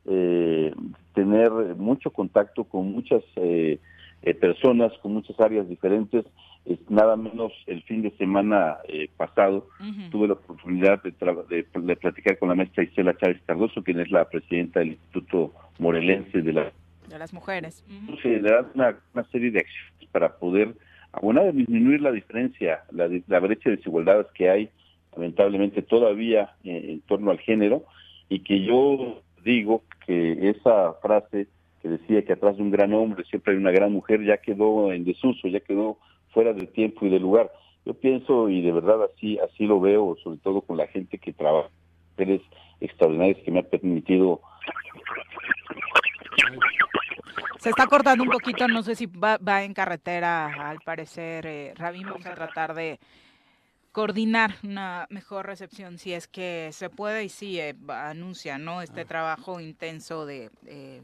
Speaker 9: eh, tener mucho contacto con muchas eh, eh, personas, con muchas áreas diferentes. Es nada menos el fin de semana eh, pasado
Speaker 10: Mm.
Speaker 9: tuve la oportunidad de, tra- de, de platicar con la maestra Isela Chávez Cardoso, quien es la presidenta del Instituto Morelense de la
Speaker 2: De las mujeres.
Speaker 9: generar eh, una, una serie de acciones para poder abonar a disminuir la diferencia, la, di- la brecha de desigualdades que hay lamentablemente todavía eh, en, torno al género y que yo digo que esa frase que decía que atrás de un gran hombre siempre hay una gran mujer ya quedó en desuso, ya quedó fuera de tiempo y de lugar. Yo pienso y de verdad así así lo veo, sobre todo con la gente que trabaja, mujeres extraordinarias que me ha permitido
Speaker 2: Se está cortando un poquito, no sé si va, va en carretera, al parecer, eh, Rabín, vamos a tratar de coordinar una mejor recepción, si es que se puede y sí, eh, va- anuncia, ¿no? Este trabajo intenso de eh,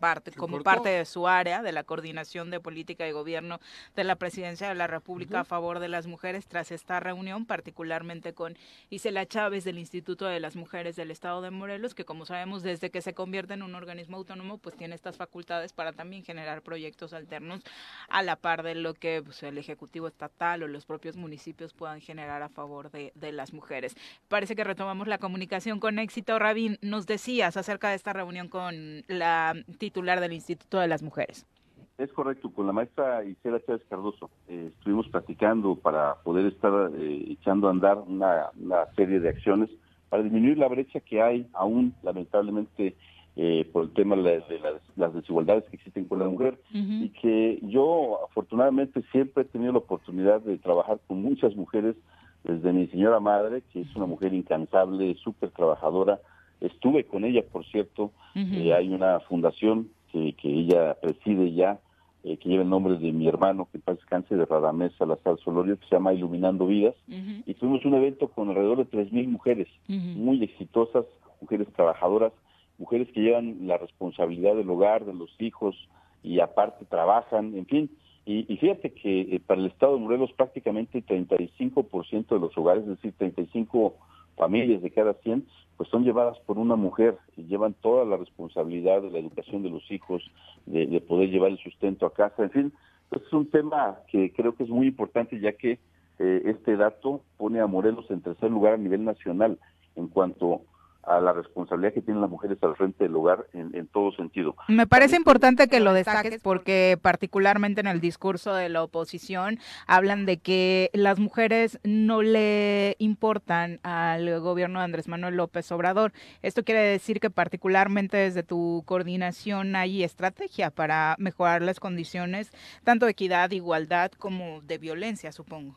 Speaker 2: parte, como
Speaker 3: cortó.
Speaker 2: parte de su área de la coordinación de política y gobierno de la presidencia de la República a favor de las mujeres tras esta reunión, particularmente con Isela Chávez del Instituto de las Mujeres del Estado de Morelos, que como sabemos desde que se convierte en un organismo autónomo, pues tiene estas facultades para también generar proyectos alternos a la par de lo que pues, el Ejecutivo Estatal o los propios municipios puedan generar a favor de, de las mujeres. Parece que retomamos la comunicación con éxito. Rabín, nos decías acerca de esta reunión con la titular del Instituto de las Mujeres.
Speaker 9: Es correcto, con la maestra Isela Chávez Cardoso eh, estuvimos platicando para poder estar eh, echando a andar una, una serie de acciones para disminuir la brecha que hay aún, lamentablemente, eh, por el tema de, la- de las, las desigualdades que existen con la mujer y que yo afortunadamente siempre he tenido la oportunidad de trabajar con muchas mujeres, desde mi señora madre, que es una mujer incansable, súper trabajadora. Estuve con ella, por cierto, eh, hay una fundación que, que ella preside ya, eh, que lleva el nombre de mi hermano, que en paz descanse, de Radamés Salazar Solorio, que se llama Iluminando Vidas. Y tuvimos un evento con alrededor de 3.000 mujeres, muy exitosas, mujeres trabajadoras, mujeres que llevan la responsabilidad del hogar, de los hijos, y aparte trabajan, en fin. Y, y fíjate que eh, para el estado de Morelos prácticamente 35% de los hogares, es decir, 35 familias de cada 100, pues son llevadas por una mujer y llevan toda la responsabilidad de la educación de los hijos, de, de poder llevar el sustento a casa, en fin. Entonces es un tema que creo que es muy importante ya que eh, este dato pone a Morelos en tercer lugar a nivel nacional en cuanto a la responsabilidad que tienen las mujeres al frente del hogar en, en todo sentido.
Speaker 2: Me parece importante que lo destaques porque particularmente en el discurso de la oposición hablan de que las mujeres no le importan al gobierno de Andrés Manuel López Obrador. Esto quiere decir que particularmente desde tu coordinación hay estrategia para mejorar las condiciones tanto de equidad, igualdad como de violencia, supongo.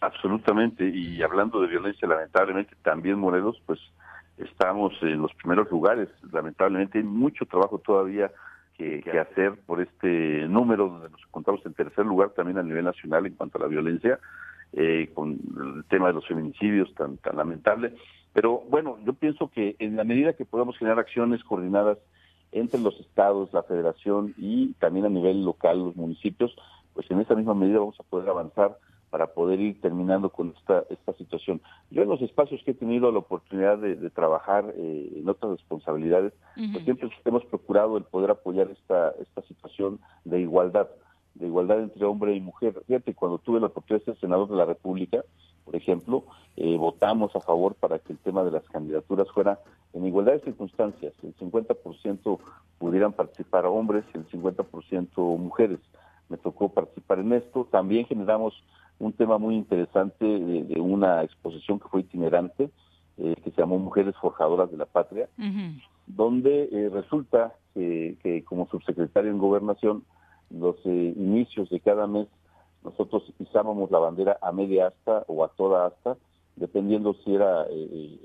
Speaker 9: Absolutamente, y hablando de violencia, lamentablemente también Morelos, pues estamos en los primeros lugares, lamentablemente hay mucho trabajo todavía que, que hacer por este número, donde nos encontramos en tercer lugar también a nivel nacional en cuanto a la violencia, eh, con el tema de los feminicidios tan, tan lamentable, pero bueno, yo pienso que en la medida que podamos generar acciones coordinadas entre los estados, la federación y también a nivel local, los municipios, pues en esa misma medida vamos a poder avanzar para poder ir terminando con esta, esta situación. Yo en los espacios que he tenido la oportunidad de, de trabajar eh, en otras responsabilidades, pues siempre hemos procurado el poder apoyar esta, esta situación de igualdad, de igualdad entre hombre y mujer. Fíjate, cuando tuve la oportunidad de ser senador de la República, por ejemplo, eh, votamos a favor para que el tema de las candidaturas fuera en igualdad de circunstancias, el 50% pudieran participar hombres y el 50% mujeres. Me tocó participar en esto. También generamos un tema muy interesante de, de una exposición que fue itinerante, eh, que se llamó Mujeres Forjadoras de la Patria, donde eh, resulta que, que como subsecretario en gobernación, los eh, inicios de cada mes nosotros izábamos la bandera a media asta o a toda asta, dependiendo si era eh,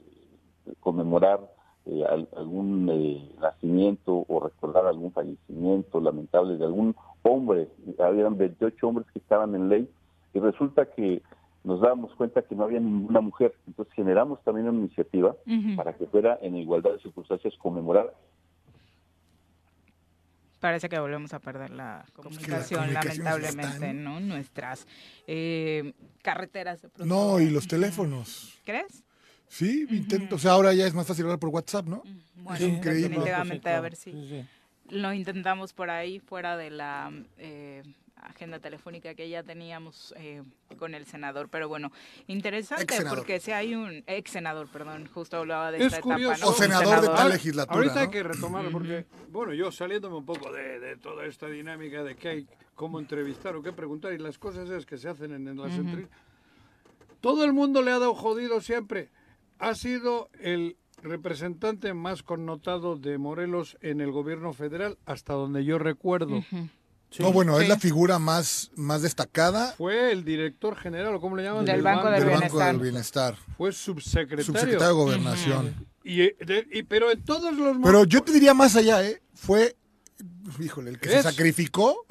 Speaker 9: eh, conmemorar eh, al- algún eh, nacimiento o recordar algún fallecimiento lamentable de algún hombre. Habían 28 hombres que estaban en ley y resulta que nos dábamos cuenta que no había ninguna mujer. Entonces generamos también una iniciativa
Speaker 11: Mm.
Speaker 9: para que fuera en igualdad de circunstancias conmemorar
Speaker 2: Parece que volvemos a perder la comunicación,
Speaker 5: comunicación
Speaker 2: lamentablemente, ¿no? Nuestras eh, carreteras. de pronto.
Speaker 5: No, y los teléfonos.
Speaker 2: ¿Crees?
Speaker 5: Sí, intento. O sea, ahora ya es más fácil hablar por WhatsApp, ¿no?
Speaker 2: Bueno,
Speaker 5: Sí, increíble.
Speaker 2: definitivamente,
Speaker 4: Sí,
Speaker 2: a ver si lo intentamos por ahí, fuera de la eh, agenda telefónica que ya teníamos eh, con el senador. Pero bueno, interesante,
Speaker 5: Ex-senador.
Speaker 2: porque si hay un ex senador, perdón, justo hablaba de
Speaker 3: Es
Speaker 2: esta etapa,
Speaker 3: curioso.
Speaker 2: ¿no?
Speaker 5: O
Speaker 2: Un
Speaker 5: senador de tal legislatura,
Speaker 3: Ahorita hay
Speaker 5: ¿no? Mm.
Speaker 3: que retomarlo porque, bueno, yo saliéndome un poco de, de toda esta dinámica de qué hay, cómo entrevistar o qué preguntar y las cosas es que se hacen en, en las entrevistas. Todo el mundo le ha dado jodido siempre. Ha sido el representante más connotado de Morelos en el gobierno federal, hasta donde yo recuerdo.
Speaker 5: No, bueno, es la figura más, más destacada
Speaker 3: Fue el director general, o cómo le llaman,
Speaker 2: Del Banco
Speaker 5: del
Speaker 2: Del
Speaker 5: Banco
Speaker 2: Bienestar.
Speaker 5: del Bienestar.
Speaker 3: Fue subsecretario.
Speaker 5: Subsecretario de Gobernación.
Speaker 3: Y, eh, de- y- pero en todos los
Speaker 5: Pero yo te diría más allá, ¿eh? Fue, híjole, el que se
Speaker 3: ¿Crees?
Speaker 5: sacrificó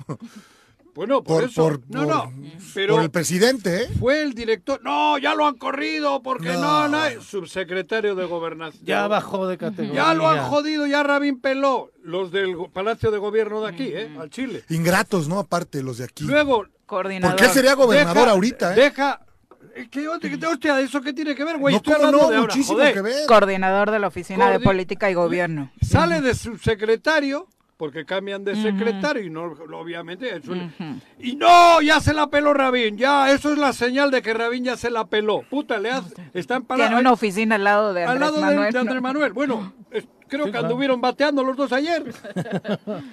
Speaker 3: Bueno, por,
Speaker 5: Por-
Speaker 3: eso.
Speaker 5: por-
Speaker 3: no,
Speaker 5: por-
Speaker 3: no. Pero
Speaker 5: Por el presidente, ¿eh?
Speaker 3: fue el director. No, ya lo han corrido porque
Speaker 5: No.
Speaker 3: no, no, subsecretario de gobernación.
Speaker 4: Ya bajó de categoría.
Speaker 3: Ya lo han jodido, ya Rabin peló los del go- Palacio de Gobierno de aquí, ¿eh? Al Chile.
Speaker 5: Ingratos, ¿no? Aparte, los de aquí.
Speaker 3: Luego,
Speaker 2: Coordinador.
Speaker 5: ¿Por qué sería gobernador
Speaker 3: deja-
Speaker 5: ahorita, eh?
Speaker 3: Deja. eh, ¿Qué, hostia, qué- hostia, ¿eso qué tiene que ver, güey?
Speaker 5: no,
Speaker 3: Estoy
Speaker 5: cómo
Speaker 3: hablando
Speaker 5: no,
Speaker 3: de ahora,
Speaker 5: muchísimo
Speaker 3: joder.
Speaker 5: que ver.
Speaker 2: Coordinador de la Oficina de
Speaker 3: Coordi-
Speaker 2: Política y Gobierno.
Speaker 3: Sale de subsecretario, porque cambian de secretario y no, obviamente. es un- Y no, ya se la peló Rabín, ya, eso es la señal de que Rabín ya se la peló. Puta, le has, están parados.
Speaker 2: Tiene una oficina al lado de
Speaker 3: al
Speaker 2: Andrés
Speaker 3: lado de-
Speaker 2: Manuel.
Speaker 3: de, Andrés
Speaker 2: ¿no?
Speaker 3: Manuel. Bueno, es- creo que
Speaker 4: claro.
Speaker 3: anduvieron bateando los dos ayer.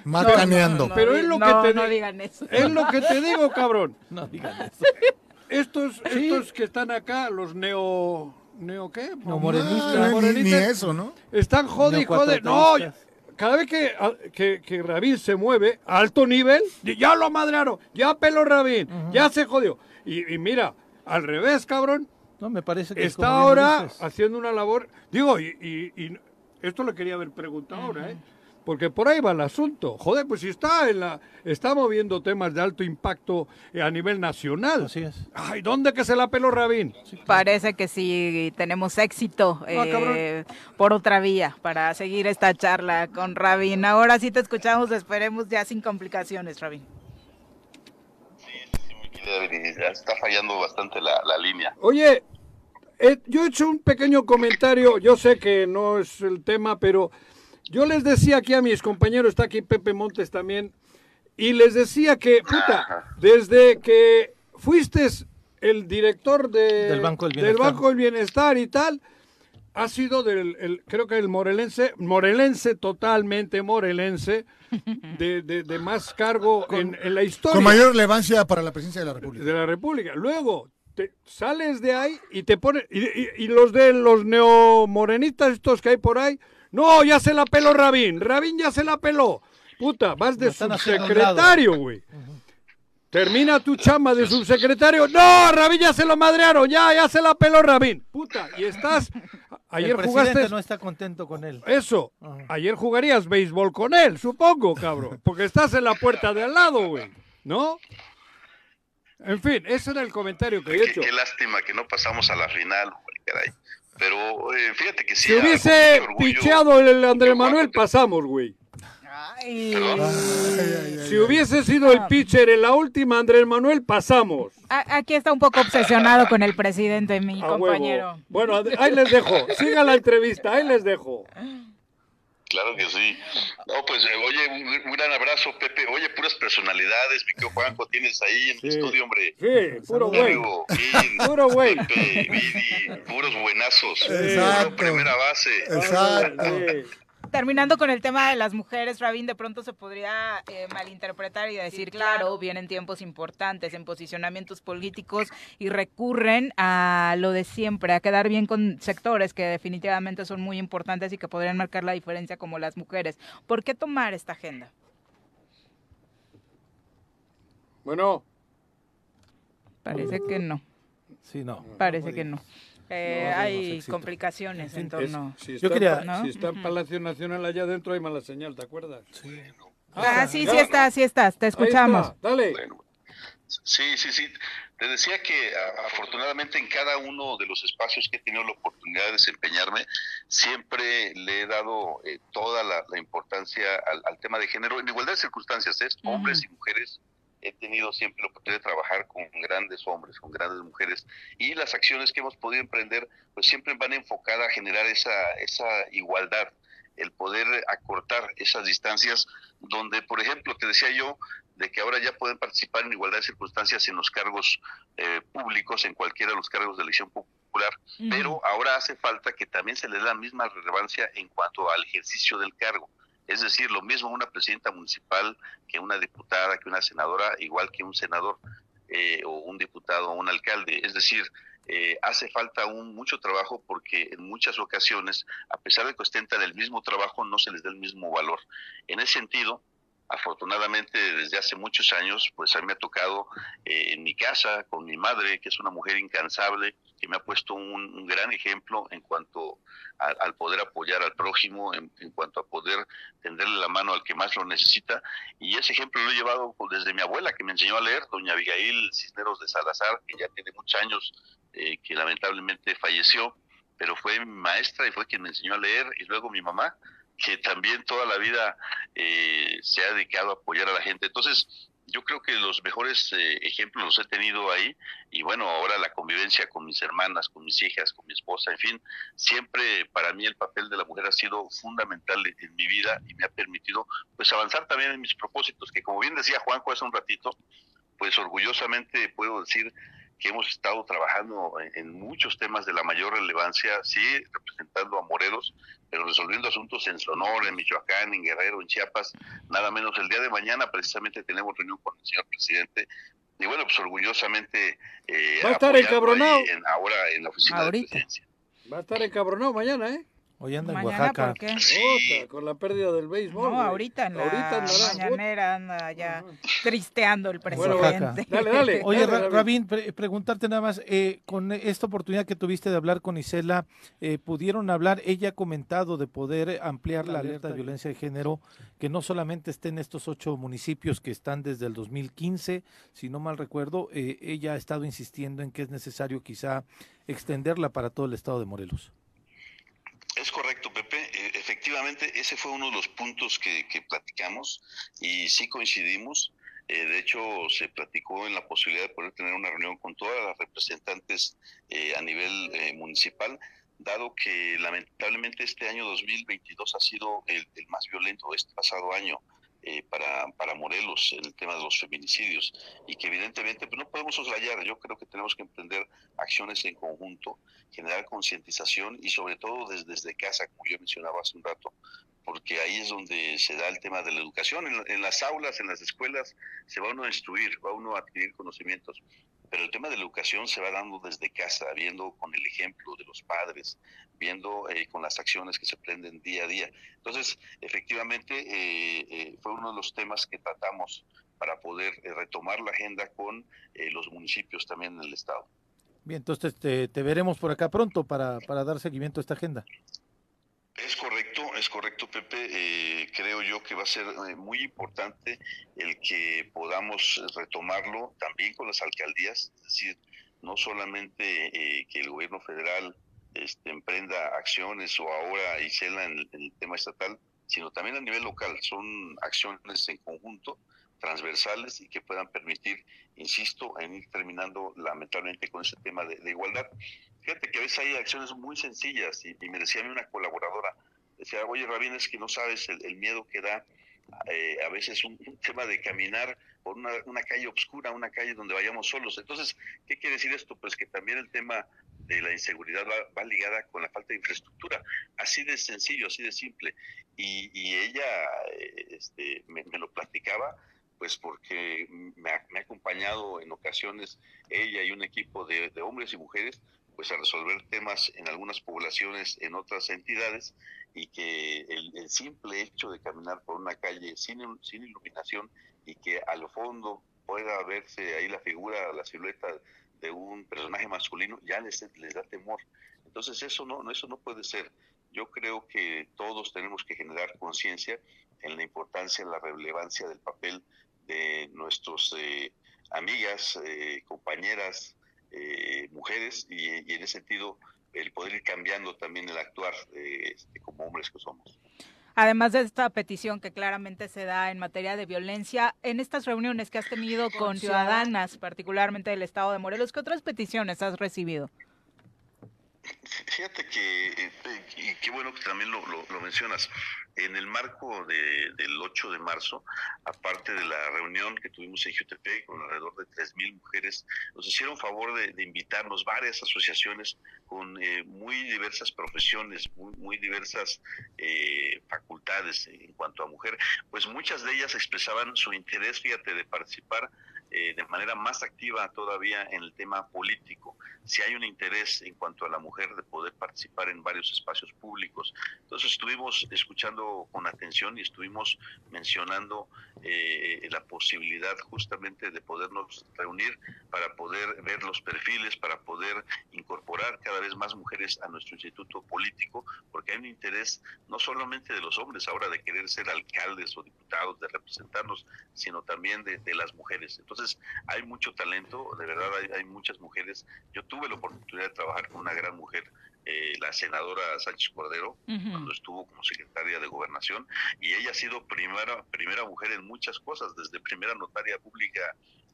Speaker 5: Más caneando.
Speaker 3: no. Pero
Speaker 2: di-
Speaker 3: es lo
Speaker 2: no,
Speaker 3: que te
Speaker 2: no
Speaker 3: di-
Speaker 2: digan eso.
Speaker 3: Es lo que te digo, cabrón.
Speaker 4: No digan eso.
Speaker 3: Estos, estos que están acá, los neo. ¿Neo qué?
Speaker 4: No, morenistas.
Speaker 5: Ah, ni- ni,
Speaker 3: morenistas,
Speaker 5: eso, ¿no?
Speaker 3: Están jode y jode. No,
Speaker 4: Neocuatroteístas.
Speaker 3: cada vez que, ah, que, que Rabín se mueve a alto nivel, ya lo madrearon, ya peló Rabín, ya se jodió. Y, y mira, al revés, cabrón,
Speaker 4: No, me parece que.
Speaker 3: está
Speaker 4: como bien
Speaker 3: ahora
Speaker 4: dices,
Speaker 3: haciendo una labor. Digo, y, y- y esto lo quería haber preguntado ahora, ¿eh? Porque por ahí va el asunto. Joder, pues si está en la, está moviendo temas de alto impacto eh, a nivel nacional.
Speaker 4: Así es.
Speaker 3: Ay, ¿dónde que se la peló Rabín?
Speaker 2: Parece que sí tenemos éxito
Speaker 3: Ah, cabrón.
Speaker 2: eh, por otra vía para seguir esta charla con Rabin. Ahora sí te escuchamos, esperemos ya sin complicaciones, Rabin.
Speaker 10: Está fallando bastante la, la línea.
Speaker 3: Oye, eh, yo he hecho un pequeño comentario, yo sé que no es el tema, pero yo les decía aquí a mis compañeros, está aquí Pepe Montes también, y les decía que, puta, desde que fuiste el director de-
Speaker 4: Del Banco del Bienestar.
Speaker 3: Banco del Bienestar y tal, ha sido del, el- creo que el morelense, morelense totalmente morelense, de, de- de más cargo en, en la historia
Speaker 5: Con mayor relevancia para la presidencia de la República.
Speaker 3: de la República. Luego te sales de ahí y te pones y, y- y los de los neomorenistas estos que hay por ahí, no, ya se la peló Rabín, Rabín ya se la peló. Puta, vas de
Speaker 4: Lo están haciendo a un
Speaker 3: subsecretario, güey. Termina tu chamba de subsecretario. No, Rabín ya se lo madrearon, ya, ya se la peló Rabín. Puta, y estás. Ayer
Speaker 4: el
Speaker 3: jugaste.
Speaker 4: presidente no está contento con él.
Speaker 3: Eso,
Speaker 4: Ajá.
Speaker 3: ayer jugarías béisbol con él, supongo, cabrón. Porque estás en la puerta de al lado, güey. ¿No? En fin, ese era el comentario que he
Speaker 10: Qué,
Speaker 3: hecho.
Speaker 10: qué lástima que no pasamos a la final, güey, caray. Pero eh, fíjate que sí.
Speaker 3: Si
Speaker 10: algo
Speaker 3: hubiese
Speaker 10: mucho orgullo-
Speaker 3: picheado el Andrés Manuel, pasamos, güey.
Speaker 5: Ay, ay, ay,
Speaker 3: Si hubiese sido el pitcher en la última Andrés Manuel, pasamos.
Speaker 2: A- Ah, Aquí está un poco obsesionado con el presidente, mi
Speaker 3: A
Speaker 2: compañero.
Speaker 3: huevo. Bueno, ad- ahí les dejo. Siga la entrevista, ahí les dejo.
Speaker 10: Claro que sí. No, pues, eh, oye, un, un gran abrazo, Pepe. Oye, puras personalidades, mi querido Juanjo, tienes ahí en el
Speaker 3: Sí.
Speaker 10: estudio, hombre.
Speaker 3: Sí, puro güey.
Speaker 10: Diego, Vin,
Speaker 3: Puro güey.
Speaker 10: Pepe, Vidi, puros buenazos.
Speaker 5: Exacto.
Speaker 10: Puro primera base.
Speaker 5: Exacto.
Speaker 3: Sí.
Speaker 2: Terminando con el tema de las mujeres, Rabin, de pronto se podría eh, malinterpretar y decir, claro, vienen tiempos importantes en posicionamientos políticos y recurren a lo de siempre, a quedar bien con sectores que definitivamente son muy importantes y que podrían marcar la diferencia como las mujeres. ¿Por qué tomar esta agenda?
Speaker 3: Bueno,
Speaker 2: Parece que no,
Speaker 4: Sí, no.
Speaker 2: parece que no. Eh,
Speaker 4: No, no nos
Speaker 2: hay
Speaker 4: excita.
Speaker 2: complicaciones en
Speaker 3: es-
Speaker 2: torno.
Speaker 3: si,
Speaker 4: Yo
Speaker 3: está,
Speaker 4: quería-
Speaker 3: en Pa-
Speaker 2: ¿No?
Speaker 3: si está en Palacio Nacional allá adentro hay mala señal, ¿te acuerdas?
Speaker 2: Ah, sí,
Speaker 3: ya.
Speaker 2: sí estás, sí estás, te
Speaker 3: Ahí
Speaker 2: escuchamos.
Speaker 3: está, Dale.
Speaker 10: Bueno, sí, sí, sí. Te decía que a- afortunadamente en cada uno de los espacios que he tenido la oportunidad de desempeñarme, siempre le he dado eh, toda la, la importancia al, al tema de género, en igualdad de circunstancias, ¿eh? hombres y mujeres. He tenido siempre la oportunidad de trabajar con grandes hombres, con grandes mujeres, y las acciones que hemos podido emprender, pues siempre van enfocadas a generar esa, esa igualdad, el poder acortar esas distancias, donde, por ejemplo, te decía yo, de que ahora ya pueden participar en igualdad de circunstancias en los cargos eh, públicos, en cualquiera de los cargos de elección popular, pero ahora hace falta que también se le dé la misma relevancia en cuanto al ejercicio del cargo. Es decir, lo mismo una presidenta municipal que una diputada, que una senadora, igual que un senador eh, o un diputado o un alcalde. Es decir, eh, hace falta un mucho trabajo porque en muchas ocasiones, a pesar de que ostentan el mismo trabajo, no se les da el mismo valor. En ese sentido, afortunadamente desde hace muchos años, pues a mí me ha tocado eh, en mi casa con mi madre, que es una mujer incansable, que me ha puesto un, un gran ejemplo en cuanto a- al poder apoyar al prójimo, en, en cuanto a poder tenderle la mano al que más lo necesita. Y ese ejemplo lo he llevado pues, desde mi abuela, que me enseñó a leer, doña Abigail Cisneros de Salazar, que ya tiene muchos años, eh, que lamentablemente falleció, pero fue mi maestra y fue quien me enseñó a leer, y luego mi mamá, que también toda la vida eh, se ha dedicado a apoyar a la gente. Entonces, yo creo que los mejores eh, ejemplos los he tenido ahí y bueno, ahora la convivencia con mis hermanas, con mis hijas, con mi esposa, en fin, siempre para mí el papel de la mujer ha sido fundamental en, en mi vida y me ha permitido pues avanzar también en mis propósitos, que como bien decía Juanjo hace un ratito, pues orgullosamente puedo decir que hemos estado trabajando en, en muchos temas de la mayor relevancia, sí, representando a Morelos, pero resolviendo asuntos en Sonora, en Michoacán, en Guerrero, en Chiapas, nada menos el día de mañana precisamente tenemos reunión con el señor presidente. Y bueno, pues orgullosamente... eh,
Speaker 3: Va a estar
Speaker 10: apoyando
Speaker 3: encabronado.
Speaker 10: ahí en- ahora en la oficina de
Speaker 3: Ahorita.
Speaker 10: presidencia.
Speaker 3: Va a estar encabronado mañana, ¿eh?
Speaker 4: Hoy anda en
Speaker 2: Mañana,
Speaker 4: Oaxaca.
Speaker 2: ¿por qué?
Speaker 3: Puta, con la pérdida del béisbol.
Speaker 2: No,
Speaker 3: güey.
Speaker 2: ahorita en la
Speaker 3: Ahorita andará,
Speaker 2: mañanera anda ya tristeando el
Speaker 3: Bueno,
Speaker 2: presidente.
Speaker 3: bueno, dale, dale.
Speaker 4: Oye, Ra-
Speaker 3: David.
Speaker 4: Rabín, pre- preguntarte nada más, eh, con esta oportunidad que tuviste de hablar con Isela, eh, ¿pudieron hablar? Ella ha comentado de poder ampliar la alerta de violencia de género, que no solamente esté en estos ocho municipios que están desde el 2015, si no mal recuerdo, eh, ella ha estado insistiendo en que es necesario quizá extenderla para todo el estado de Morelos.
Speaker 10: Es correcto, Pepe. Eh, Efectivamente, ese fue uno de los puntos que, que platicamos y sí coincidimos. Eh, de hecho, se platicó en la posibilidad de poder tener una reunión con todas las representantes eh, a nivel eh, municipal, dado que lamentablemente este año 2022 ha sido el, el más violento este pasado año. eh, para, para Morelos en el tema de los feminicidios y que evidentemente pues, no podemos soslayar, yo creo que tenemos que emprender acciones en conjunto generar concientización y sobre todo desde, desde casa, como yo mencionaba hace un rato, porque ahí es donde se da el tema de la educación. En, la- en las aulas, en las escuelas, se va uno a instruir, va uno a adquirir conocimientos, pero el tema de la educación se va dando desde casa, viendo con el ejemplo de los padres, viendo eh, con las acciones que se prenden día a día. Entonces, efectivamente, eh, eh, fue uno de los temas que tratamos para poder eh, retomar la agenda con eh, los municipios también en el Estado.
Speaker 4: Bien, entonces te, te veremos por acá pronto para, para dar seguimiento a esta agenda.
Speaker 10: Es correcto, es correcto, Pepe. Eh, creo yo que va a ser eh, muy importante el que podamos eh, retomarlo también con las alcaldías, es decir, no solamente eh, que el gobierno federal este, emprenda acciones o ahora Isela en, en el tema estatal, sino también a nivel local. Son acciones en conjunto, transversales y que puedan permitir, insisto, en ir terminando lamentablemente con ese tema de- de igualdad. Fíjate que a veces hay acciones muy sencillas y, y me decía a mí una colaboradora, decía, oye Rabín, es que no sabes el, el miedo que da eh, a veces un, un tema de caminar por una, una calle oscura, una calle donde vayamos solos. Entonces, ¿qué quiere decir esto? Pues que también el tema de la inseguridad va, va ligada con la falta de infraestructura, así de sencillo, así de simple. Y, y ella eh, este, me, me lo platicaba pues porque me ha, me ha acompañado en ocasiones ella y un equipo de- de hombres y mujeres pues a resolver temas en algunas poblaciones, en otras entidades, y que el, el simple hecho de caminar por una calle sin, il- sin iluminación y que a lo fondo pueda verse ahí la figura, la silueta de un personaje masculino, ya les, les da temor. Entonces eso no, no, eso no puede ser. Yo creo que todos tenemos que generar conciencia en la importancia, en la relevancia del papel de nuestros eh, amigas, eh, compañeras, eh, mujeres y, y en ese sentido el poder ir cambiando también el actuar eh, este, como hombres que somos.
Speaker 2: Además de esta petición que claramente se da en materia de violencia, en estas reuniones que has tenido con,
Speaker 8: Con
Speaker 2: ciudadanas, particularmente del estado de Morelos, ¿qué otras peticiones has recibido?
Speaker 10: Fíjate que, eh, eh, y qué bueno que también lo, lo- lo mencionas, en el marco de- del 8 de marzo, aparte de la reunión que tuvimos en Jutepec con alrededor de 3.000 mujeres, nos hicieron favor de, de invitarnos varias asociaciones con eh, muy diversas profesiones, muy, muy diversas eh, facultades en cuanto a mujer, pues muchas de ellas expresaban su interés, fíjate, de participar eh, de manera más activa todavía en el tema político. si hay un interés en cuanto a la mujer de poder participar en varios espacios públicos. Entonces estuvimos escuchando con atención y estuvimos mencionando eh, la posibilidad justamente de podernos reunir para poder ver los perfiles, para poder incorporar cada vez más mujeres a nuestro instituto político, porque hay un interés no solamente de los hombres ahora de querer ser alcaldes o diputados, de representarnos, sino también de, de las mujeres. Entonces hay mucho talento, de verdad hay, hay muchas mujeres. Yo tuve la oportunidad de trabajar con una gran mujer, eh, la senadora Sánchez Cordero, uh -huh. cuando estuvo como secretaria de gobernación, y ella ha sido primera, primera mujer en muchas cosas, desde primera notaria pública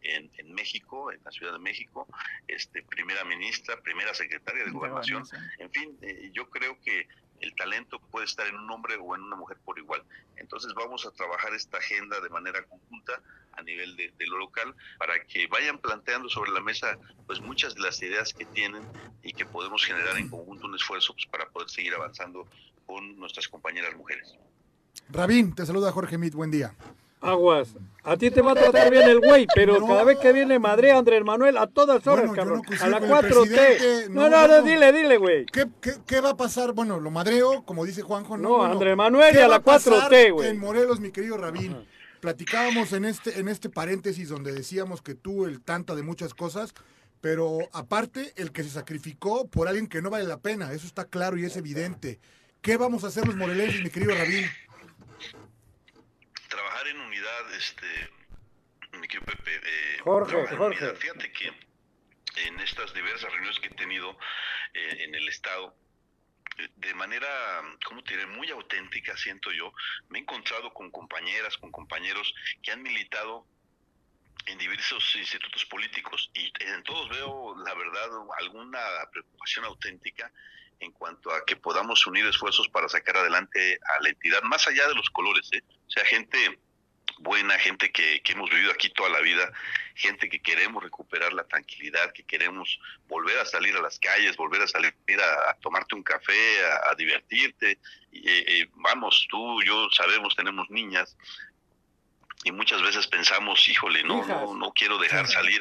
Speaker 10: en, en, México, en la Ciudad de México, este, primera ministra, primera secretaria de gobernación. En fin, eh, yo creo que el talento puede estar en un hombre o en una mujer por igual. Entonces vamos a trabajar esta agenda de manera conjunta a nivel de, de, lo local para que vayan planteando sobre la mesa pues muchas de las ideas que tienen y que podemos generar en conjunto un esfuerzo pues, para poder seguir avanzando con nuestras compañeras mujeres.
Speaker 5: Rabín, te saluda Jorge Mit, buen día.
Speaker 3: Aguas, a ti te va a tratar bien el güey, pero no. cada vez que viene Madrid, Andrés Manuel, a todas horas, bueno, cabrón. No a la 4T. No, no, no, dile, dile, güey.
Speaker 5: ¿Qué, ¿Qué, qué, va a pasar? Bueno, lo madreo, como dice Juanjo.
Speaker 3: No, no Andrés Manuel y a la 4T, güey.
Speaker 5: En Morelos, mi querido Rabín. Ajá. Platicábamos en este, en este paréntesis donde decíamos que tú el tanta de muchas cosas, pero aparte el que se sacrificó por alguien que no vale la pena, eso está claro y es evidente. ¿Qué vamos a hacer los morelenses, mi querido Rabín?
Speaker 10: trabajar en unidad, este, mi querido Pepe, eh,
Speaker 3: Jorge,
Speaker 10: en
Speaker 3: Jorge. Unidad.
Speaker 10: Fíjate que en estas diversas reuniones que he tenido eh, en el Estado, eh, de manera, ¿cómo te diré?, muy auténtica, siento yo, me he encontrado con compañeras, con compañeros que han militado en diversos institutos políticos y en todos veo, la verdad, alguna preocupación auténtica en cuanto a que podamos unir esfuerzos para sacar adelante a la entidad, más allá de los colores, ¿eh? o sea, gente buena, gente que, que, hemos vivido aquí toda la vida, gente que queremos recuperar la tranquilidad, que queremos volver a salir a las calles, volver a salir a, a tomarte un café, a, a divertirte. Y, eh, vamos, tú, yo sabemos, tenemos niñas y muchas veces pensamos, híjole, no, no, no quiero dejar salir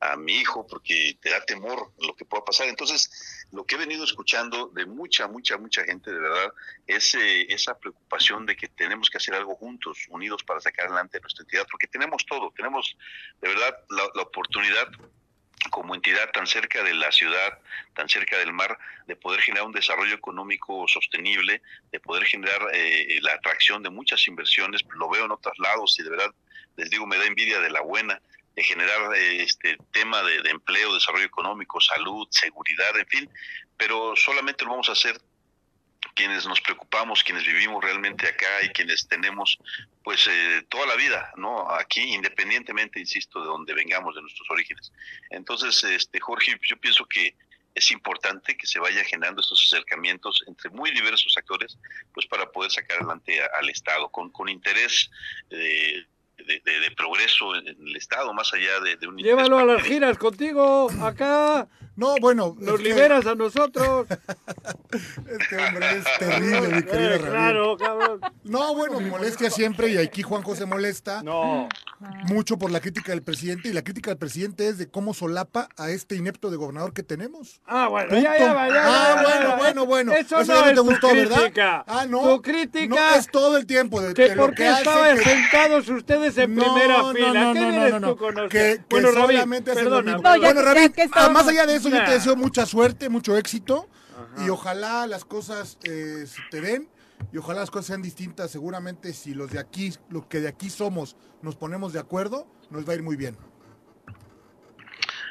Speaker 10: a, a mi hijo porque te da temor lo que pueda pasar. Entonces, lo que he venido escuchando de mucha, mucha, mucha gente, de verdad, es eh, esa preocupación de que tenemos que hacer algo juntos, unidos para sacar adelante nuestra entidad, porque tenemos todo, tenemos de verdad la, la oportunidad como entidad tan cerca de la ciudad, tan cerca del mar, de poder generar un desarrollo económico sostenible, de poder generar eh, la atracción de muchas inversiones, lo veo en otros lados y de verdad les digo, me da envidia de la buena, de generar este tema de, de, empleo, desarrollo económico, salud, seguridad, en fin, pero solamente lo vamos a hacer quienes nos preocupamos, quienes vivimos realmente acá y quienes tenemos pues eh, toda la vida, ¿no? Aquí independientemente, insisto, de donde vengamos, de nuestros orígenes. Entonces, este Jorge, yo pienso que es importante que se vaya generando estos acercamientos entre muy diversos actores, pues para poder sacar adelante a, al Estado con, con interés eh, de, de, de, progreso en el Estado, más allá de, de un...
Speaker 3: Llévalo a las giras contigo, acá.
Speaker 5: No, bueno...
Speaker 3: Nos liberas que... a nosotros.
Speaker 5: este hombre es terrible, mi querido eh,
Speaker 3: Claro, cabrón.
Speaker 5: No, bueno, molestia siempre, y aquí Juanjo se molesta.
Speaker 3: No.
Speaker 5: Mucho por la crítica del presidente, y la crítica del presidente es de cómo solapa a este inepto de gobernador que tenemos.
Speaker 3: Ah, bueno, ya, ya, va, ya,
Speaker 5: Ah, va, bueno, va, bueno, bueno.
Speaker 3: Eso, eso no
Speaker 5: ya
Speaker 3: es
Speaker 5: te gustó,
Speaker 3: tu
Speaker 5: ¿verdad?
Speaker 3: crítica.
Speaker 5: Ah, no.
Speaker 3: Tu crítica...
Speaker 5: No, es todo el tiempo. De,
Speaker 3: que
Speaker 5: de
Speaker 3: porque
Speaker 5: lo que
Speaker 3: estaba
Speaker 5: hace, que...
Speaker 3: sentados ustedes en primera
Speaker 5: no,
Speaker 3: fila.
Speaker 5: No,
Speaker 3: ¿Qué
Speaker 5: no,
Speaker 3: vienes
Speaker 5: no, no,
Speaker 3: tú con nosotros?
Speaker 5: Que, que
Speaker 3: bueno, Rabín,
Speaker 5: solamente hace lo
Speaker 3: perdona.
Speaker 5: mismo.
Speaker 12: No, ya
Speaker 5: bueno,
Speaker 12: que- ya
Speaker 5: Rabín,
Speaker 12: que estamos-
Speaker 5: ah, más allá de eso, yo
Speaker 3: Nah.
Speaker 5: te deseo mucha suerte, mucho éxito. Y ojalá las cosas eh, se te den. Y ojalá las cosas sean distintas. Seguramente, si los de aquí, los que de aquí somos, nos ponemos de acuerdo, nos va a ir muy bien.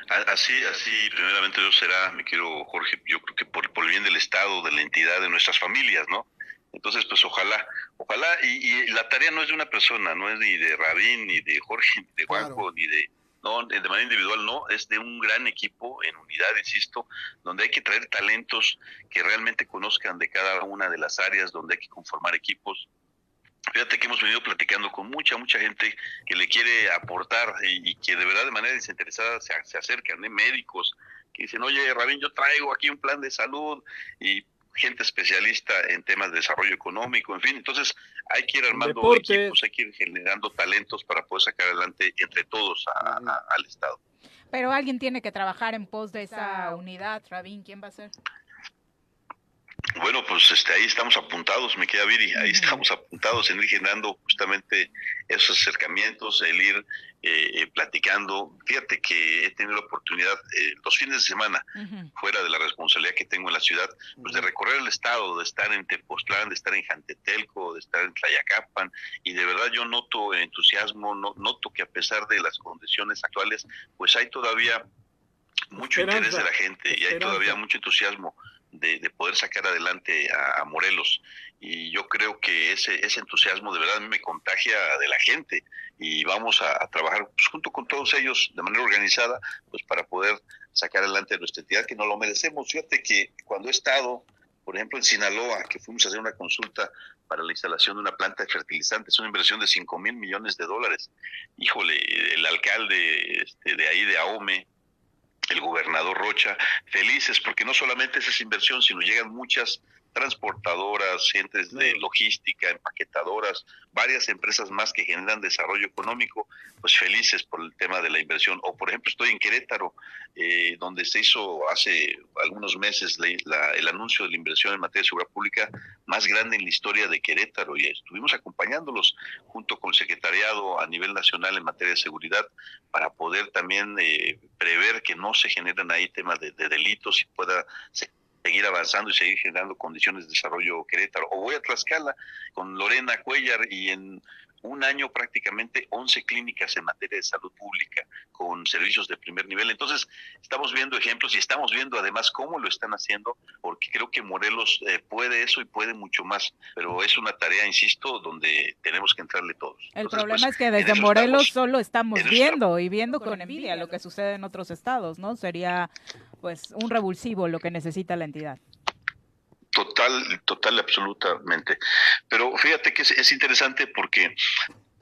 Speaker 10: A- Así, así, primeramente yo será, me quiero, Jorge, yo creo que por, por el bien del Estado, de la entidad, de nuestras familias, ¿no? Entonces, pues ojalá, ojalá, y, y la tarea no es de una persona, no es ni de Rabín, ni de Jorge, ni de Juanjo,
Speaker 5: Claro.
Speaker 10: ni de, no, de manera individual no, es de un gran equipo en unidad, insisto, donde hay que traer talentos que realmente conozcan de cada una de las áreas, donde hay que conformar equipos, Fíjate que hemos venido platicando con mucha, mucha gente que le quiere aportar y, y que de verdad de manera desinteresada se, se acercan, ¿eh? médicos que dicen, oye, Rabín, yo traigo aquí un plan de salud y gente especialista en temas de desarrollo económico, en fin, entonces hay que ir armando
Speaker 3: Deportes.
Speaker 10: equipos, hay que ir generando talentos para poder sacar adelante entre todos a- a- al Estado.
Speaker 2: Pero alguien tiene que trabajar en pos de esa unidad, Rabín, ¿quién va a ser?
Speaker 10: Bueno, pues este, ahí estamos apuntados, me queda Viri, ahí estamos apuntados en ir generando justamente esos acercamientos, el ir eh, platicando. Fíjate que he tenido la oportunidad eh, los fines de semana, uh -huh. fuera de la responsabilidad que tengo en la ciudad, pues de recorrer el estado, de estar en Tepoztlán, de estar en Jantetelco, de estar en Tlayacapan, y de verdad yo noto entusiasmo, no, noto que a pesar de las condiciones actuales, pues hay todavía mucho esperanza, interés de la gente esperanza. y hay todavía mucho entusiasmo. De, de, poder sacar adelante a, a, Morelos. Y yo creo que ese, ese entusiasmo de verdad me contagia de la gente y vamos a, a trabajar pues, junto con todos ellos de manera organizada pues para poder sacar adelante nuestra entidad que no lo merecemos. Fíjate que cuando he estado, por ejemplo, en Sinaloa, que fuimos a hacer una consulta para la instalación de una planta de fertilizantes, una inversión de 5 mil millones de dólares. Híjole, el alcalde este, de ahí, de AOME, el gobernador Rocha, felices porque no solamente es esa inversión, sino llegan muchas transportadoras, gentes de logística, empaquetadoras, varias empresas más que generan desarrollo económico, pues felices por el tema de la inversión. O por ejemplo, estoy en Querétaro, eh, donde se hizo hace algunos meses la, la, el anuncio de la inversión en materia de seguridad pública más grande en la historia de Querétaro y estuvimos acompañándolos junto con el secretariado a nivel nacional en materia de seguridad para poder también eh, prever que no se generan ahí temas de, de delitos y pueda... Se, seguir avanzando y seguir generando condiciones de desarrollo Querétaro. O voy a Tlaxcala con Lorena Cuellar y en un año prácticamente 11 clínicas en materia de salud pública con servicios de primer nivel. Entonces, estamos viendo ejemplos y estamos viendo además cómo lo están haciendo, porque creo que Morelos eh, puede eso y puede mucho más, pero es una tarea, insisto, donde tenemos que entrarle todos.
Speaker 2: El
Speaker 10: Entonces,
Speaker 2: problema pues, es que desde Morelos estamos, solo estamos viendo nuestra... y viendo con envidia lo que sucede en otros estados, ¿no? Sería pues un revulsivo lo que necesita la entidad.
Speaker 10: Total, total, absolutamente. Pero fíjate que es, es, interesante porque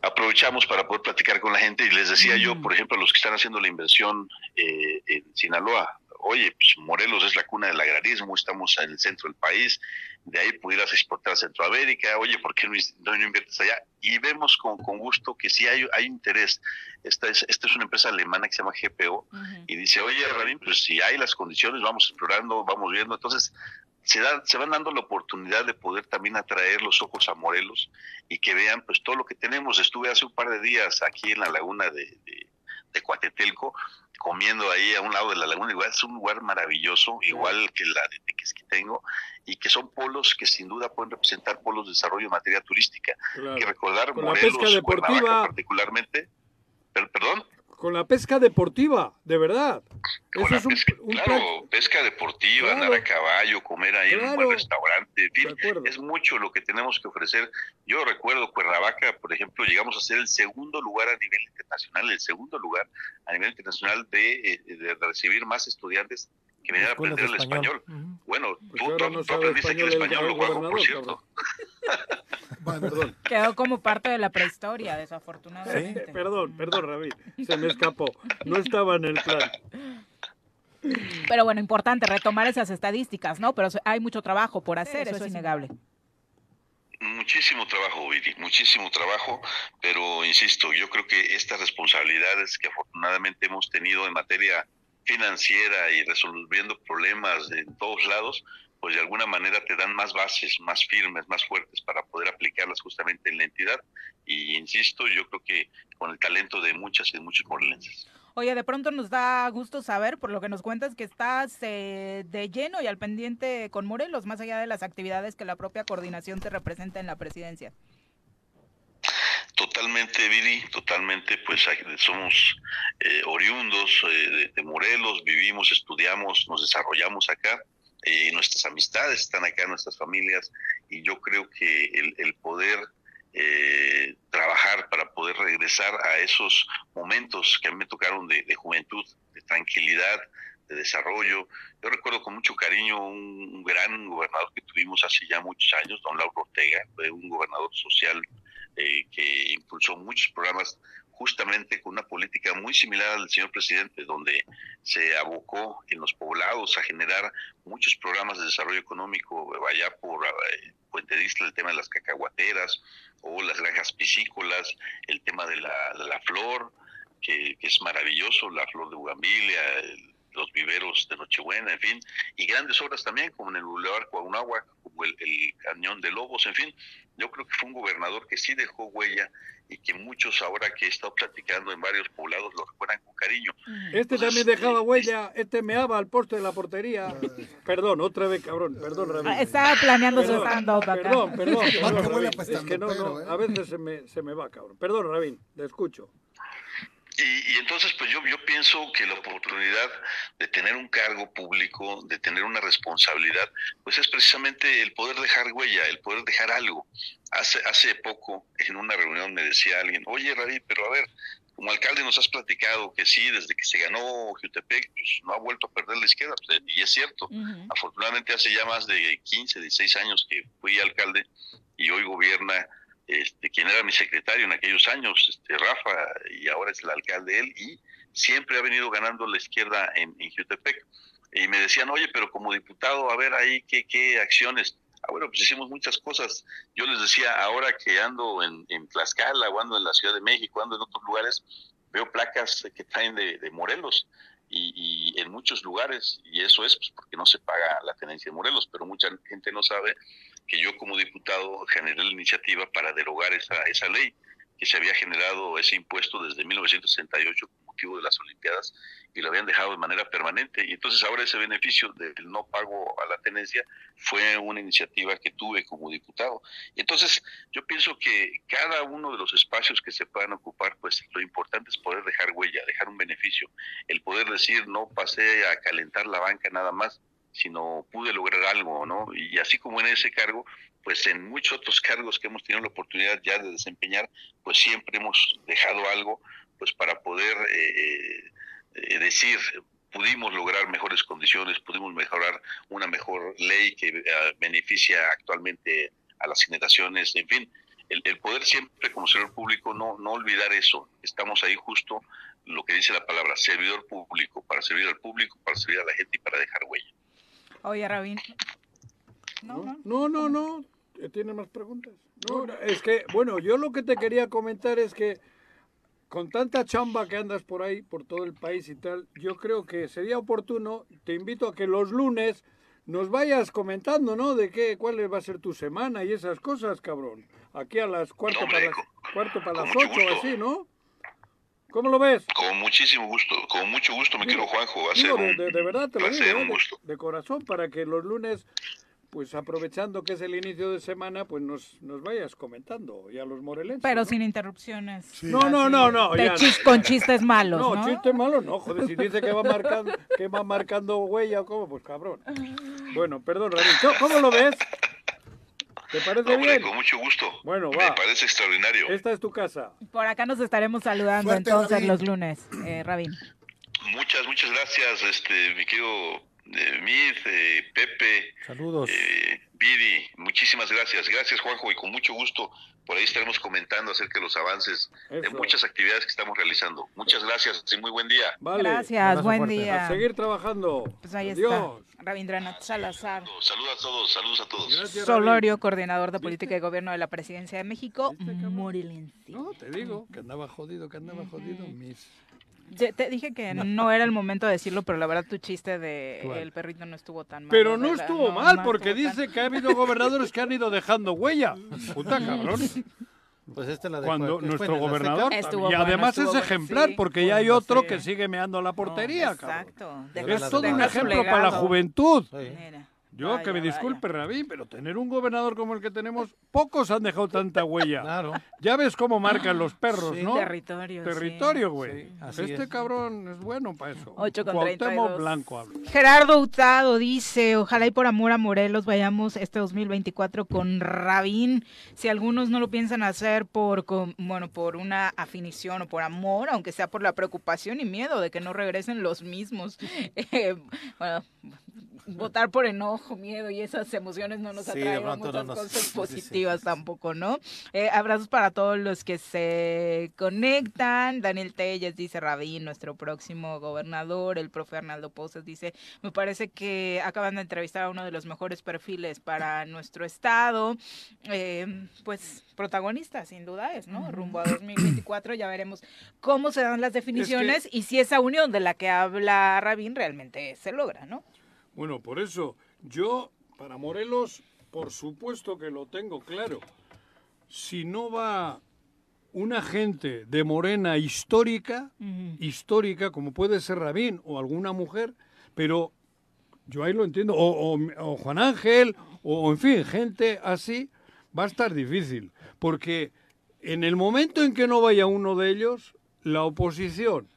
Speaker 10: aprovechamos para poder platicar con la gente y les decía mm. yo, por ejemplo, a los que están haciendo la inversión eh, en Sinaloa, oye, pues Morelos es la cuna del agrarismo, estamos en el centro del país, de ahí pudieras exportar a Centroamérica, oye, ¿por qué no, no inviertes allá? Y vemos con, con, gusto que sí hay, hay interés. Esta es, esta es una empresa alemana que se llama GPO uh -huh. y dice, oye, Rabín, pues si hay las condiciones, vamos explorando, vamos viendo. Entonces, se, da, se, van dando la oportunidad de poder también atraer los ojos a Morelos y que vean pues todo lo que tenemos. Estuve hace un par de días aquí en la laguna de, de, de Coatetelco comiendo ahí a un lado de la laguna, igual es un lugar maravilloso, igual que la de que tengo, y que son polos que sin duda pueden representar polos de desarrollo en materia turística. Claro. Que recordar
Speaker 13: Con
Speaker 10: Morelos,
Speaker 13: la pesca deportiva.
Speaker 10: particularmente, per, perdón
Speaker 13: con la pesca deportiva, de verdad.
Speaker 10: Con Eso la es un, pesca, un claro, pesca deportiva, claro. andar a caballo, comer ahí claro. en un buen restaurante, en fin, es mucho lo que tenemos que ofrecer. Yo recuerdo Cuernavaca, por ejemplo, llegamos a ser el segundo lugar a nivel internacional, el segundo lugar a nivel internacional de, eh, de recibir más estudiantes que venían a aprender el español. español. Uh -huh. Bueno, pues tú, tú, no tú aprendiste aquí el español, lo guardo, por cierto.
Speaker 2: Perdón. Quedó como parte de la prehistoria, desafortunadamente.
Speaker 13: Sí, perdón, perdón, David, se me escapó. No estaba en el plan.
Speaker 2: Pero bueno, importante retomar esas estadísticas, ¿no? Pero hay mucho trabajo por hacer, sí, eso, eso, es innegable.
Speaker 10: Muchísimo trabajo, Viri, muchísimo trabajo, pero insisto, yo creo que estas responsabilidades que afortunadamente hemos tenido en materia financiera y resolviendo problemas en todos lados, pues de alguna manera te dan más bases, más firmes, más fuertes para poder aplicarlas justamente en la entidad. Y insisto, yo creo que con el talento de muchas y de muchos morelenses.
Speaker 2: Oye, de pronto nos da gusto saber, por lo que nos cuentas, que estás eh, de lleno y al pendiente con Morelos, más allá de las actividades que la propia coordinación te representa en la presidencia.
Speaker 10: Totalmente, Viri, totalmente, pues somos eh, oriundos eh, de, de Morelos, vivimos, estudiamos, nos desarrollamos acá. Eh, nuestras amistades están acá, nuestras familias, y yo creo que el, el poder eh, trabajar para poder regresar a esos momentos que a mí me tocaron de, de juventud, de tranquilidad, de desarrollo. Yo recuerdo con mucho cariño un, un, gran gobernador que tuvimos hace ya muchos años, don Lauro Ortega, fue un gobernador social eh, que impulsó muchos programas justamente con una política muy similar al señor presidente, donde se abocó en los poblados a generar muchos programas de desarrollo económico, allá por eh, Puente de Isla, el tema de las cacahuateras o las granjas piscícolas, el tema de la, de la flor, que, que es maravilloso, la flor de Bugambilia, el, los viveros de Nochebuena, en fin, y grandes obras también, como en el Boulevard Coahuac, como el, el, Cañón de Lobos, en fin. Yo creo que fue un gobernador que sí dejó huella y que muchos ahora que he estado platicando en varios poblados lo recuerdan con cariño.
Speaker 3: Este Entonces, también dejaba huella, este meaba al poste de la portería. perdón, otra vez, cabrón, perdón, Ramiro.
Speaker 2: Estaba Ah, planeando
Speaker 3: perdón,
Speaker 2: su stand-up acá.
Speaker 3: Perdón,
Speaker 2: Ah,
Speaker 3: perdón, perdón Rabín. es que no, no, a veces se me, se me va, cabrón. Perdón, Rabín, te escucho.
Speaker 10: Y, y, entonces, pues yo, yo pienso que la oportunidad de tener un cargo público, de tener una responsabilidad, pues es precisamente el poder dejar huella, el poder dejar algo. Hace, hace poco, en una reunión, me decía alguien, oye, Ravi, pero a ver, como alcalde nos has platicado que sí, desde que se ganó Jutepec, pues no ha vuelto a perder la izquierda, pues, y es cierto. Uh -huh. Afortunadamente, hace ya más de 15, 16 años que fui alcalde y hoy gobierna este, quien era mi secretario en aquellos años, este, Rafa, y ahora es el alcalde él, y siempre ha venido ganando la izquierda en, en Jutepec. Y me decían, oye, pero como diputado, a ver ahí qué, qué acciones. Ah, bueno, pues hicimos muchas cosas. Yo les decía, ahora que ando en, en Tlaxcala, o ando en la Ciudad de México, ando en otros lugares, veo placas que traen de, de Morelos. Y, y, en muchos lugares, y eso es pues, porque no se paga la tenencia de Morelos, pero mucha gente no sabe que yo como diputado generé la iniciativa para derogar esa, esa ley que se había generado ese impuesto desde 1968 con motivo de las Olimpiadas y lo habían dejado de manera permanente. Y entonces ahora ese beneficio del no pago a la tenencia fue una iniciativa que tuve como diputado. Y entonces yo pienso que cada uno de los espacios que se puedan ocupar, pues lo importante es poder dejar huella, dejar un beneficio, el poder decir no pasé a calentar la banca nada más, sino pude lograr algo, ¿no? Y así como en ese cargo, pues en muchos otros cargos que hemos tenido la oportunidad ya de desempeñar, pues siempre hemos dejado algo, pues para poder eh, eh, decir, pudimos lograr mejores condiciones, pudimos mejorar una mejor ley que eh, beneficia actualmente a las generaciones, en fin, el, el, poder siempre como servidor público, no, no olvidar eso, estamos ahí justo lo que dice la palabra, servidor público, para servir al público, para servir a la gente y para dejar huella.
Speaker 2: Oye, Rabín.
Speaker 3: No, no, no, no. no. Tiene más preguntas. No, no, es que, bueno, yo lo que te quería comentar es que con tanta chamba que andas por ahí, por todo el país y tal, yo creo que sería oportuno, te invito a que los lunes nos vayas comentando, ¿no? De qué, cuál va a ser tu semana y esas cosas, cabrón. Aquí a las cuarto
Speaker 10: Hombre,
Speaker 3: para las,
Speaker 10: con,
Speaker 3: cuarto para las
Speaker 10: mucho
Speaker 3: ocho,
Speaker 10: gusto.
Speaker 3: así, ¿no? ¿Cómo lo ves?
Speaker 10: Con muchísimo gusto, con mucho gusto, mi querido Juanjo. Va a ser
Speaker 3: Digo, de,
Speaker 10: un,
Speaker 3: de- de verdad te
Speaker 10: va
Speaker 3: lo
Speaker 10: a
Speaker 3: digo,
Speaker 10: ser
Speaker 3: ¿eh?
Speaker 10: un
Speaker 3: de,
Speaker 10: gusto.
Speaker 3: de corazón, para que los lunes, pues aprovechando que es el inicio de semana, pues nos, nos vayas comentando y a los morelenses.
Speaker 2: Pero
Speaker 3: ¿no?
Speaker 2: sin interrupciones.
Speaker 3: No, no, no, no,
Speaker 2: De
Speaker 3: ya no.
Speaker 2: chis- con chistes malos,
Speaker 3: No,
Speaker 2: ¿no?
Speaker 3: chiste malo no, joder, si dice que va marcando, que va marcando huella, ¿cómo? Pues cabrón. Bueno, perdón, Ramín, ¿cómo- ¿cómo lo ves? ¿Te parece
Speaker 10: Hombre,
Speaker 3: bien?
Speaker 10: con mucho gusto.
Speaker 3: Bueno,
Speaker 10: Me
Speaker 3: va.
Speaker 10: parece extraordinario.
Speaker 3: Esta es tu casa.
Speaker 2: Por acá nos estaremos saludando
Speaker 3: Suerte,
Speaker 2: entonces
Speaker 3: Rabín.
Speaker 2: los lunes, eh, Rabín.
Speaker 10: Muchas, muchas gracias, este, mi querido eh, Mid, eh, Pepe,
Speaker 4: Saludos.
Speaker 10: eh, Viri, muchísimas gracias. Gracias, Juanjo, y con mucho gusto por ahí estaremos comentando acerca de los avances de
Speaker 3: Eso.
Speaker 10: muchas actividades que estamos realizando. Muchas gracias y muy buen día.
Speaker 3: Vale.
Speaker 2: Gracias, Abrazo buen fuerte. día.
Speaker 3: A seguir trabajando.
Speaker 2: Pues ahí
Speaker 3: Adiós.
Speaker 2: está. Rabindranath Salazar.
Speaker 10: Saludos a todos, saludos a todos.
Speaker 2: Solorio, coordinador de política y gobierno de la Presidencia de México, morelense.
Speaker 3: No, te digo, que andaba jodido, que andaba jodido. Mis...
Speaker 2: Yo te dije que no era el momento de decirlo, pero la verdad tu chiste de
Speaker 3: ¿Cuál?
Speaker 2: el perrito no estuvo tan mal. la
Speaker 3: Pero no
Speaker 2: verdad,
Speaker 3: estuvo
Speaker 2: no,
Speaker 3: mal,
Speaker 2: no
Speaker 3: porque
Speaker 2: estuvo tan-
Speaker 3: dice que ha habido gobernadores que han ido dejando huella. Puta cabrón.
Speaker 4: Pues esta la dejo
Speaker 3: Cuando
Speaker 4: después
Speaker 3: nuestro
Speaker 4: en la Azteca.
Speaker 3: gobernador.
Speaker 2: Estuvo
Speaker 3: y
Speaker 2: bueno,
Speaker 3: además
Speaker 2: estuvo
Speaker 3: es
Speaker 2: bueno,
Speaker 3: ejemplar,
Speaker 2: sí.
Speaker 3: porque ya hay otro que sigue meando la portería, cabrón.
Speaker 2: Exacto.
Speaker 3: Es
Speaker 2: Dejas-
Speaker 3: todo un
Speaker 2: dejas
Speaker 3: ejemplo para la
Speaker 2: plegado.
Speaker 3: juventud.
Speaker 2: Mira,
Speaker 3: Yo,
Speaker 2: vaya,
Speaker 3: que me
Speaker 2: vaya.
Speaker 3: disculpe, Rabí, pero tener un gobernador como el que tenemos, pocos han dejado tanta huella. Ya ves cómo marcan los perros,
Speaker 4: Sí.
Speaker 3: ¿no?
Speaker 2: Territorio, sí.
Speaker 3: Territorio, güey.
Speaker 4: Sí, así
Speaker 3: este
Speaker 4: es.
Speaker 3: cabrón es bueno para eso.
Speaker 2: Ocho con
Speaker 3: Cuauhtémoc
Speaker 2: 32.
Speaker 3: Blanco habla.
Speaker 2: Gerardo Hurtado dice, ojalá y por amor a Morelos vayamos este 2024 con Rabín. Si algunos no lo piensan hacer por, con- bueno, por una afinición o por amor, aunque sea por la preocupación y miedo de que no regresen los mismos. Eh, bueno, votar por enojo, miedo y esas emociones no nos
Speaker 4: Sí, de
Speaker 2: atraen
Speaker 4: pronto
Speaker 2: muchas
Speaker 4: no nos-
Speaker 2: cosas
Speaker 4: sí, sí, sí.
Speaker 2: positivas tampoco, ¿no? Eh, abrazos para todos los que se conectan. Daniel Telles dice Rabín, nuestro próximo gobernador. El profe Arnaldo Pozas dice, me parece que acaban de entrevistar a uno de los mejores perfiles para nuestro estado. Eh, pues protagonista, sin duda es, ¿no? Rumbo a 2024 ya veremos cómo se dan las definiciones y si esa unión de la que habla Rabín realmente se logra, ¿no?
Speaker 3: Bueno, por eso yo, para Morelos, por supuesto que lo tengo claro. Si no va una gente de Morena histórica, histórica, como puede ser Rabín o alguna mujer, pero yo ahí lo entiendo, o, o- o Juan Ángel, o en fin, gente así, va a estar difícil, porque en el momento en que no vaya uno de ellos, la oposición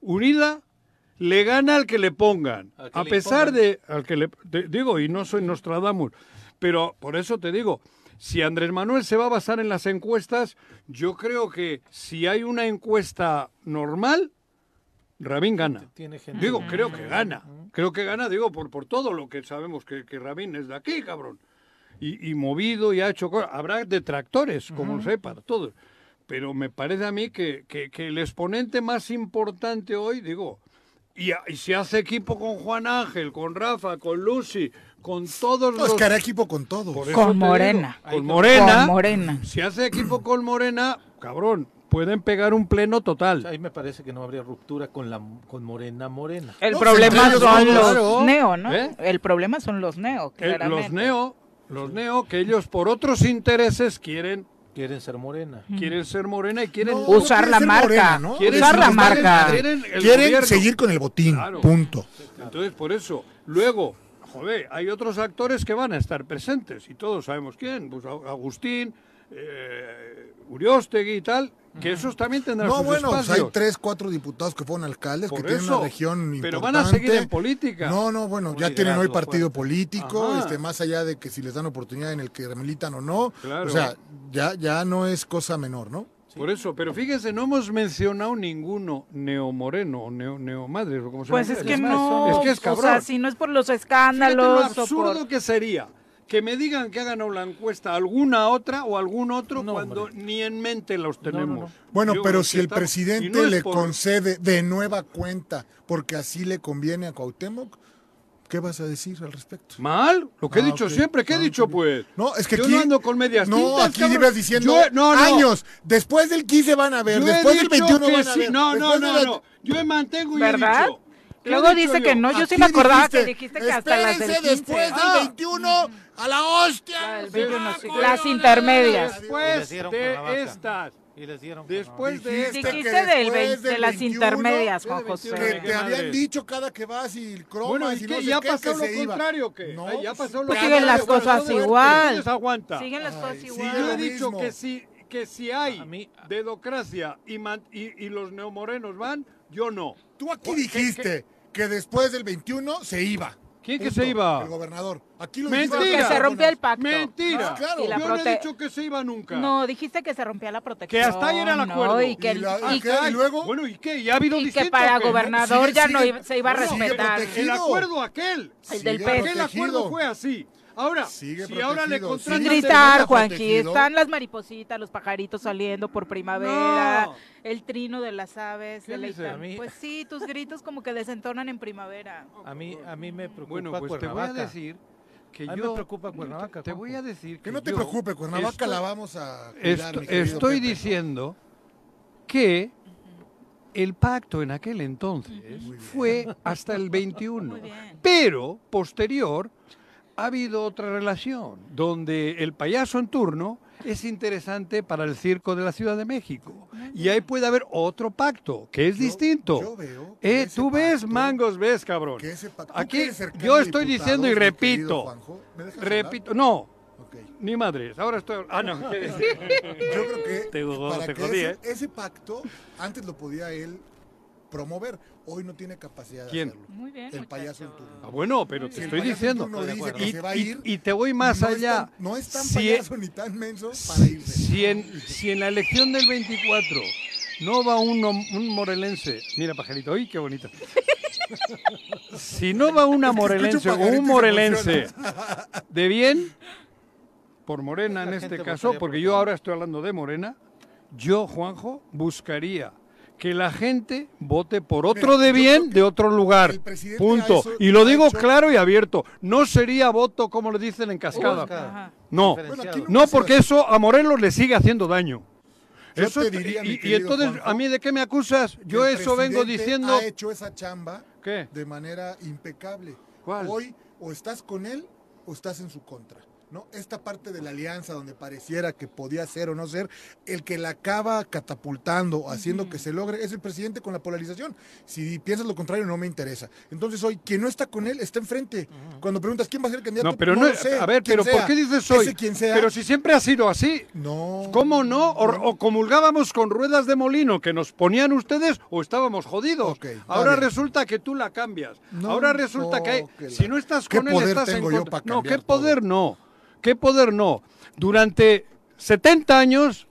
Speaker 3: unida le gana al que le pongan,
Speaker 4: Al que
Speaker 3: a
Speaker 4: le
Speaker 3: pesar
Speaker 4: impongan.
Speaker 3: de, al que le, te- digo, y no soy Nostradamus, pero por eso te digo, si Andrés Manuel se va a basar en las encuestas, yo creo que si hay una encuesta normal, Rabín gana.
Speaker 4: Tiene gente.
Speaker 3: Digo, creo que gana. Creo que gana, digo, por, por todo lo que sabemos que, que Rabín es de aquí, cabrón. Y, y movido y ha hecho cosas. Habrá detractores, como
Speaker 4: Ujú.
Speaker 3: sepa, todos. Pero me parece a mí que, que- que el exponente más importante hoy, digo, y, a- y se hace equipo con Juan Ángel, con Rafa, con Lucy, con todos
Speaker 5: No,
Speaker 3: los...
Speaker 5: es que hará equipo con todos.
Speaker 3: Por eso te digo, Con Morena. Si hace equipo con Morena, cabrón, pueden pegar un pleno total.
Speaker 4: Ahí me parece que no habría ruptura con la con Morena Morena.
Speaker 2: El problema son los neo, ¿no?
Speaker 4: ¿Eh?
Speaker 2: El problema son los neo,
Speaker 3: Eh,
Speaker 2: claramente.
Speaker 3: los neo, los neo, que ellos por otros intereses quieren
Speaker 4: quieren ser morena,
Speaker 3: quieren ser morena y quieren
Speaker 2: No, Usar no la quieren ser marca. morena, ¿no?
Speaker 3: Quieren-
Speaker 2: Usar la
Speaker 3: quieren-
Speaker 2: marca.
Speaker 3: Quieren, el
Speaker 5: Quieren
Speaker 3: gobierno.
Speaker 5: seguir con el botín,
Speaker 3: Claro.
Speaker 5: punto.
Speaker 3: Entonces por eso, luego, joder, hay otros actores que van a estar presentes y todos sabemos quién, pues Ag- Agustín, eh, Uriostegui y tal, que esos también tendrán
Speaker 5: No,
Speaker 3: sus
Speaker 5: bueno, pues
Speaker 3: espacios.
Speaker 5: hay tres, cuatro diputados que fueron alcaldes,
Speaker 3: Por
Speaker 5: que tienen
Speaker 3: eso,
Speaker 5: una región importante.
Speaker 3: pero van a seguir en política.
Speaker 5: No, no, bueno,
Speaker 3: Un
Speaker 5: ya tienen hoy
Speaker 3: liderazgo
Speaker 5: partido
Speaker 3: fuerte.
Speaker 5: político,
Speaker 3: Ajá.
Speaker 5: este, más allá de que si les dan oportunidad en el que militan o no.
Speaker 3: Claro.
Speaker 5: O sea, ya, ya no es cosa menor, ¿no?
Speaker 3: Por eso, pero fíjense, no hemos mencionado ninguno neomoreno o neo, neomadre. o como se
Speaker 2: Pues
Speaker 3: llama.
Speaker 2: es que no,
Speaker 3: Es que es
Speaker 2: o
Speaker 3: cabrón.
Speaker 2: sea, si no es por los
Speaker 3: Fíjate lo
Speaker 2: escándalos o
Speaker 3: absurdo
Speaker 2: por...
Speaker 3: que sería que me digan que hagan una encuesta a alguna otra o algún otro cuando ni en mente los tenemos.
Speaker 5: Bueno,
Speaker 3: Yo creo
Speaker 5: pero
Speaker 3: que
Speaker 5: si el
Speaker 3: estamos- y
Speaker 5: presidente
Speaker 3: no es
Speaker 5: le
Speaker 3: por-
Speaker 5: concede de nueva cuenta, porque así le conviene a Cuauhtémoc, ¿qué vas a decir al respecto?
Speaker 3: Mal, lo que he
Speaker 5: Ah,
Speaker 3: dicho
Speaker 5: ok.
Speaker 3: siempre, ¿qué he dicho pues?
Speaker 5: No, es que
Speaker 3: Yo
Speaker 5: aquí-
Speaker 3: no ando con medias
Speaker 5: No,
Speaker 3: tintas,
Speaker 5: aquí
Speaker 3: cabrón.
Speaker 5: llevas diciendo
Speaker 3: Yo- no, no.
Speaker 5: años. Después del 15 van a ver,
Speaker 3: Yo he
Speaker 5: después del
Speaker 3: dicho
Speaker 5: 21
Speaker 3: que
Speaker 5: van a
Speaker 3: sí.
Speaker 5: ver.
Speaker 3: No, no,
Speaker 5: después de
Speaker 3: no,
Speaker 5: la-
Speaker 3: no. Yo me mantengo y he
Speaker 2: ¿Verdad?
Speaker 3: dicho. ¿Qué he
Speaker 2: Luego
Speaker 3: dicho
Speaker 2: dice
Speaker 3: yo?
Speaker 2: que no, yo sí
Speaker 3: Aquí
Speaker 2: me acordaba que
Speaker 3: dijiste-
Speaker 2: dijiste que hasta las del
Speaker 5: Espérense
Speaker 2: 15.
Speaker 5: después
Speaker 3: Ah.
Speaker 5: del 21 a la hostia.
Speaker 2: del 21, sí. Las intermedias.
Speaker 4: Y les
Speaker 3: Después
Speaker 4: dieron con la vaca.
Speaker 3: de estas.
Speaker 4: Y les dieron
Speaker 3: Después de
Speaker 5: Dijiste
Speaker 3: estas.
Speaker 5: que
Speaker 2: Dijiste del
Speaker 5: después
Speaker 2: 20,
Speaker 5: del
Speaker 2: las
Speaker 5: 21,
Speaker 2: intermedias, Juan José.
Speaker 5: Que te
Speaker 3: Qué
Speaker 5: habían
Speaker 3: madre.
Speaker 5: dicho cada que vas y cromas
Speaker 3: Bueno, ¿y
Speaker 5: y
Speaker 3: qué?
Speaker 5: no sé
Speaker 3: ¿Ya
Speaker 5: qué, que
Speaker 3: pasó lo
Speaker 5: se iba.
Speaker 3: contrario o qué?
Speaker 5: No,
Speaker 3: ya pasó lo
Speaker 2: Pues
Speaker 3: contrario.
Speaker 2: siguen las cosas
Speaker 3: Suerte,
Speaker 2: igual.
Speaker 3: ustedes aguanta.
Speaker 2: Siguen las cosas
Speaker 5: Ay,
Speaker 2: igual.
Speaker 5: sigue
Speaker 3: Yo
Speaker 5: lo
Speaker 3: he dicho
Speaker 5: mismo.
Speaker 3: que si, que si hay
Speaker 4: A mí-
Speaker 3: dedocracia y, man- y, y los neomorenos van, yo no.
Speaker 5: Tú aquí dijiste que después del 21 se iba.
Speaker 3: ¿Quién que
Speaker 5: Punto.
Speaker 3: se iba?
Speaker 5: El gobernador. Aquí lo
Speaker 3: Mentira.
Speaker 5: dijiste.
Speaker 2: Que se rompió el pacto.
Speaker 3: Mentira.
Speaker 5: Ah, claro.
Speaker 2: Y la
Speaker 3: yo no he
Speaker 2: prote-
Speaker 3: dicho que se iba nunca.
Speaker 2: No, dijiste que se rompía la protección.
Speaker 3: Que hasta ahí era el
Speaker 2: ¿no?
Speaker 3: acuerdo.
Speaker 2: Y que,
Speaker 5: Y la-
Speaker 2: y-
Speaker 5: ah, ¿qué? ¿Y luego?
Speaker 3: Bueno, ¿y qué? ¿Ya ha habido
Speaker 2: y que
Speaker 3: distinto
Speaker 2: para
Speaker 3: o qué?
Speaker 2: gobernador
Speaker 5: Sigue,
Speaker 2: ya no
Speaker 5: sigue.
Speaker 2: iba- se iba a
Speaker 5: Bueno, sigue
Speaker 2: respetar.
Speaker 3: El
Speaker 5: protegido.
Speaker 3: acuerdo aquel.
Speaker 2: El del
Speaker 5: Sigue
Speaker 2: pez.
Speaker 3: Aquel acuerdo
Speaker 5: protegido.
Speaker 3: fue así. Ahora,
Speaker 5: Sigue
Speaker 3: si ahora le
Speaker 5: protegido,
Speaker 3: contratan...
Speaker 2: Sin
Speaker 5: sigue
Speaker 3: de-
Speaker 2: gritar,
Speaker 5: Está
Speaker 2: Juanqui.
Speaker 5: protegido.
Speaker 2: Están las maripositas, los pajaritos saliendo por primavera,
Speaker 3: No.
Speaker 2: el trino de las aves,
Speaker 3: ¿Qué
Speaker 2: de la
Speaker 3: dice?
Speaker 2: itar-
Speaker 4: A mí-
Speaker 2: Pues sí, tus gritos como que desentonan en primavera.
Speaker 4: A mí a mí me preocupa
Speaker 3: Bueno, pues te voy
Speaker 4: Cuernavaca.
Speaker 3: a decir que
Speaker 4: A mí
Speaker 3: yo...
Speaker 4: me preocupa Cuernavaca,
Speaker 3: Te, te voy
Speaker 4: Juanjo.
Speaker 3: a decir que
Speaker 5: Que no te
Speaker 3: yo-
Speaker 5: preocupes, Cuernavaca
Speaker 3: esto-
Speaker 5: la vamos a cuidar,
Speaker 3: Esto-
Speaker 5: mi querido
Speaker 3: estoy
Speaker 5: Pepe.
Speaker 3: diciendo que el pacto en aquel entonces fue hasta el 21,
Speaker 2: Muy bien.
Speaker 3: pero posterior ha habido otra relación donde el payaso en turno es interesante para el circo de la Ciudad de México y ahí puede haber otro pacto que es
Speaker 5: Yo-
Speaker 3: distinto.
Speaker 5: yo veo que
Speaker 3: eh,
Speaker 5: ese
Speaker 3: tú ves
Speaker 5: pacto-
Speaker 3: mangos, ves cabrón.
Speaker 5: Que ese pacto- tú que
Speaker 3: Aquí
Speaker 5: eres cercano
Speaker 3: yo
Speaker 5: a
Speaker 3: estoy
Speaker 5: diputados,
Speaker 3: diciendo y
Speaker 5: mi querido
Speaker 3: repito,
Speaker 5: Juanjo, ¿me dejas hablar?
Speaker 3: repito, no,
Speaker 5: Ok.
Speaker 3: ni madres. Ahora estoy. Ah no.
Speaker 5: Yo creo que
Speaker 3: Te jugó,
Speaker 5: para
Speaker 3: te
Speaker 5: que
Speaker 3: jodí,
Speaker 5: ese,
Speaker 3: ¿eh?
Speaker 5: ese pacto antes lo podía él promover, hoy no tiene capacidad de
Speaker 3: ¿Quién?
Speaker 5: hacerlo.
Speaker 2: Muy bien.
Speaker 5: El payaso en
Speaker 2: muchacho.
Speaker 5: turno.
Speaker 3: Ah, bueno, pero te
Speaker 5: Si el
Speaker 3: estoy
Speaker 5: payaso
Speaker 3: diciendo.
Speaker 5: en turno dice que
Speaker 3: y,
Speaker 5: se va a ir,
Speaker 3: y- y te voy más
Speaker 5: No es
Speaker 3: allá.
Speaker 5: tan- no es tan
Speaker 3: Si-
Speaker 5: payaso ni tan menso para irse.
Speaker 3: Si en, si en la elección del 24 no va un, hom- un morelense, mira pajarito, ¡ay, qué bonito! Si no va una
Speaker 12: Es que escucho
Speaker 3: morelense o
Speaker 12: pajarito y
Speaker 3: un
Speaker 12: se
Speaker 3: morelense
Speaker 12: emociona.
Speaker 3: de bien, por Morena en este
Speaker 12: gente
Speaker 3: caso,
Speaker 12: votaría
Speaker 3: porque yo ahora estoy hablando de Morena, yo, Juanjo, buscaría que la gente vote por otro
Speaker 12: Mira,
Speaker 3: de
Speaker 12: yo
Speaker 3: bien de otro lugar.
Speaker 12: presidente a
Speaker 3: Punto.
Speaker 12: eso
Speaker 3: Y lo
Speaker 12: ha
Speaker 3: digo
Speaker 12: hecho-
Speaker 3: claro y abierto. No sería voto como le dicen en cascada.
Speaker 12: Ajá.
Speaker 3: No,
Speaker 12: Bueno, aquí nunca
Speaker 3: no
Speaker 12: se
Speaker 3: porque eso a Morelos le sigue haciendo daño.
Speaker 5: Yo
Speaker 3: Eso
Speaker 5: te
Speaker 3: te-
Speaker 5: diría, mi
Speaker 3: y, y
Speaker 5: querido
Speaker 3: entonces,
Speaker 5: Juanjo,
Speaker 3: ¿a mí de qué me acusas? Yo
Speaker 5: el
Speaker 3: eso vengo
Speaker 5: presidente
Speaker 3: diciendo...
Speaker 5: Ha hecho esa chamba de manera impecable.
Speaker 3: ¿Cuál?
Speaker 5: Hoy o estás con él o estás en su contra. ¿no? Esta parte de la alianza donde pareciera que podía ser o no ser, el que la acaba catapultando, o haciendo que se logre, es el presidente con la polarización. Si piensas lo contrario, no me interesa. Entonces hoy, quien no está con él, está enfrente. Cuando preguntas quién va a ser el candidato,
Speaker 3: No, pero no,
Speaker 5: lo sé,
Speaker 3: a ver,
Speaker 5: quién
Speaker 3: pero
Speaker 5: sea.
Speaker 3: ¿por qué dices
Speaker 5: Ese
Speaker 3: hoy?
Speaker 5: quien sea.
Speaker 3: Pero si siempre ha sido así.
Speaker 5: No.
Speaker 3: ¿Cómo no? O, o comulgábamos con ruedas de molino que nos ponían ustedes o estábamos jodidos. Ahora
Speaker 5: bien.
Speaker 3: resulta que tú la cambias.
Speaker 5: No,
Speaker 3: Ahora resulta que hay-
Speaker 5: que la-
Speaker 3: si no estás
Speaker 5: ¿Qué
Speaker 3: con él
Speaker 5: poder
Speaker 3: estás en
Speaker 5: tengo yo
Speaker 3: contra.
Speaker 5: para
Speaker 3: No, qué
Speaker 5: cambiar
Speaker 3: poder no. ¿Qué poder no? Durante 70 años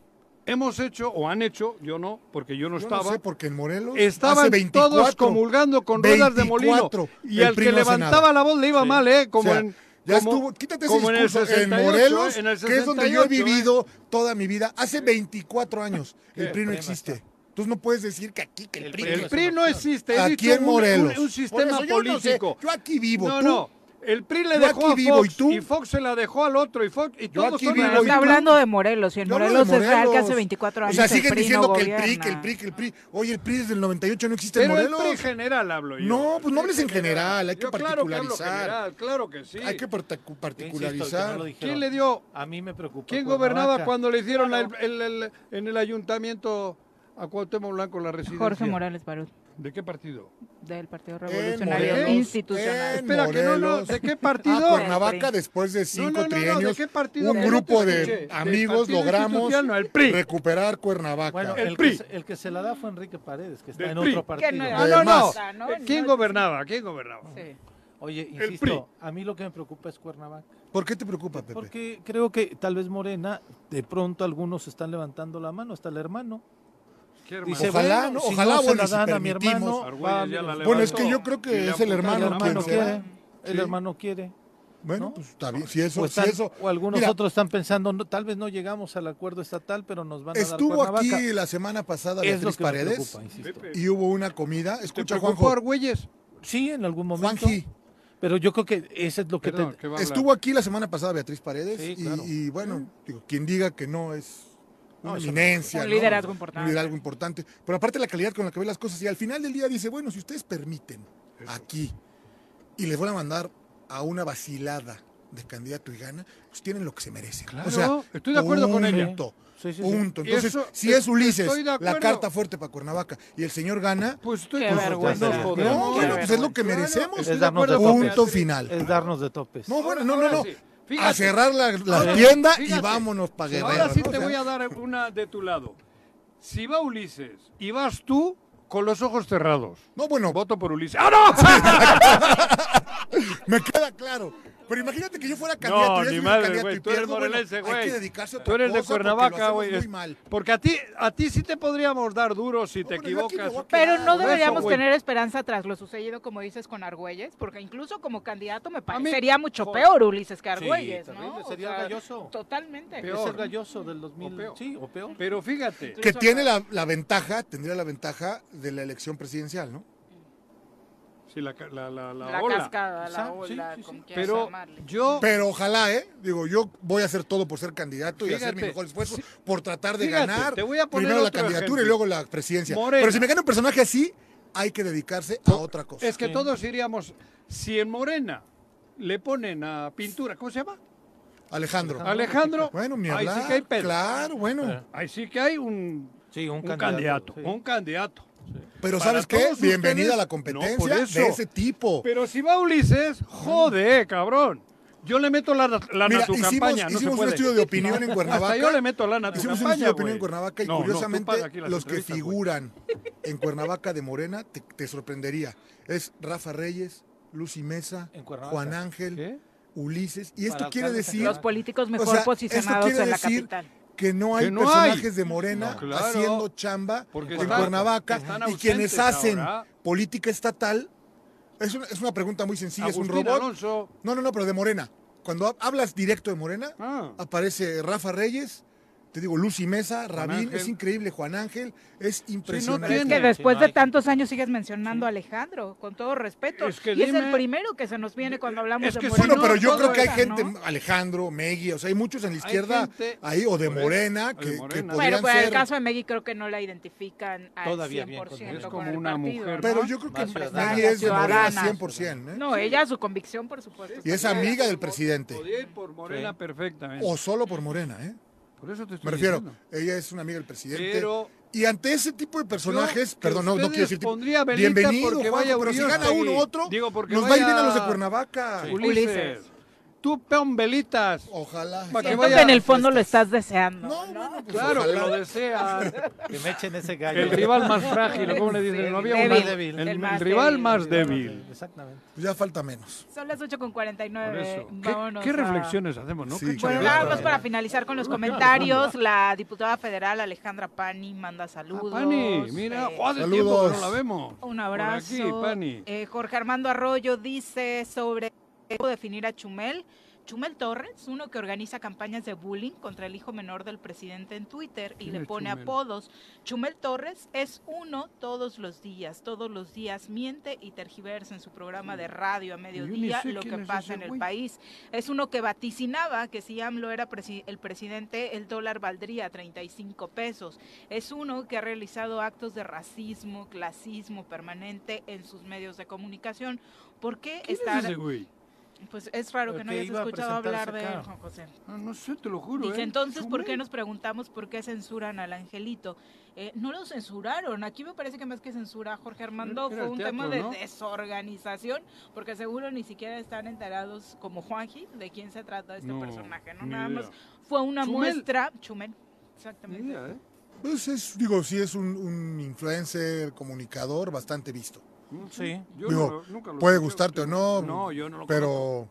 Speaker 3: hemos hecho o han hecho, yo no, porque yo no
Speaker 5: Yo
Speaker 3: estaba.
Speaker 5: no sé, porque en Morelos
Speaker 3: Estaban
Speaker 5: hace 24,
Speaker 3: todos comulgando con ruedas de molino.
Speaker 5: 24,
Speaker 3: Y
Speaker 5: el
Speaker 3: al
Speaker 5: PRI
Speaker 3: que
Speaker 5: no hace
Speaker 3: levantaba
Speaker 5: nada.
Speaker 3: la voz le iba
Speaker 5: Sí.
Speaker 3: mal, ¿eh? Como
Speaker 5: O sea,
Speaker 3: en.
Speaker 5: ya
Speaker 3: como-
Speaker 5: estuvo, quítate ese
Speaker 3: como en el
Speaker 5: discurso. En,
Speaker 3: 68,
Speaker 5: Morelos,
Speaker 3: ¿eh? En el
Speaker 5: que es donde yo he
Speaker 3: 68, ¿eh?
Speaker 5: vivido toda mi vida, hace 24 años, el
Speaker 3: Qué
Speaker 5: PRI no
Speaker 3: tema
Speaker 5: existe. Entonces no puedes decir que aquí, que el, PRI,
Speaker 3: El PRI no existe. he
Speaker 5: Aquí
Speaker 3: dicho
Speaker 5: en
Speaker 3: un- un-
Speaker 5: Morelos.
Speaker 3: Un, sistema
Speaker 5: Por eso yo no sé,
Speaker 3: político.
Speaker 5: Yo aquí vivo,
Speaker 3: No,
Speaker 5: tú.
Speaker 3: no. El PRI le
Speaker 5: Yo
Speaker 3: dejó
Speaker 5: aquí
Speaker 3: a
Speaker 5: vivo,
Speaker 3: Fox
Speaker 5: ¿y
Speaker 3: y, Fox se la dejó al otro y Fox y todos
Speaker 5: aquí
Speaker 3: son
Speaker 5: vivo,
Speaker 3: la
Speaker 5: ¿y tú?
Speaker 3: misma-
Speaker 2: Está hablando de Morelos y en
Speaker 5: Yo hablo de
Speaker 2: Morelos es real que
Speaker 5: Morelos.
Speaker 2: hace 24 años.
Speaker 5: O sea,
Speaker 2: el
Speaker 5: siguen
Speaker 2: PRI no
Speaker 5: diciendo que el PRI, que el
Speaker 2: gobierna.
Speaker 5: Pri, que el PRI. Oye, el PRI desde el 98 no existe
Speaker 3: Pero
Speaker 5: en
Speaker 3: el
Speaker 5: Morelos.
Speaker 3: PRI en general hablo yo.
Speaker 5: No, pues no hables en general, hay que
Speaker 3: Yo claro que hablo
Speaker 5: particularizar.
Speaker 3: general, claro que sí.
Speaker 5: Hay que particu- particularizar.
Speaker 3: ¿Quién le dio?
Speaker 4: A mí me preocupa.
Speaker 3: ¿Quién
Speaker 4: Cuernavaca.
Speaker 3: gobernaba cuando le hicieron el- el- el- en el ayuntamiento a Cuauhtémoc Blanco la residencia?
Speaker 2: Jorge Morales Barut,
Speaker 3: ¿De qué partido?
Speaker 2: del Partido
Speaker 5: En
Speaker 2: Revolucionario
Speaker 5: Morelos,
Speaker 2: Institucional.
Speaker 5: en Morelos.
Speaker 3: ¿de qué partido?
Speaker 5: Ah, Cuernavaca, después de cinco
Speaker 3: No, no, no, no, ¿de
Speaker 5: trienios,
Speaker 3: qué partido?
Speaker 5: un
Speaker 3: No te
Speaker 5: grupo
Speaker 3: escuché.
Speaker 5: de
Speaker 3: Del
Speaker 5: amigos
Speaker 3: partido
Speaker 5: logramos
Speaker 3: institucional, no, el PRI.
Speaker 5: recuperar Cuernavaca.
Speaker 4: Bueno, el, Que, se- el que se la da fue Enrique Paredes, que está
Speaker 3: Del
Speaker 4: en
Speaker 3: PRI.
Speaker 4: otro partido.
Speaker 3: Que no era Ah, no, no. nada, ¿no? ¿Quién No, gobernaba? ¿Quién gobernaba? Sí.
Speaker 4: Oye,
Speaker 3: El PRI.
Speaker 4: insisto, a mí lo que me preocupa es Cuernavaca.
Speaker 5: ¿Por qué te preocupa, Pepe?
Speaker 4: Porque creo que tal vez Morena, de pronto algunos están levantando la mano, hasta el hermano.
Speaker 3: ¿Qué hermano?
Speaker 4: Dice,
Speaker 5: Ojalá,
Speaker 4: bueno,
Speaker 5: ¿no?
Speaker 4: si
Speaker 5: Ojalá,
Speaker 4: no se
Speaker 5: bueno,
Speaker 4: la
Speaker 5: si
Speaker 4: dan a mi
Speaker 5: permitimos.
Speaker 4: hermano.
Speaker 5: Argüelles
Speaker 4: va,
Speaker 5: ya la
Speaker 4: mira,
Speaker 5: Bueno, es que yo creo que es el hermano
Speaker 4: El hermano
Speaker 5: quien se va.
Speaker 4: quiere. El
Speaker 5: Sí.
Speaker 4: hermano quiere.
Speaker 5: Bueno, pues está bien. Si eso,
Speaker 4: o, están-
Speaker 5: si eso.
Speaker 4: o algunos
Speaker 5: Mira,
Speaker 4: otros están pensando, no, tal vez no llegamos al acuerdo estatal, pero nos van a dar
Speaker 5: Estuvo
Speaker 4: Cuernavaca.
Speaker 5: aquí la semana pasada
Speaker 4: Es lo
Speaker 5: Beatriz
Speaker 4: que me
Speaker 5: Paredes
Speaker 4: preocupa, insisto.
Speaker 5: y hubo una comida. Escucha,
Speaker 4: preocupó
Speaker 5: Juanjo.
Speaker 3: Argüelles?
Speaker 4: Sí, en algún momento. Pero yo creo que ese es lo que te-
Speaker 5: Estuvo aquí la semana pasada Beatriz Paredes
Speaker 4: Sí,
Speaker 5: y-
Speaker 4: claro.
Speaker 5: y, bueno,
Speaker 3: Mm.
Speaker 5: digo, quien diga que no es
Speaker 4: No,
Speaker 5: una
Speaker 4: eso no.
Speaker 5: eminencia.
Speaker 2: Un
Speaker 5: ¿no?
Speaker 2: liderazgo
Speaker 5: Un
Speaker 2: importante.
Speaker 5: liderazgo importante. Pero aparte la calidad con la que ve las cosas y al final del día dice, bueno, si ustedes permiten aquí y les van a mandar a una vacilada de candidato y gana, pues tienen lo que se merecen.
Speaker 3: Claro,
Speaker 5: o sea,
Speaker 3: estoy de acuerdo con ella.
Speaker 5: punto,
Speaker 3: Sí, sí, sí.
Speaker 5: Punto.
Speaker 3: Y
Speaker 5: Entonces,
Speaker 3: eso,
Speaker 5: si es
Speaker 3: estoy
Speaker 5: Ulises,
Speaker 3: de
Speaker 5: la
Speaker 3: acuerdo.
Speaker 5: carta fuerte para Cuernavaca y el señor gana,
Speaker 3: pues estoy
Speaker 2: Qué vergüenza.
Speaker 5: no,
Speaker 4: Qué
Speaker 5: bueno, pues es lo que
Speaker 3: Claro,
Speaker 5: merecemos.
Speaker 4: es darnos de
Speaker 5: punto
Speaker 4: topes.
Speaker 5: final.
Speaker 4: Es darnos de topes.
Speaker 5: No, bueno, no, no,
Speaker 3: Ahora
Speaker 5: no.
Speaker 3: sí, fíjate.
Speaker 5: A cerrar la, la
Speaker 3: Ahora,
Speaker 5: tienda y
Speaker 3: fíjate.
Speaker 5: vámonos para Guerrero.
Speaker 3: Ahora sí
Speaker 5: ¿no?
Speaker 3: te
Speaker 5: O sea,
Speaker 3: voy a dar una de tu lado. Si va Ulises y vas tú con los ojos cerrados.
Speaker 5: No, bueno.
Speaker 3: Voto por Ulises. ¡Ah, no!
Speaker 5: Me queda claro. Pero imagínate que yo fuera candidato.
Speaker 3: No,
Speaker 5: yo
Speaker 3: ni
Speaker 5: soy
Speaker 3: madre,
Speaker 5: candidato
Speaker 3: güey.
Speaker 5: y
Speaker 3: Tú eres
Speaker 5: pierdo, bueno,
Speaker 3: morelense, güey.
Speaker 5: Hay que dedicarse a otra
Speaker 3: Tú eres de
Speaker 5: cosa porque lo
Speaker 3: Cuernavaca,
Speaker 5: hacemos
Speaker 3: güey.
Speaker 5: Muy
Speaker 3: Es-
Speaker 5: mal.
Speaker 3: Porque a ti, a ti sí te podríamos dar duro si te
Speaker 5: yo aquí me
Speaker 3: equivocas.
Speaker 5: voy a
Speaker 2: Pero no
Speaker 3: Por eso,
Speaker 2: deberíamos
Speaker 3: güey.
Speaker 2: tener esperanza tras lo sucedido, como dices, con Argüelles, porque incluso como candidato me
Speaker 3: mí-
Speaker 2: parece sería mucho
Speaker 4: Jo-
Speaker 2: peor Ulises que
Speaker 4: Sí,
Speaker 2: Argüelles, ¿no?
Speaker 4: terrible,
Speaker 2: O
Speaker 4: sería
Speaker 2: sea,
Speaker 4: galloso.
Speaker 2: Totalmente.
Speaker 4: Es
Speaker 3: Peor.
Speaker 4: el galloso del 2000.
Speaker 3: peor.
Speaker 4: Sí, o peor.
Speaker 3: Pero fíjate.
Speaker 5: Que tiene la, la ventaja, tendría la ventaja de la elección presidencial, ¿no?
Speaker 3: Sí, la, ca- la, la, la
Speaker 2: La
Speaker 3: ola.
Speaker 2: cascada, la
Speaker 3: Exacto, sí,
Speaker 2: ola,
Speaker 3: sí, sí.
Speaker 2: como quieras
Speaker 3: Pero
Speaker 2: llamarle.
Speaker 3: yo...
Speaker 5: Pero ojalá, ¿eh? Digo, yo voy a hacer todo por ser candidato y hacer
Speaker 3: Fíjate,
Speaker 5: mi mejor esfuerzo por tratar de
Speaker 3: fíjate,
Speaker 5: ganar
Speaker 3: te voy a poner
Speaker 5: primero la
Speaker 3: otro
Speaker 5: candidatura
Speaker 3: ejemplo.
Speaker 5: y luego la presidencia.
Speaker 3: Morena.
Speaker 5: Pero si me gana un personaje así, hay que dedicarse a otra cosa.
Speaker 3: Pues Es que todos iríamos... Si en Morena le ponen a pintura, ¿cómo se llama?
Speaker 5: Alejandro.
Speaker 3: Alejandro.
Speaker 5: Bueno, mi
Speaker 3: ahí
Speaker 5: hablar.
Speaker 3: sí que hay pedo. Ah.
Speaker 5: Claro, bueno.
Speaker 3: Ahí sí que hay un,
Speaker 4: Eh. Sí, un,
Speaker 3: un candidato. Un candidato.
Speaker 5: Pero
Speaker 3: Para
Speaker 5: ¿sabes qué?
Speaker 3: todos
Speaker 5: Bienvenida a la
Speaker 3: ustedes- No,
Speaker 5: competencia
Speaker 3: por eso.
Speaker 5: de ese tipo.
Speaker 3: Pero si va Ulises, jode, eh, cabrón. Yo le meto la, la
Speaker 5: Mira,
Speaker 3: a tu
Speaker 5: hicimos-
Speaker 3: campaña. no se
Speaker 5: hicimos un
Speaker 3: puede.
Speaker 5: estudio de opinión en Cuernavaca.
Speaker 3: Hasta yo le meto lana a tu
Speaker 5: Hicimos un
Speaker 3: campaña.
Speaker 5: estudio de opinión
Speaker 3: güey.
Speaker 5: en Cuernavaca y
Speaker 3: No, no, tú
Speaker 5: curiosamente
Speaker 3: pagas aquí las
Speaker 5: los que
Speaker 3: entrevistas, güey.
Speaker 5: figuran en Cuernavaca de Morena te, te sorprendería. Es Rafa Reyes, Lucy Mesa,
Speaker 4: En Cuernavaca.
Speaker 5: Juan Ángel,
Speaker 3: ¿Qué?
Speaker 5: Ulises. Y esto
Speaker 4: Para
Speaker 5: quiere
Speaker 4: alcaldes en
Speaker 5: decir
Speaker 2: Los políticos mejor
Speaker 5: o sea, esto
Speaker 2: posicionados
Speaker 5: quiere
Speaker 2: en la
Speaker 5: decir
Speaker 2: capital.
Speaker 5: Que no hay
Speaker 3: Que no
Speaker 5: personajes
Speaker 3: hay.
Speaker 5: de Morena
Speaker 3: No, claro.
Speaker 5: haciendo chamba
Speaker 3: Porque
Speaker 5: en
Speaker 3: están-
Speaker 5: Cuernavaca
Speaker 3: están
Speaker 5: y quienes
Speaker 3: ausentes
Speaker 5: hacen
Speaker 3: ahora.
Speaker 5: política estatal Es una, es una pregunta muy sencilla, es un
Speaker 13: Agustín
Speaker 5: robot.
Speaker 13: Alonso.
Speaker 5: No, no, no, pero de Morena. Cuando ha- hablas directo de Morena,
Speaker 2: Ah.
Speaker 5: aparece Rafa Reyes, te digo, Lucy Mesa, Rabín,
Speaker 2: Ángel.
Speaker 5: es increíble, Juan Ángel, es
Speaker 13: Pues
Speaker 5: impresionante.
Speaker 2: Es que después de tantos años sigues mencionando a Alejandro, con todo respeto.
Speaker 5: Es que
Speaker 2: y es el
Speaker 5: dime-
Speaker 2: primero que se nos viene cuando hablamos de Morena.
Speaker 5: bueno, pero yo
Speaker 2: Todo
Speaker 5: creo que hay
Speaker 2: era,
Speaker 5: gente,
Speaker 2: ¿no?
Speaker 5: Alejandro, Megui, o sea, hay muchos en la
Speaker 2: Hay
Speaker 5: izquierda
Speaker 2: gente-
Speaker 5: ahí, o de
Speaker 2: Por eso,
Speaker 5: Morena,
Speaker 2: o de
Speaker 5: que, que
Speaker 2: Morena.
Speaker 5: podrían
Speaker 2: Bueno, pues en
Speaker 5: ser-
Speaker 2: el caso de Meggy creo que no la identifican al
Speaker 5: Todavía
Speaker 2: 100%
Speaker 5: bien,
Speaker 2: con
Speaker 5: es como
Speaker 2: el
Speaker 5: una
Speaker 2: partido,
Speaker 5: mujer,
Speaker 2: ¿no?
Speaker 5: Pero yo creo que Más ciudadana. Meggy es de Morena
Speaker 2: Ciudadana.
Speaker 5: 100%, ¿eh?
Speaker 2: No, ella, su convicción, por supuesto.
Speaker 5: Y es amiga del presidente.
Speaker 13: Podía ir por Morena
Speaker 5: Sí.
Speaker 13: perfectamente.
Speaker 5: O solo por Morena, ¿eh?
Speaker 13: Por eso te estoy
Speaker 5: Me refiero,
Speaker 13: diciendo.
Speaker 5: ella es una amiga del presidente.
Speaker 13: Pero-
Speaker 5: y ante ese tipo de personajes,
Speaker 13: Yo, que
Speaker 5: perdón, no, no
Speaker 13: ustedes
Speaker 5: quiero decir tipo-
Speaker 13: pondría a Belita
Speaker 5: bienvenido,
Speaker 13: porque
Speaker 5: Juanjo,
Speaker 13: vaya
Speaker 5: pero si
Speaker 13: Uriostegui.
Speaker 5: gana uno u otro,
Speaker 13: Digo, porque
Speaker 5: nos va a ir bien
Speaker 13: vaya-
Speaker 5: a los de Cuernavaca.
Speaker 13: Sí. Ulises. Tú pon velitas.
Speaker 5: Ojalá. Pues,
Speaker 13: Para que
Speaker 2: Siento
Speaker 13: vaya- este
Speaker 2: que en el fondo lo estás deseando.
Speaker 13: Claro que lo
Speaker 4: ojalá.
Speaker 13: deseas.
Speaker 4: Que me echen ese gallo.
Speaker 13: El rival más frágil, ¿cómo le dicen? No había un
Speaker 2: Débil,
Speaker 13: débil.
Speaker 2: el
Speaker 13: El,
Speaker 2: más
Speaker 13: rival
Speaker 2: débil.
Speaker 13: más débil.
Speaker 4: Exactamente.
Speaker 5: Pues ya falta menos.
Speaker 2: Son las 8 con
Speaker 13: Por
Speaker 2: 49.
Speaker 13: eso. ¿Qué,
Speaker 2: Eh, Vámonos
Speaker 13: qué
Speaker 2: a-
Speaker 13: reflexiones hacemos, no?
Speaker 5: Sí,
Speaker 13: Qué
Speaker 2: Bueno,
Speaker 13: chulada.
Speaker 2: nada más para finalizar con los comentarios, la diputada federal Alejandra Pani manda saludos.
Speaker 13: Ah, Pani, mira,
Speaker 2: Eh,
Speaker 13: oh, hace tiempo que no la vemos.
Speaker 2: Un
Speaker 13: Por
Speaker 2: abrazo.
Speaker 13: aquí, Pani.
Speaker 2: Eh, Jorge Armando Arroyo dice sobre cómo definir a Chumel. Chumel Torres, uno que organiza campañas de bullying contra el hijo menor del presidente en Twitter y
Speaker 7: ¿Quién
Speaker 2: le
Speaker 7: es
Speaker 2: pone
Speaker 7: Chumel?
Speaker 2: apodos. Chumel Torres es uno todos los días, todos los días miente y tergiversa en su programa de radio a mediodía
Speaker 7: sé
Speaker 2: lo que
Speaker 7: quién es
Speaker 2: pasa
Speaker 7: ese
Speaker 2: en el
Speaker 7: güey.
Speaker 2: país. Es uno que vaticinaba que si AMLO era presi- el presidente, el dólar valdría 35 pesos. Es uno que ha realizado actos de racismo, clasismo permanente en sus medios de comunicación. ¿Por qué
Speaker 13: ¿Quién
Speaker 2: estar-
Speaker 13: es ese güey?
Speaker 2: Pues es raro que
Speaker 13: El
Speaker 2: no
Speaker 13: que
Speaker 2: hayas
Speaker 13: iba a
Speaker 2: escuchado hablar de
Speaker 13: presentarse
Speaker 2: él,
Speaker 13: acá.
Speaker 2: Juan José.
Speaker 13: Ah, no sé, te lo juro.
Speaker 2: Dice,
Speaker 13: ¿eh?
Speaker 2: entonces, ¿por qué
Speaker 13: Chumel.
Speaker 2: nos preguntamos por qué censuran al angelito? Eh, no lo censuraron. Aquí me parece que más que censura, Jorge Armando,
Speaker 7: Era
Speaker 2: fue
Speaker 7: el
Speaker 2: un
Speaker 7: teatro,
Speaker 2: tema de
Speaker 7: ¿no?
Speaker 2: desorganización, porque seguro ni siquiera están enterados, como Juanji, de quién se trata este
Speaker 7: No,
Speaker 2: personaje, ¿no?
Speaker 7: ni
Speaker 2: Nada
Speaker 7: idea.
Speaker 2: más fue una
Speaker 7: Chumel. ¿eh?
Speaker 2: muestra. Chumel, exactamente.
Speaker 5: Pues es, digo, sí es un, un influencer, comunicador bastante visto.
Speaker 4: Sí.
Speaker 13: Yo
Speaker 5: Digo,
Speaker 13: no lo- nunca lo
Speaker 5: puede
Speaker 13: escuché,
Speaker 5: gustarte o
Speaker 13: usted-
Speaker 5: no,
Speaker 13: No, yo no lo
Speaker 5: pero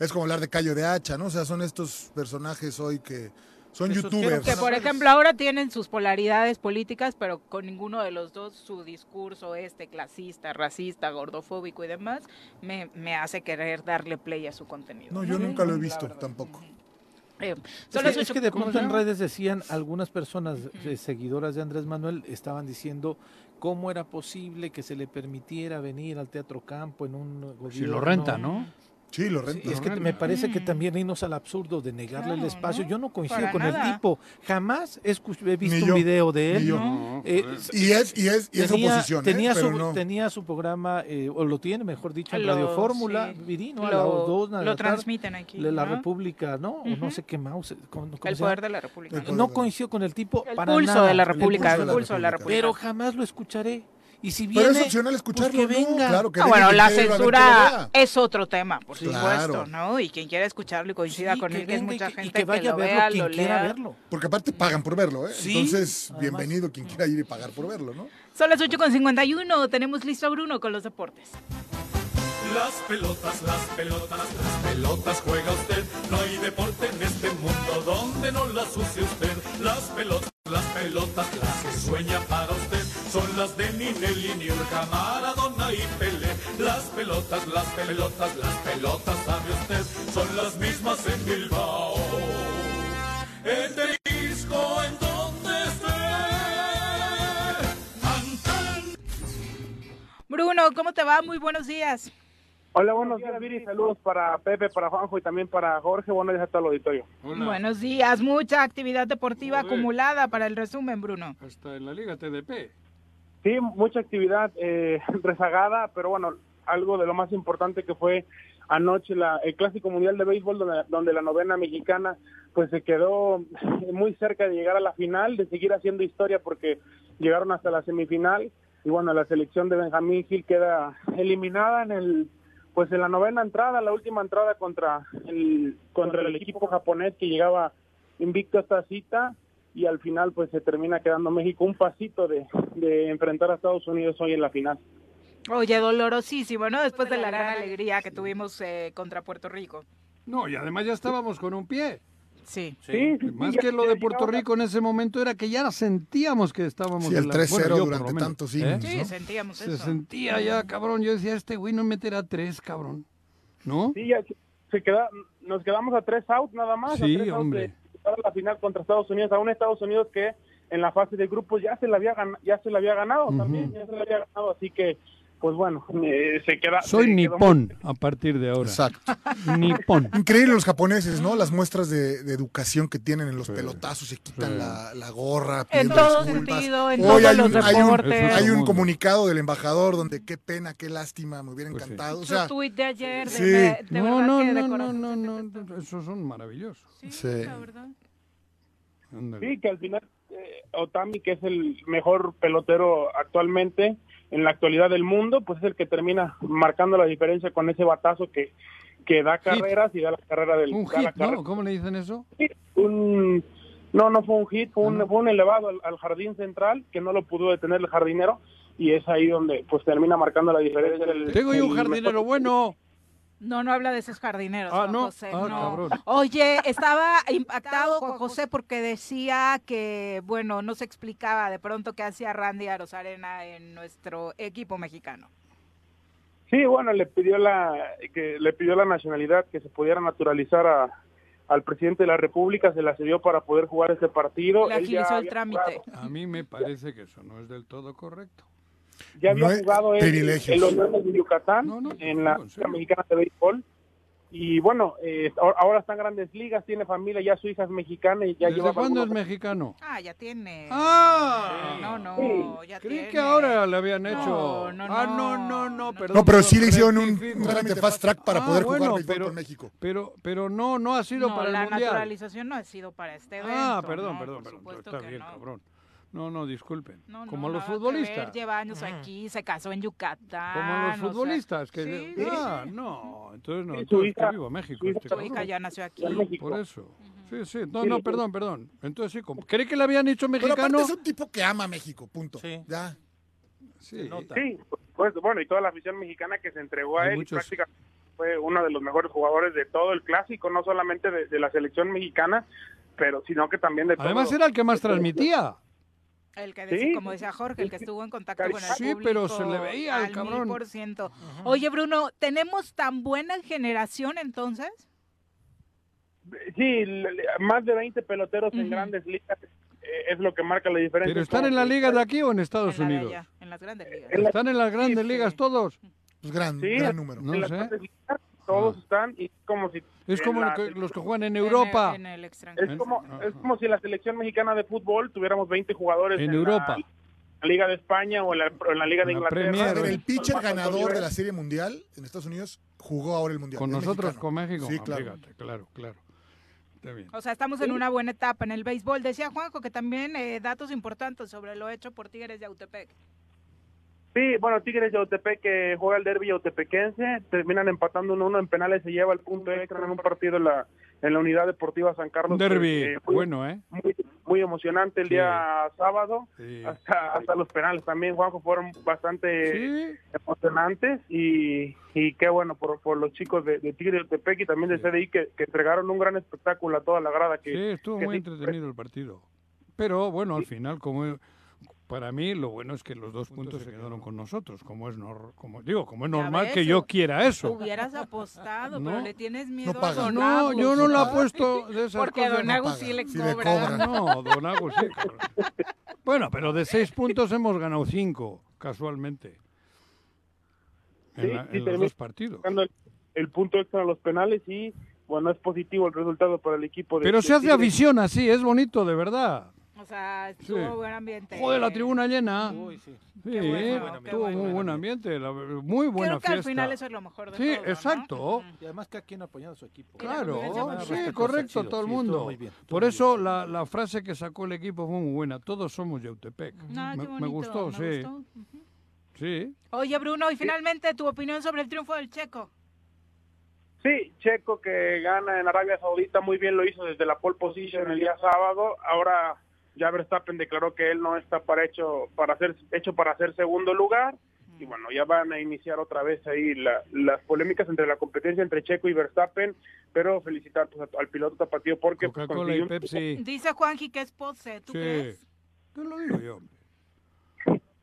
Speaker 5: es como hablar de Callo de Hacha, ¿no? O sea, son estos personajes hoy que son
Speaker 4: Que sostienen
Speaker 5: youtubers.
Speaker 2: Que por ejemplo ahora tienen sus polaridades políticas, pero con ninguno de los dos su discurso este clasista, racista, gordofóbico y demás me, me hace querer darle play a su contenido. Ah,
Speaker 5: No, yo nunca lo he visto tampoco.
Speaker 2: Eh,
Speaker 4: Es
Speaker 2: son
Speaker 4: que-
Speaker 2: las
Speaker 4: Es,
Speaker 2: ocho-
Speaker 4: que de
Speaker 2: ¿Cómo
Speaker 4: pronto
Speaker 2: se
Speaker 4: en
Speaker 2: llama?
Speaker 4: redes decían, algunas personas eh, seguidoras de Andrés Manuel estaban diciendo cómo era posible que se le permitiera venir al Teatro Campo en un gobierno.
Speaker 13: Si lo renta, ¿no?
Speaker 5: Sí, lo
Speaker 4: Sí, es que me parece
Speaker 2: Mm.
Speaker 4: que también irnos al absurdo de negarle el espacio. Yo no coincido
Speaker 5: Para
Speaker 4: con
Speaker 5: nada.
Speaker 4: el tipo. Jamás he, escu- he
Speaker 5: Ni
Speaker 4: visto
Speaker 5: yo,
Speaker 4: un video de él.
Speaker 5: ni yo.
Speaker 4: No,
Speaker 5: Eh,
Speaker 4: pues.
Speaker 5: y es- y es- y es oposición, ¿eh?
Speaker 4: Tenía,
Speaker 5: Pero
Speaker 4: su,
Speaker 5: no.
Speaker 4: tenía su programa, eh, o lo tiene, mejor dicho, en
Speaker 2: Lo-
Speaker 4: Radio Fórmula,
Speaker 2: sí.
Speaker 4: Virino, a
Speaker 2: Lo-
Speaker 4: las dos. de
Speaker 2: lo
Speaker 4: la tarde,
Speaker 2: transmiten aquí,
Speaker 4: de La
Speaker 2: ajá.
Speaker 4: República, ¿no? O no sé qué mouse. ¿cómo- cómo
Speaker 2: El
Speaker 4: se llama?
Speaker 2: poder de la República,
Speaker 4: No,
Speaker 2: ¿no?
Speaker 4: coincido con el tipo
Speaker 2: El
Speaker 4: para
Speaker 2: pulso
Speaker 4: nada.
Speaker 2: de la República, el pulso de la República.
Speaker 4: Pero jamás lo escucharé. Y si
Speaker 5: Pero
Speaker 4: viene,
Speaker 5: es opcional escucharlo,
Speaker 4: pues que
Speaker 5: ¿no?
Speaker 4: venga.
Speaker 5: Claro que
Speaker 2: Ah,
Speaker 5: venga
Speaker 2: bueno,
Speaker 5: quien
Speaker 2: la
Speaker 5: quiera, realmente lo
Speaker 2: censura
Speaker 5: vea.
Speaker 2: es otro tema, por
Speaker 5: Claro.
Speaker 2: supuesto, ¿no? Y quien quiera escucharlo y coincida
Speaker 4: Sí,
Speaker 2: con
Speaker 4: que
Speaker 2: él, que es
Speaker 4: venga y
Speaker 2: mucha
Speaker 4: que- y
Speaker 2: gente
Speaker 4: que vaya
Speaker 2: lo
Speaker 4: a verlo
Speaker 2: vea,
Speaker 4: quien
Speaker 2: lo
Speaker 4: quiera
Speaker 2: lea.
Speaker 4: verlo.
Speaker 5: Porque aparte pagan por verlo, ¿eh?
Speaker 4: Sí,
Speaker 5: Entonces,
Speaker 4: además.
Speaker 5: bienvenido quien quiera ir y pagar por verlo, ¿no?
Speaker 2: Son las 8.51, tenemos listo a Bruno con los deportes.
Speaker 11: Las pelotas, las pelotas, las pelotas juega usted. No hay deporte en este mundo donde no las use usted. Las pelotas, las pelotas, las que sueña para usted. Son las de Ninelli, Niurka, Maradona y Pelé. Las pelotas, las pelotas, las pelotas, sabe usted. Son las mismas en Bilbao. En disco, en donde esté.
Speaker 2: Bruno, ¿cómo te va? Muy buenos días.
Speaker 12: Hola, buenos días, Viri. Saludos para Pepe, para Juanjo y también para Jorge. Buenos días a todo el auditorio.
Speaker 2: Buenos días, mucha actividad deportiva acumulada para el resumen, Bruno.
Speaker 13: Hasta en la Liga TDP.
Speaker 12: Sí, mucha actividad eh, rezagada, pero bueno, algo de lo más importante que fue anoche la, el Clásico Mundial de Béisbol, donde, donde la novena mexicana pues se quedó muy cerca de llegar a la final, de seguir haciendo historia porque llegaron hasta la semifinal y bueno, la selección de Benjamín Gil queda eliminada en el pues en la novena entrada, la última entrada contra el contra el equipo japonés que llegaba invicto a esta cita y al final pues se termina quedando México un pasito de, de enfrentar a Estados Unidos hoy en la final.
Speaker 2: Oye, dolorosísimo, ¿no? Después de la gran alegría que tuvimos eh, contra Puerto Rico.
Speaker 13: No, y además ya estábamos con un pie.
Speaker 2: Sí.
Speaker 13: Sí,
Speaker 3: Más que lo de Puerto Rico en ese momento era que ya sentíamos que estábamos...
Speaker 5: Sí, el
Speaker 3: en la-
Speaker 5: 3-0
Speaker 3: bueno, yo por lo
Speaker 5: durante
Speaker 3: menos,
Speaker 5: tantos
Speaker 3: ¿eh?
Speaker 5: innings,
Speaker 2: Sí, sentíamos
Speaker 3: Se
Speaker 2: eso.
Speaker 3: sentía ya, cabrón. Yo decía, este güey no meterá tres, cabrón. ¿No?
Speaker 12: Sí, ya se- se queda, nos quedamos a tres out nada más. a
Speaker 3: Sí,
Speaker 12: Ah, tres outs
Speaker 3: hombre.
Speaker 12: de llegar a la final contra Estados Unidos, a un Estados Unidos que en la fase de grupos ya se la había, gan- ya se la había ganado
Speaker 3: Ujú.
Speaker 12: también, ya se la había ganado, así que, pues bueno, eh, se queda. se
Speaker 3: Soy
Speaker 12: quedó
Speaker 3: nipón a partir de ahora.
Speaker 5: Exacto.
Speaker 3: Nipón.
Speaker 5: Increíble los japoneses, ¿no? Las muestras de, de educación que tienen en los pelotazos, se quitan
Speaker 3: Sí.
Speaker 5: la, la gorra.
Speaker 2: En
Speaker 5: pidiendo
Speaker 2: todo
Speaker 5: disculpas.
Speaker 2: sentido, en
Speaker 5: Hoy
Speaker 2: todos
Speaker 5: hay
Speaker 2: los
Speaker 5: un, hay un-
Speaker 2: deportes.
Speaker 5: Hay un,
Speaker 2: Eso es
Speaker 3: mundo.
Speaker 5: comunicado del embajador donde qué pena, qué lástima, me hubiera encantado. Ah, O sea,
Speaker 14: Su tuit de ayer, de,
Speaker 5: sí.
Speaker 14: de- de
Speaker 3: Pues No,
Speaker 14: verdad
Speaker 3: no,
Speaker 14: que de
Speaker 3: no, no,
Speaker 14: corazón.
Speaker 3: no, no, no, Esos son maravillosos.
Speaker 5: sí.
Speaker 3: Ándale.
Speaker 12: Sí, que al final eh, Otami, que es el mejor pelotero actualmente en la actualidad del mundo, pues es el que termina marcando la diferencia con ese batazo que, que da carreras y da la carrera del...
Speaker 3: Un
Speaker 12: da la
Speaker 3: hit, ¿no?
Speaker 12: carrera-
Speaker 3: ¿Cómo le dicen eso? Ah,
Speaker 12: un- no, no fue un hit, fue un, fue un elevado al, al jardín central que no lo pudo detener el jardinero y es ahí donde pues termina marcando la diferencia. El,
Speaker 3: Tengo yo un
Speaker 12: el
Speaker 3: jardinero bueno.
Speaker 2: No, no habla de esos jardineros.
Speaker 3: Ah,
Speaker 2: Juan
Speaker 3: no.
Speaker 2: José,
Speaker 3: Ah,
Speaker 2: no.
Speaker 3: cabrón.
Speaker 14: Oye, estaba impactado Juan José porque decía que, bueno, no se explicaba de pronto qué hacía Randy Arozarena en nuestro equipo mexicano.
Speaker 12: Sí, bueno, le pidió la que le pidió la nacionalidad que se pudiera naturalizar a- al presidente de la República, se la cedió para poder jugar este partido.
Speaker 14: Le
Speaker 12: Él ya
Speaker 14: agilizó el
Speaker 12: había
Speaker 14: trámite.
Speaker 12: jugado-
Speaker 3: A mí me parece que eso no es del todo correcto.
Speaker 12: ya había
Speaker 3: No es-
Speaker 12: jugado él
Speaker 3: privilegios.
Speaker 12: en los Leones de Yucatán, en la Liga Mexicana de Béisbol. Y bueno, eh, ahora- ahora está en grandes ligas, tiene familia, ya su hija es mexicana y ya
Speaker 3: ¿Desde
Speaker 12: lleva
Speaker 3: cuándo es
Speaker 12: algunos-
Speaker 3: mexicano?
Speaker 14: Ah, ya tiene.
Speaker 3: Ah.
Speaker 14: No, no, ya
Speaker 3: Creí
Speaker 14: tiene.
Speaker 3: que ahora le habían
Speaker 14: No,
Speaker 3: hecho.
Speaker 14: no,
Speaker 3: Ah, no, no, no, perdón.
Speaker 5: No, pero sí le hicieron un,
Speaker 3: rectifico.
Speaker 5: un trámite fast track para
Speaker 3: Ah,
Speaker 5: poder
Speaker 3: bueno,
Speaker 5: jugar béisbol
Speaker 3: pero-
Speaker 5: con México.
Speaker 3: Pero, pero no, no ha sido
Speaker 14: No,
Speaker 3: para
Speaker 14: la
Speaker 3: el mundial.
Speaker 14: naturalización no ha sido para este evento.
Speaker 3: Ah, perdón,
Speaker 14: no,
Speaker 3: perdón,
Speaker 14: por
Speaker 3: perdón.
Speaker 14: supuesto
Speaker 3: Está
Speaker 14: que
Speaker 3: bien,
Speaker 14: no.
Speaker 3: cabrón. No, no, disculpen.
Speaker 14: No, no,
Speaker 3: Como los
Speaker 14: nada que ver,
Speaker 3: futbolistas.
Speaker 14: lleva años aquí, se casó en Yucatán.
Speaker 3: Como
Speaker 14: o
Speaker 3: los
Speaker 14: sea,
Speaker 3: futbolistas. que
Speaker 14: sí,
Speaker 3: Ah,
Speaker 14: sí, sí.
Speaker 3: no. Entonces no.
Speaker 14: Sí, su
Speaker 3: Entonces que
Speaker 14: hija-
Speaker 3: viva México.
Speaker 14: su hija-
Speaker 3: este
Speaker 14: su hija
Speaker 3: cabrón.
Speaker 14: ya nació aquí. En México.
Speaker 3: Por eso. Sí, sí. No,
Speaker 5: Sí,
Speaker 3: no,
Speaker 5: le-
Speaker 3: perdón, perdón. Entonces sí, como- ¿Creí que le habían hecho
Speaker 5: Pero
Speaker 3: mexicano?
Speaker 5: aparte es un tipo que ama a México, punto. Ya.
Speaker 3: Sí.
Speaker 12: Sí, pues bueno, y toda la afición mexicana que se entregó a
Speaker 3: Hay
Speaker 12: él, y
Speaker 3: muchos-
Speaker 12: prácticamente fue uno de los mejores jugadores de todo el clásico, no solamente de, de la selección mexicana, pero sino que también de todo-
Speaker 3: Además era el que más transmitía.
Speaker 14: El que decía,
Speaker 12: Sí.
Speaker 14: como decía Jorge, el que estuvo en contacto con el
Speaker 3: Sí,
Speaker 14: público.
Speaker 3: pero se le veía el
Speaker 14: al
Speaker 3: cabrón.
Speaker 14: 1000%. Oye, Bruno, ¿tenemos tan buena generación entonces?
Speaker 12: Sí, le- le- más de 20 peloteros en grandes ligas eh, es lo que marca la diferencia.
Speaker 3: ¿Pero están
Speaker 12: Como-
Speaker 3: en la liga de aquí o en Estados
Speaker 12: la de
Speaker 3: Unidos?
Speaker 12: allá.
Speaker 14: En las grandes ligas.
Speaker 3: Están en las grandes ligas todos.
Speaker 5: Pues gran,
Speaker 12: Sí, gran número. en las grandes ligas todos están y como si...
Speaker 3: Ah. Es
Speaker 12: en
Speaker 3: como
Speaker 12: la
Speaker 3: lo que-
Speaker 12: selección-
Speaker 3: los que juegan en Europa. ah,
Speaker 14: En el
Speaker 12: Es como, es como si la selección mexicana de fútbol tuviéramos 20 jugadores
Speaker 3: En
Speaker 12: la-
Speaker 3: Europa.
Speaker 12: la Liga de España o en la, o en la Liga de Inglaterra.
Speaker 5: A ver, el pitcher ganador de la Serie Mundial en Estados Unidos jugó ahora el Mundial.
Speaker 3: Con
Speaker 5: Es
Speaker 3: nosotros,
Speaker 5: mexicano.
Speaker 3: con México.
Speaker 5: Sí,
Speaker 3: Ah,
Speaker 5: claro.
Speaker 3: fíjate, claro, claro. Está bien.
Speaker 14: O sea, estamos en una buena etapa en el béisbol. Decía Juanjo que también eh, datos importantes sobre lo hecho por Tigres de Autepec.
Speaker 12: Sí, bueno, Tigres de Yautepec que juega el derby yautepequense, terminan empatando 1-1 en penales, se lleva el punto extra en un partido en la, en la unidad deportiva San Carlos.
Speaker 3: Un derby
Speaker 12: Eh, muy,
Speaker 3: bueno, ¿eh?
Speaker 12: muy, muy emocionante el
Speaker 3: Sí.
Speaker 12: día sábado,
Speaker 3: Sí.
Speaker 12: hasta, hasta los penales también, Juanjo, fueron bastante
Speaker 3: Sí.
Speaker 12: emocionantes y, y qué bueno por, por los chicos de, de Tigres de Yautepec y también de CDI que, que entregaron un gran espectáculo a toda la grada. Que,
Speaker 3: Sí, estuvo
Speaker 12: que
Speaker 3: muy
Speaker 12: sí,
Speaker 3: entretenido el partido. Pero bueno, al final, como para mí, lo bueno es que los dos puntos se quedaron con nosotros, como es nor- como digo, como es
Speaker 14: Ya
Speaker 3: normal
Speaker 14: ves,
Speaker 3: que yo
Speaker 14: hu-
Speaker 3: quiera eso.
Speaker 14: Hubieras apostado,
Speaker 3: No.
Speaker 14: pero le tienes miedo a
Speaker 3: paga.
Speaker 14: Don
Speaker 3: No,
Speaker 14: Agus.
Speaker 3: yo no le apuesto de esas
Speaker 14: Porque
Speaker 3: cosas.
Speaker 14: Don
Speaker 3: No
Speaker 14: Agus
Speaker 3: paga,
Speaker 14: sí le
Speaker 3: sí le
Speaker 14: cobra.
Speaker 3: cobra. No, Don Agus sí cobra. Bueno, pero de seis puntos hemos ganado cinco, casualmente. En,
Speaker 12: Sí,
Speaker 3: la-
Speaker 12: sí,
Speaker 3: en los
Speaker 12: termi-
Speaker 3: dos partidos.
Speaker 12: sacando El, el punto extra a los penales y bueno, es positivo el resultado para el equipo. De,
Speaker 3: Pero
Speaker 12: de
Speaker 3: se hace
Speaker 12: Tigres.
Speaker 3: afición así, es bonito, de verdad.
Speaker 14: O sea,
Speaker 3: Sí.
Speaker 14: estuvo buen ambiente.
Speaker 3: Joder, la tribuna llena. sí.
Speaker 14: bueno, qué
Speaker 3: tuvo muy buen ambiente, la- muy buena
Speaker 14: Creo que al
Speaker 3: fiesta.
Speaker 14: final eso es lo mejor de
Speaker 3: Sí,
Speaker 14: todo, ¿no? Mm.
Speaker 3: exacto.
Speaker 4: Y además cada quien ha apoyado a su equipo.
Speaker 3: Claro, oh,
Speaker 4: Más
Speaker 3: sí,
Speaker 4: respetuoso ha
Speaker 3: correcto,
Speaker 4: sido,
Speaker 3: todo el
Speaker 4: sí, estuvo
Speaker 3: mundo.
Speaker 4: muy bien.
Speaker 3: Por eso la, la frase que sacó el equipo fue muy buena. Todos somos Yautepec.
Speaker 14: Ah,
Speaker 3: me,
Speaker 14: qué
Speaker 3: me
Speaker 14: bonito,
Speaker 3: gustó,
Speaker 14: me
Speaker 3: sí.
Speaker 14: gustó.
Speaker 3: Sí.
Speaker 14: Oye, Bruno, y finalmente tu opinión sobre el triunfo del Checo.
Speaker 12: Sí, Checo que gana en Arabia Saudita muy bien lo hizo desde la pole position el día sábado. Ahora ya Verstappen declaró que él no está para hecho para ser hecho para hacer segundo lugar y bueno, ya van a iniciar otra vez ahí la- las polémicas entre la competencia entre Checo y Verstappen, pero felicitar pues, a- al piloto tapatío porque pues,
Speaker 3: Coca-Cola y
Speaker 12: consiguió un-
Speaker 3: Pepsi.
Speaker 2: Dice Juanji que es pose, ¿tú crees?
Speaker 3: Yo lo digo pues, yo.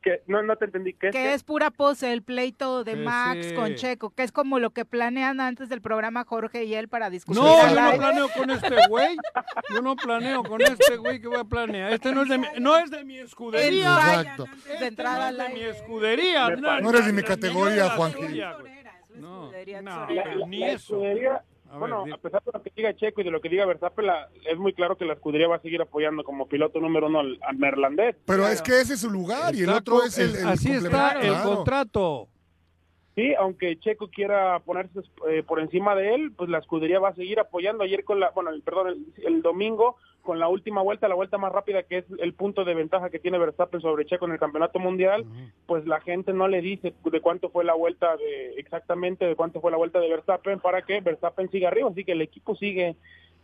Speaker 12: Que, no, no te entendí. ¿Qué
Speaker 2: Que es pura pose el pleito de
Speaker 12: Que
Speaker 2: Max
Speaker 12: sí.
Speaker 2: con Checo, que es como lo que planean antes del programa Jorge y él para discutir.
Speaker 3: No,
Speaker 2: al
Speaker 3: yo no
Speaker 2: aire.
Speaker 3: planeo con este güey. Yo no planeo con este güey que voy a planear. Este no es de mi, no es de mi escudería.
Speaker 5: Exacto.
Speaker 3: Este no es de mi escudería.
Speaker 5: Me parece. No eres de mi categoría, Juanqui.
Speaker 3: No,
Speaker 12: La-
Speaker 3: no,
Speaker 12: la-
Speaker 3: ni
Speaker 12: la
Speaker 3: eso.
Speaker 12: escudería,
Speaker 3: A ver,
Speaker 12: bueno,
Speaker 3: di-
Speaker 12: a pesar de lo que diga Checo y de lo que diga Verstappen, la- es muy claro que la escudería va a seguir apoyando como piloto número uno al, al neerlandés.
Speaker 5: Pero es que ese es su lugar y el otro es el, el complemento, claro.
Speaker 3: contrato.
Speaker 12: Sí, aunque Checo quiera ponerse eh, por encima de él, pues la escudería va a seguir apoyando. Ayer con la, bueno, el- perdón, el, el domingo con la última vuelta, la vuelta más rápida que es el punto de ventaja que tiene Verstappen sobre Checo en el Campeonato Mundial, pues la gente no le dice de cuánto fue la vuelta de exactamente de cuánto fue la vuelta de Verstappen para que Verstappen siga arriba, así que el equipo sigue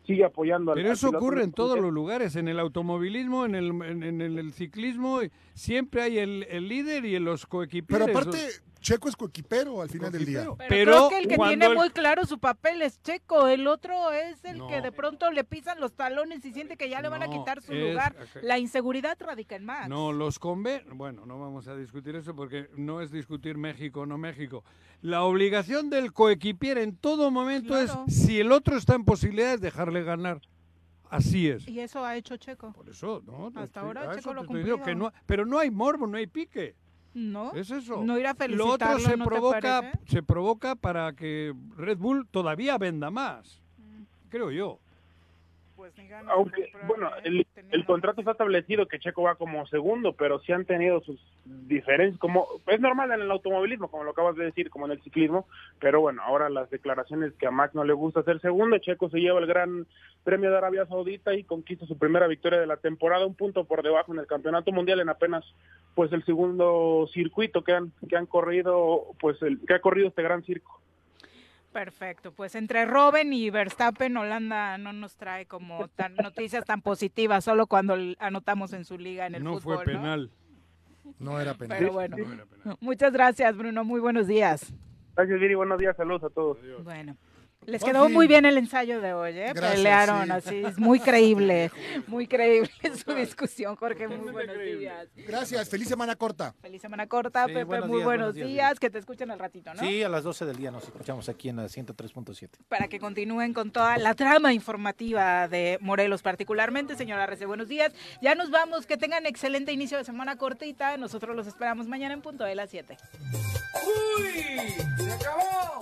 Speaker 12: sigue apoyando. al-
Speaker 3: Pero
Speaker 12: al
Speaker 3: eso
Speaker 12: piloto este
Speaker 3: ocurre en todos
Speaker 12: neerlandés.
Speaker 3: los lugares, en el automovilismo, en el, en, en el, el ciclismo, y siempre hay el, el líder y los coequiperos.
Speaker 5: Pero aparte, Checo es coequipero al final del día.
Speaker 3: Coequipero.
Speaker 2: Pero, creo que el que
Speaker 3: cuando
Speaker 2: tiene
Speaker 3: el-
Speaker 2: muy claro su papel es Checo, el otro es el
Speaker 3: No.
Speaker 2: que de pronto le pisan los talones y siente que ya le van a
Speaker 3: No,
Speaker 2: quitar su
Speaker 3: es-
Speaker 2: lugar.
Speaker 3: ok.
Speaker 2: La inseguridad radica en Max.
Speaker 3: No, los conven... Bueno, no vamos a discutir eso porque no es discutir México o no México. La obligación del coequipier en todo momento
Speaker 2: Claro.
Speaker 3: es, si el otro está en posibilidades, dejarle ganar. Así es.
Speaker 2: Y eso ha hecho Checo.
Speaker 3: Por eso, ¿no? Te
Speaker 2: Hasta
Speaker 3: estoy-
Speaker 2: ahora
Speaker 3: a eso
Speaker 2: Checo lo
Speaker 3: te
Speaker 2: ha
Speaker 3: estoy diciendo,
Speaker 2: cumplido.
Speaker 3: que no- Pero no hay morbo, no hay pique.
Speaker 2: ¿No?
Speaker 3: Es eso.
Speaker 2: No ir a
Speaker 3: Lo otro
Speaker 2: felicitarlo,
Speaker 3: se,
Speaker 2: ¿no te
Speaker 3: provoca,
Speaker 2: parece?
Speaker 3: se provoca para que Red Bull todavía venda más.
Speaker 2: Mm.
Speaker 3: Creo yo. Pues,
Speaker 12: aunque bueno el, el contrato está establecido que Checo va como segundo pero sí han tenido sus diferencias como es normal en el automovilismo como lo acabas de decir como en el ciclismo pero bueno ahora las declaraciones que a Max no le gusta ser segundo Checo se lleva el gran premio de Arabia Saudita y conquista su primera victoria de la temporada un punto por debajo en el campeonato mundial en apenas pues el segundo circuito que han que han corrido pues el que ha corrido este gran circo
Speaker 2: Perfecto, pues entre Robben y Verstappen, Holanda no nos trae como tan noticias tan positivas, solo cuando l- anotamos en su liga en el
Speaker 3: no
Speaker 2: fútbol.
Speaker 3: fue penal.
Speaker 5: No era penal.
Speaker 2: Pero bueno, muchas gracias Bruno, muy buenos días.
Speaker 12: gracias Viri buenos días saludos a todos
Speaker 2: bueno Les
Speaker 12: Jorge.
Speaker 2: quedó muy bien el ensayo de hoy, ¿eh?
Speaker 12: Pues Gracias,
Speaker 2: Pelearon
Speaker 12: sí.
Speaker 2: así, es muy creíble, muy creíble su discusión, Jorge, muy buenos días.
Speaker 5: Gracias, feliz semana corta.
Speaker 2: Feliz semana corta,
Speaker 4: Sí,
Speaker 2: Pepe,
Speaker 4: buenos
Speaker 2: muy
Speaker 4: días,
Speaker 2: buenos
Speaker 4: buenos
Speaker 2: días,
Speaker 4: días,
Speaker 2: que te escuchen al ratito, ¿no?
Speaker 4: Sí, a las 12 del día nos escuchamos aquí en la 103.7.
Speaker 2: Para que continúen con toda la trama informativa de Morelos, particularmente, señora Rece, buenos días. Ya nos vamos, que tengan excelente inicio de semana cortita, nosotros los esperamos mañana en punto de las 7.
Speaker 11: ¡Uy! ¡Se acabó!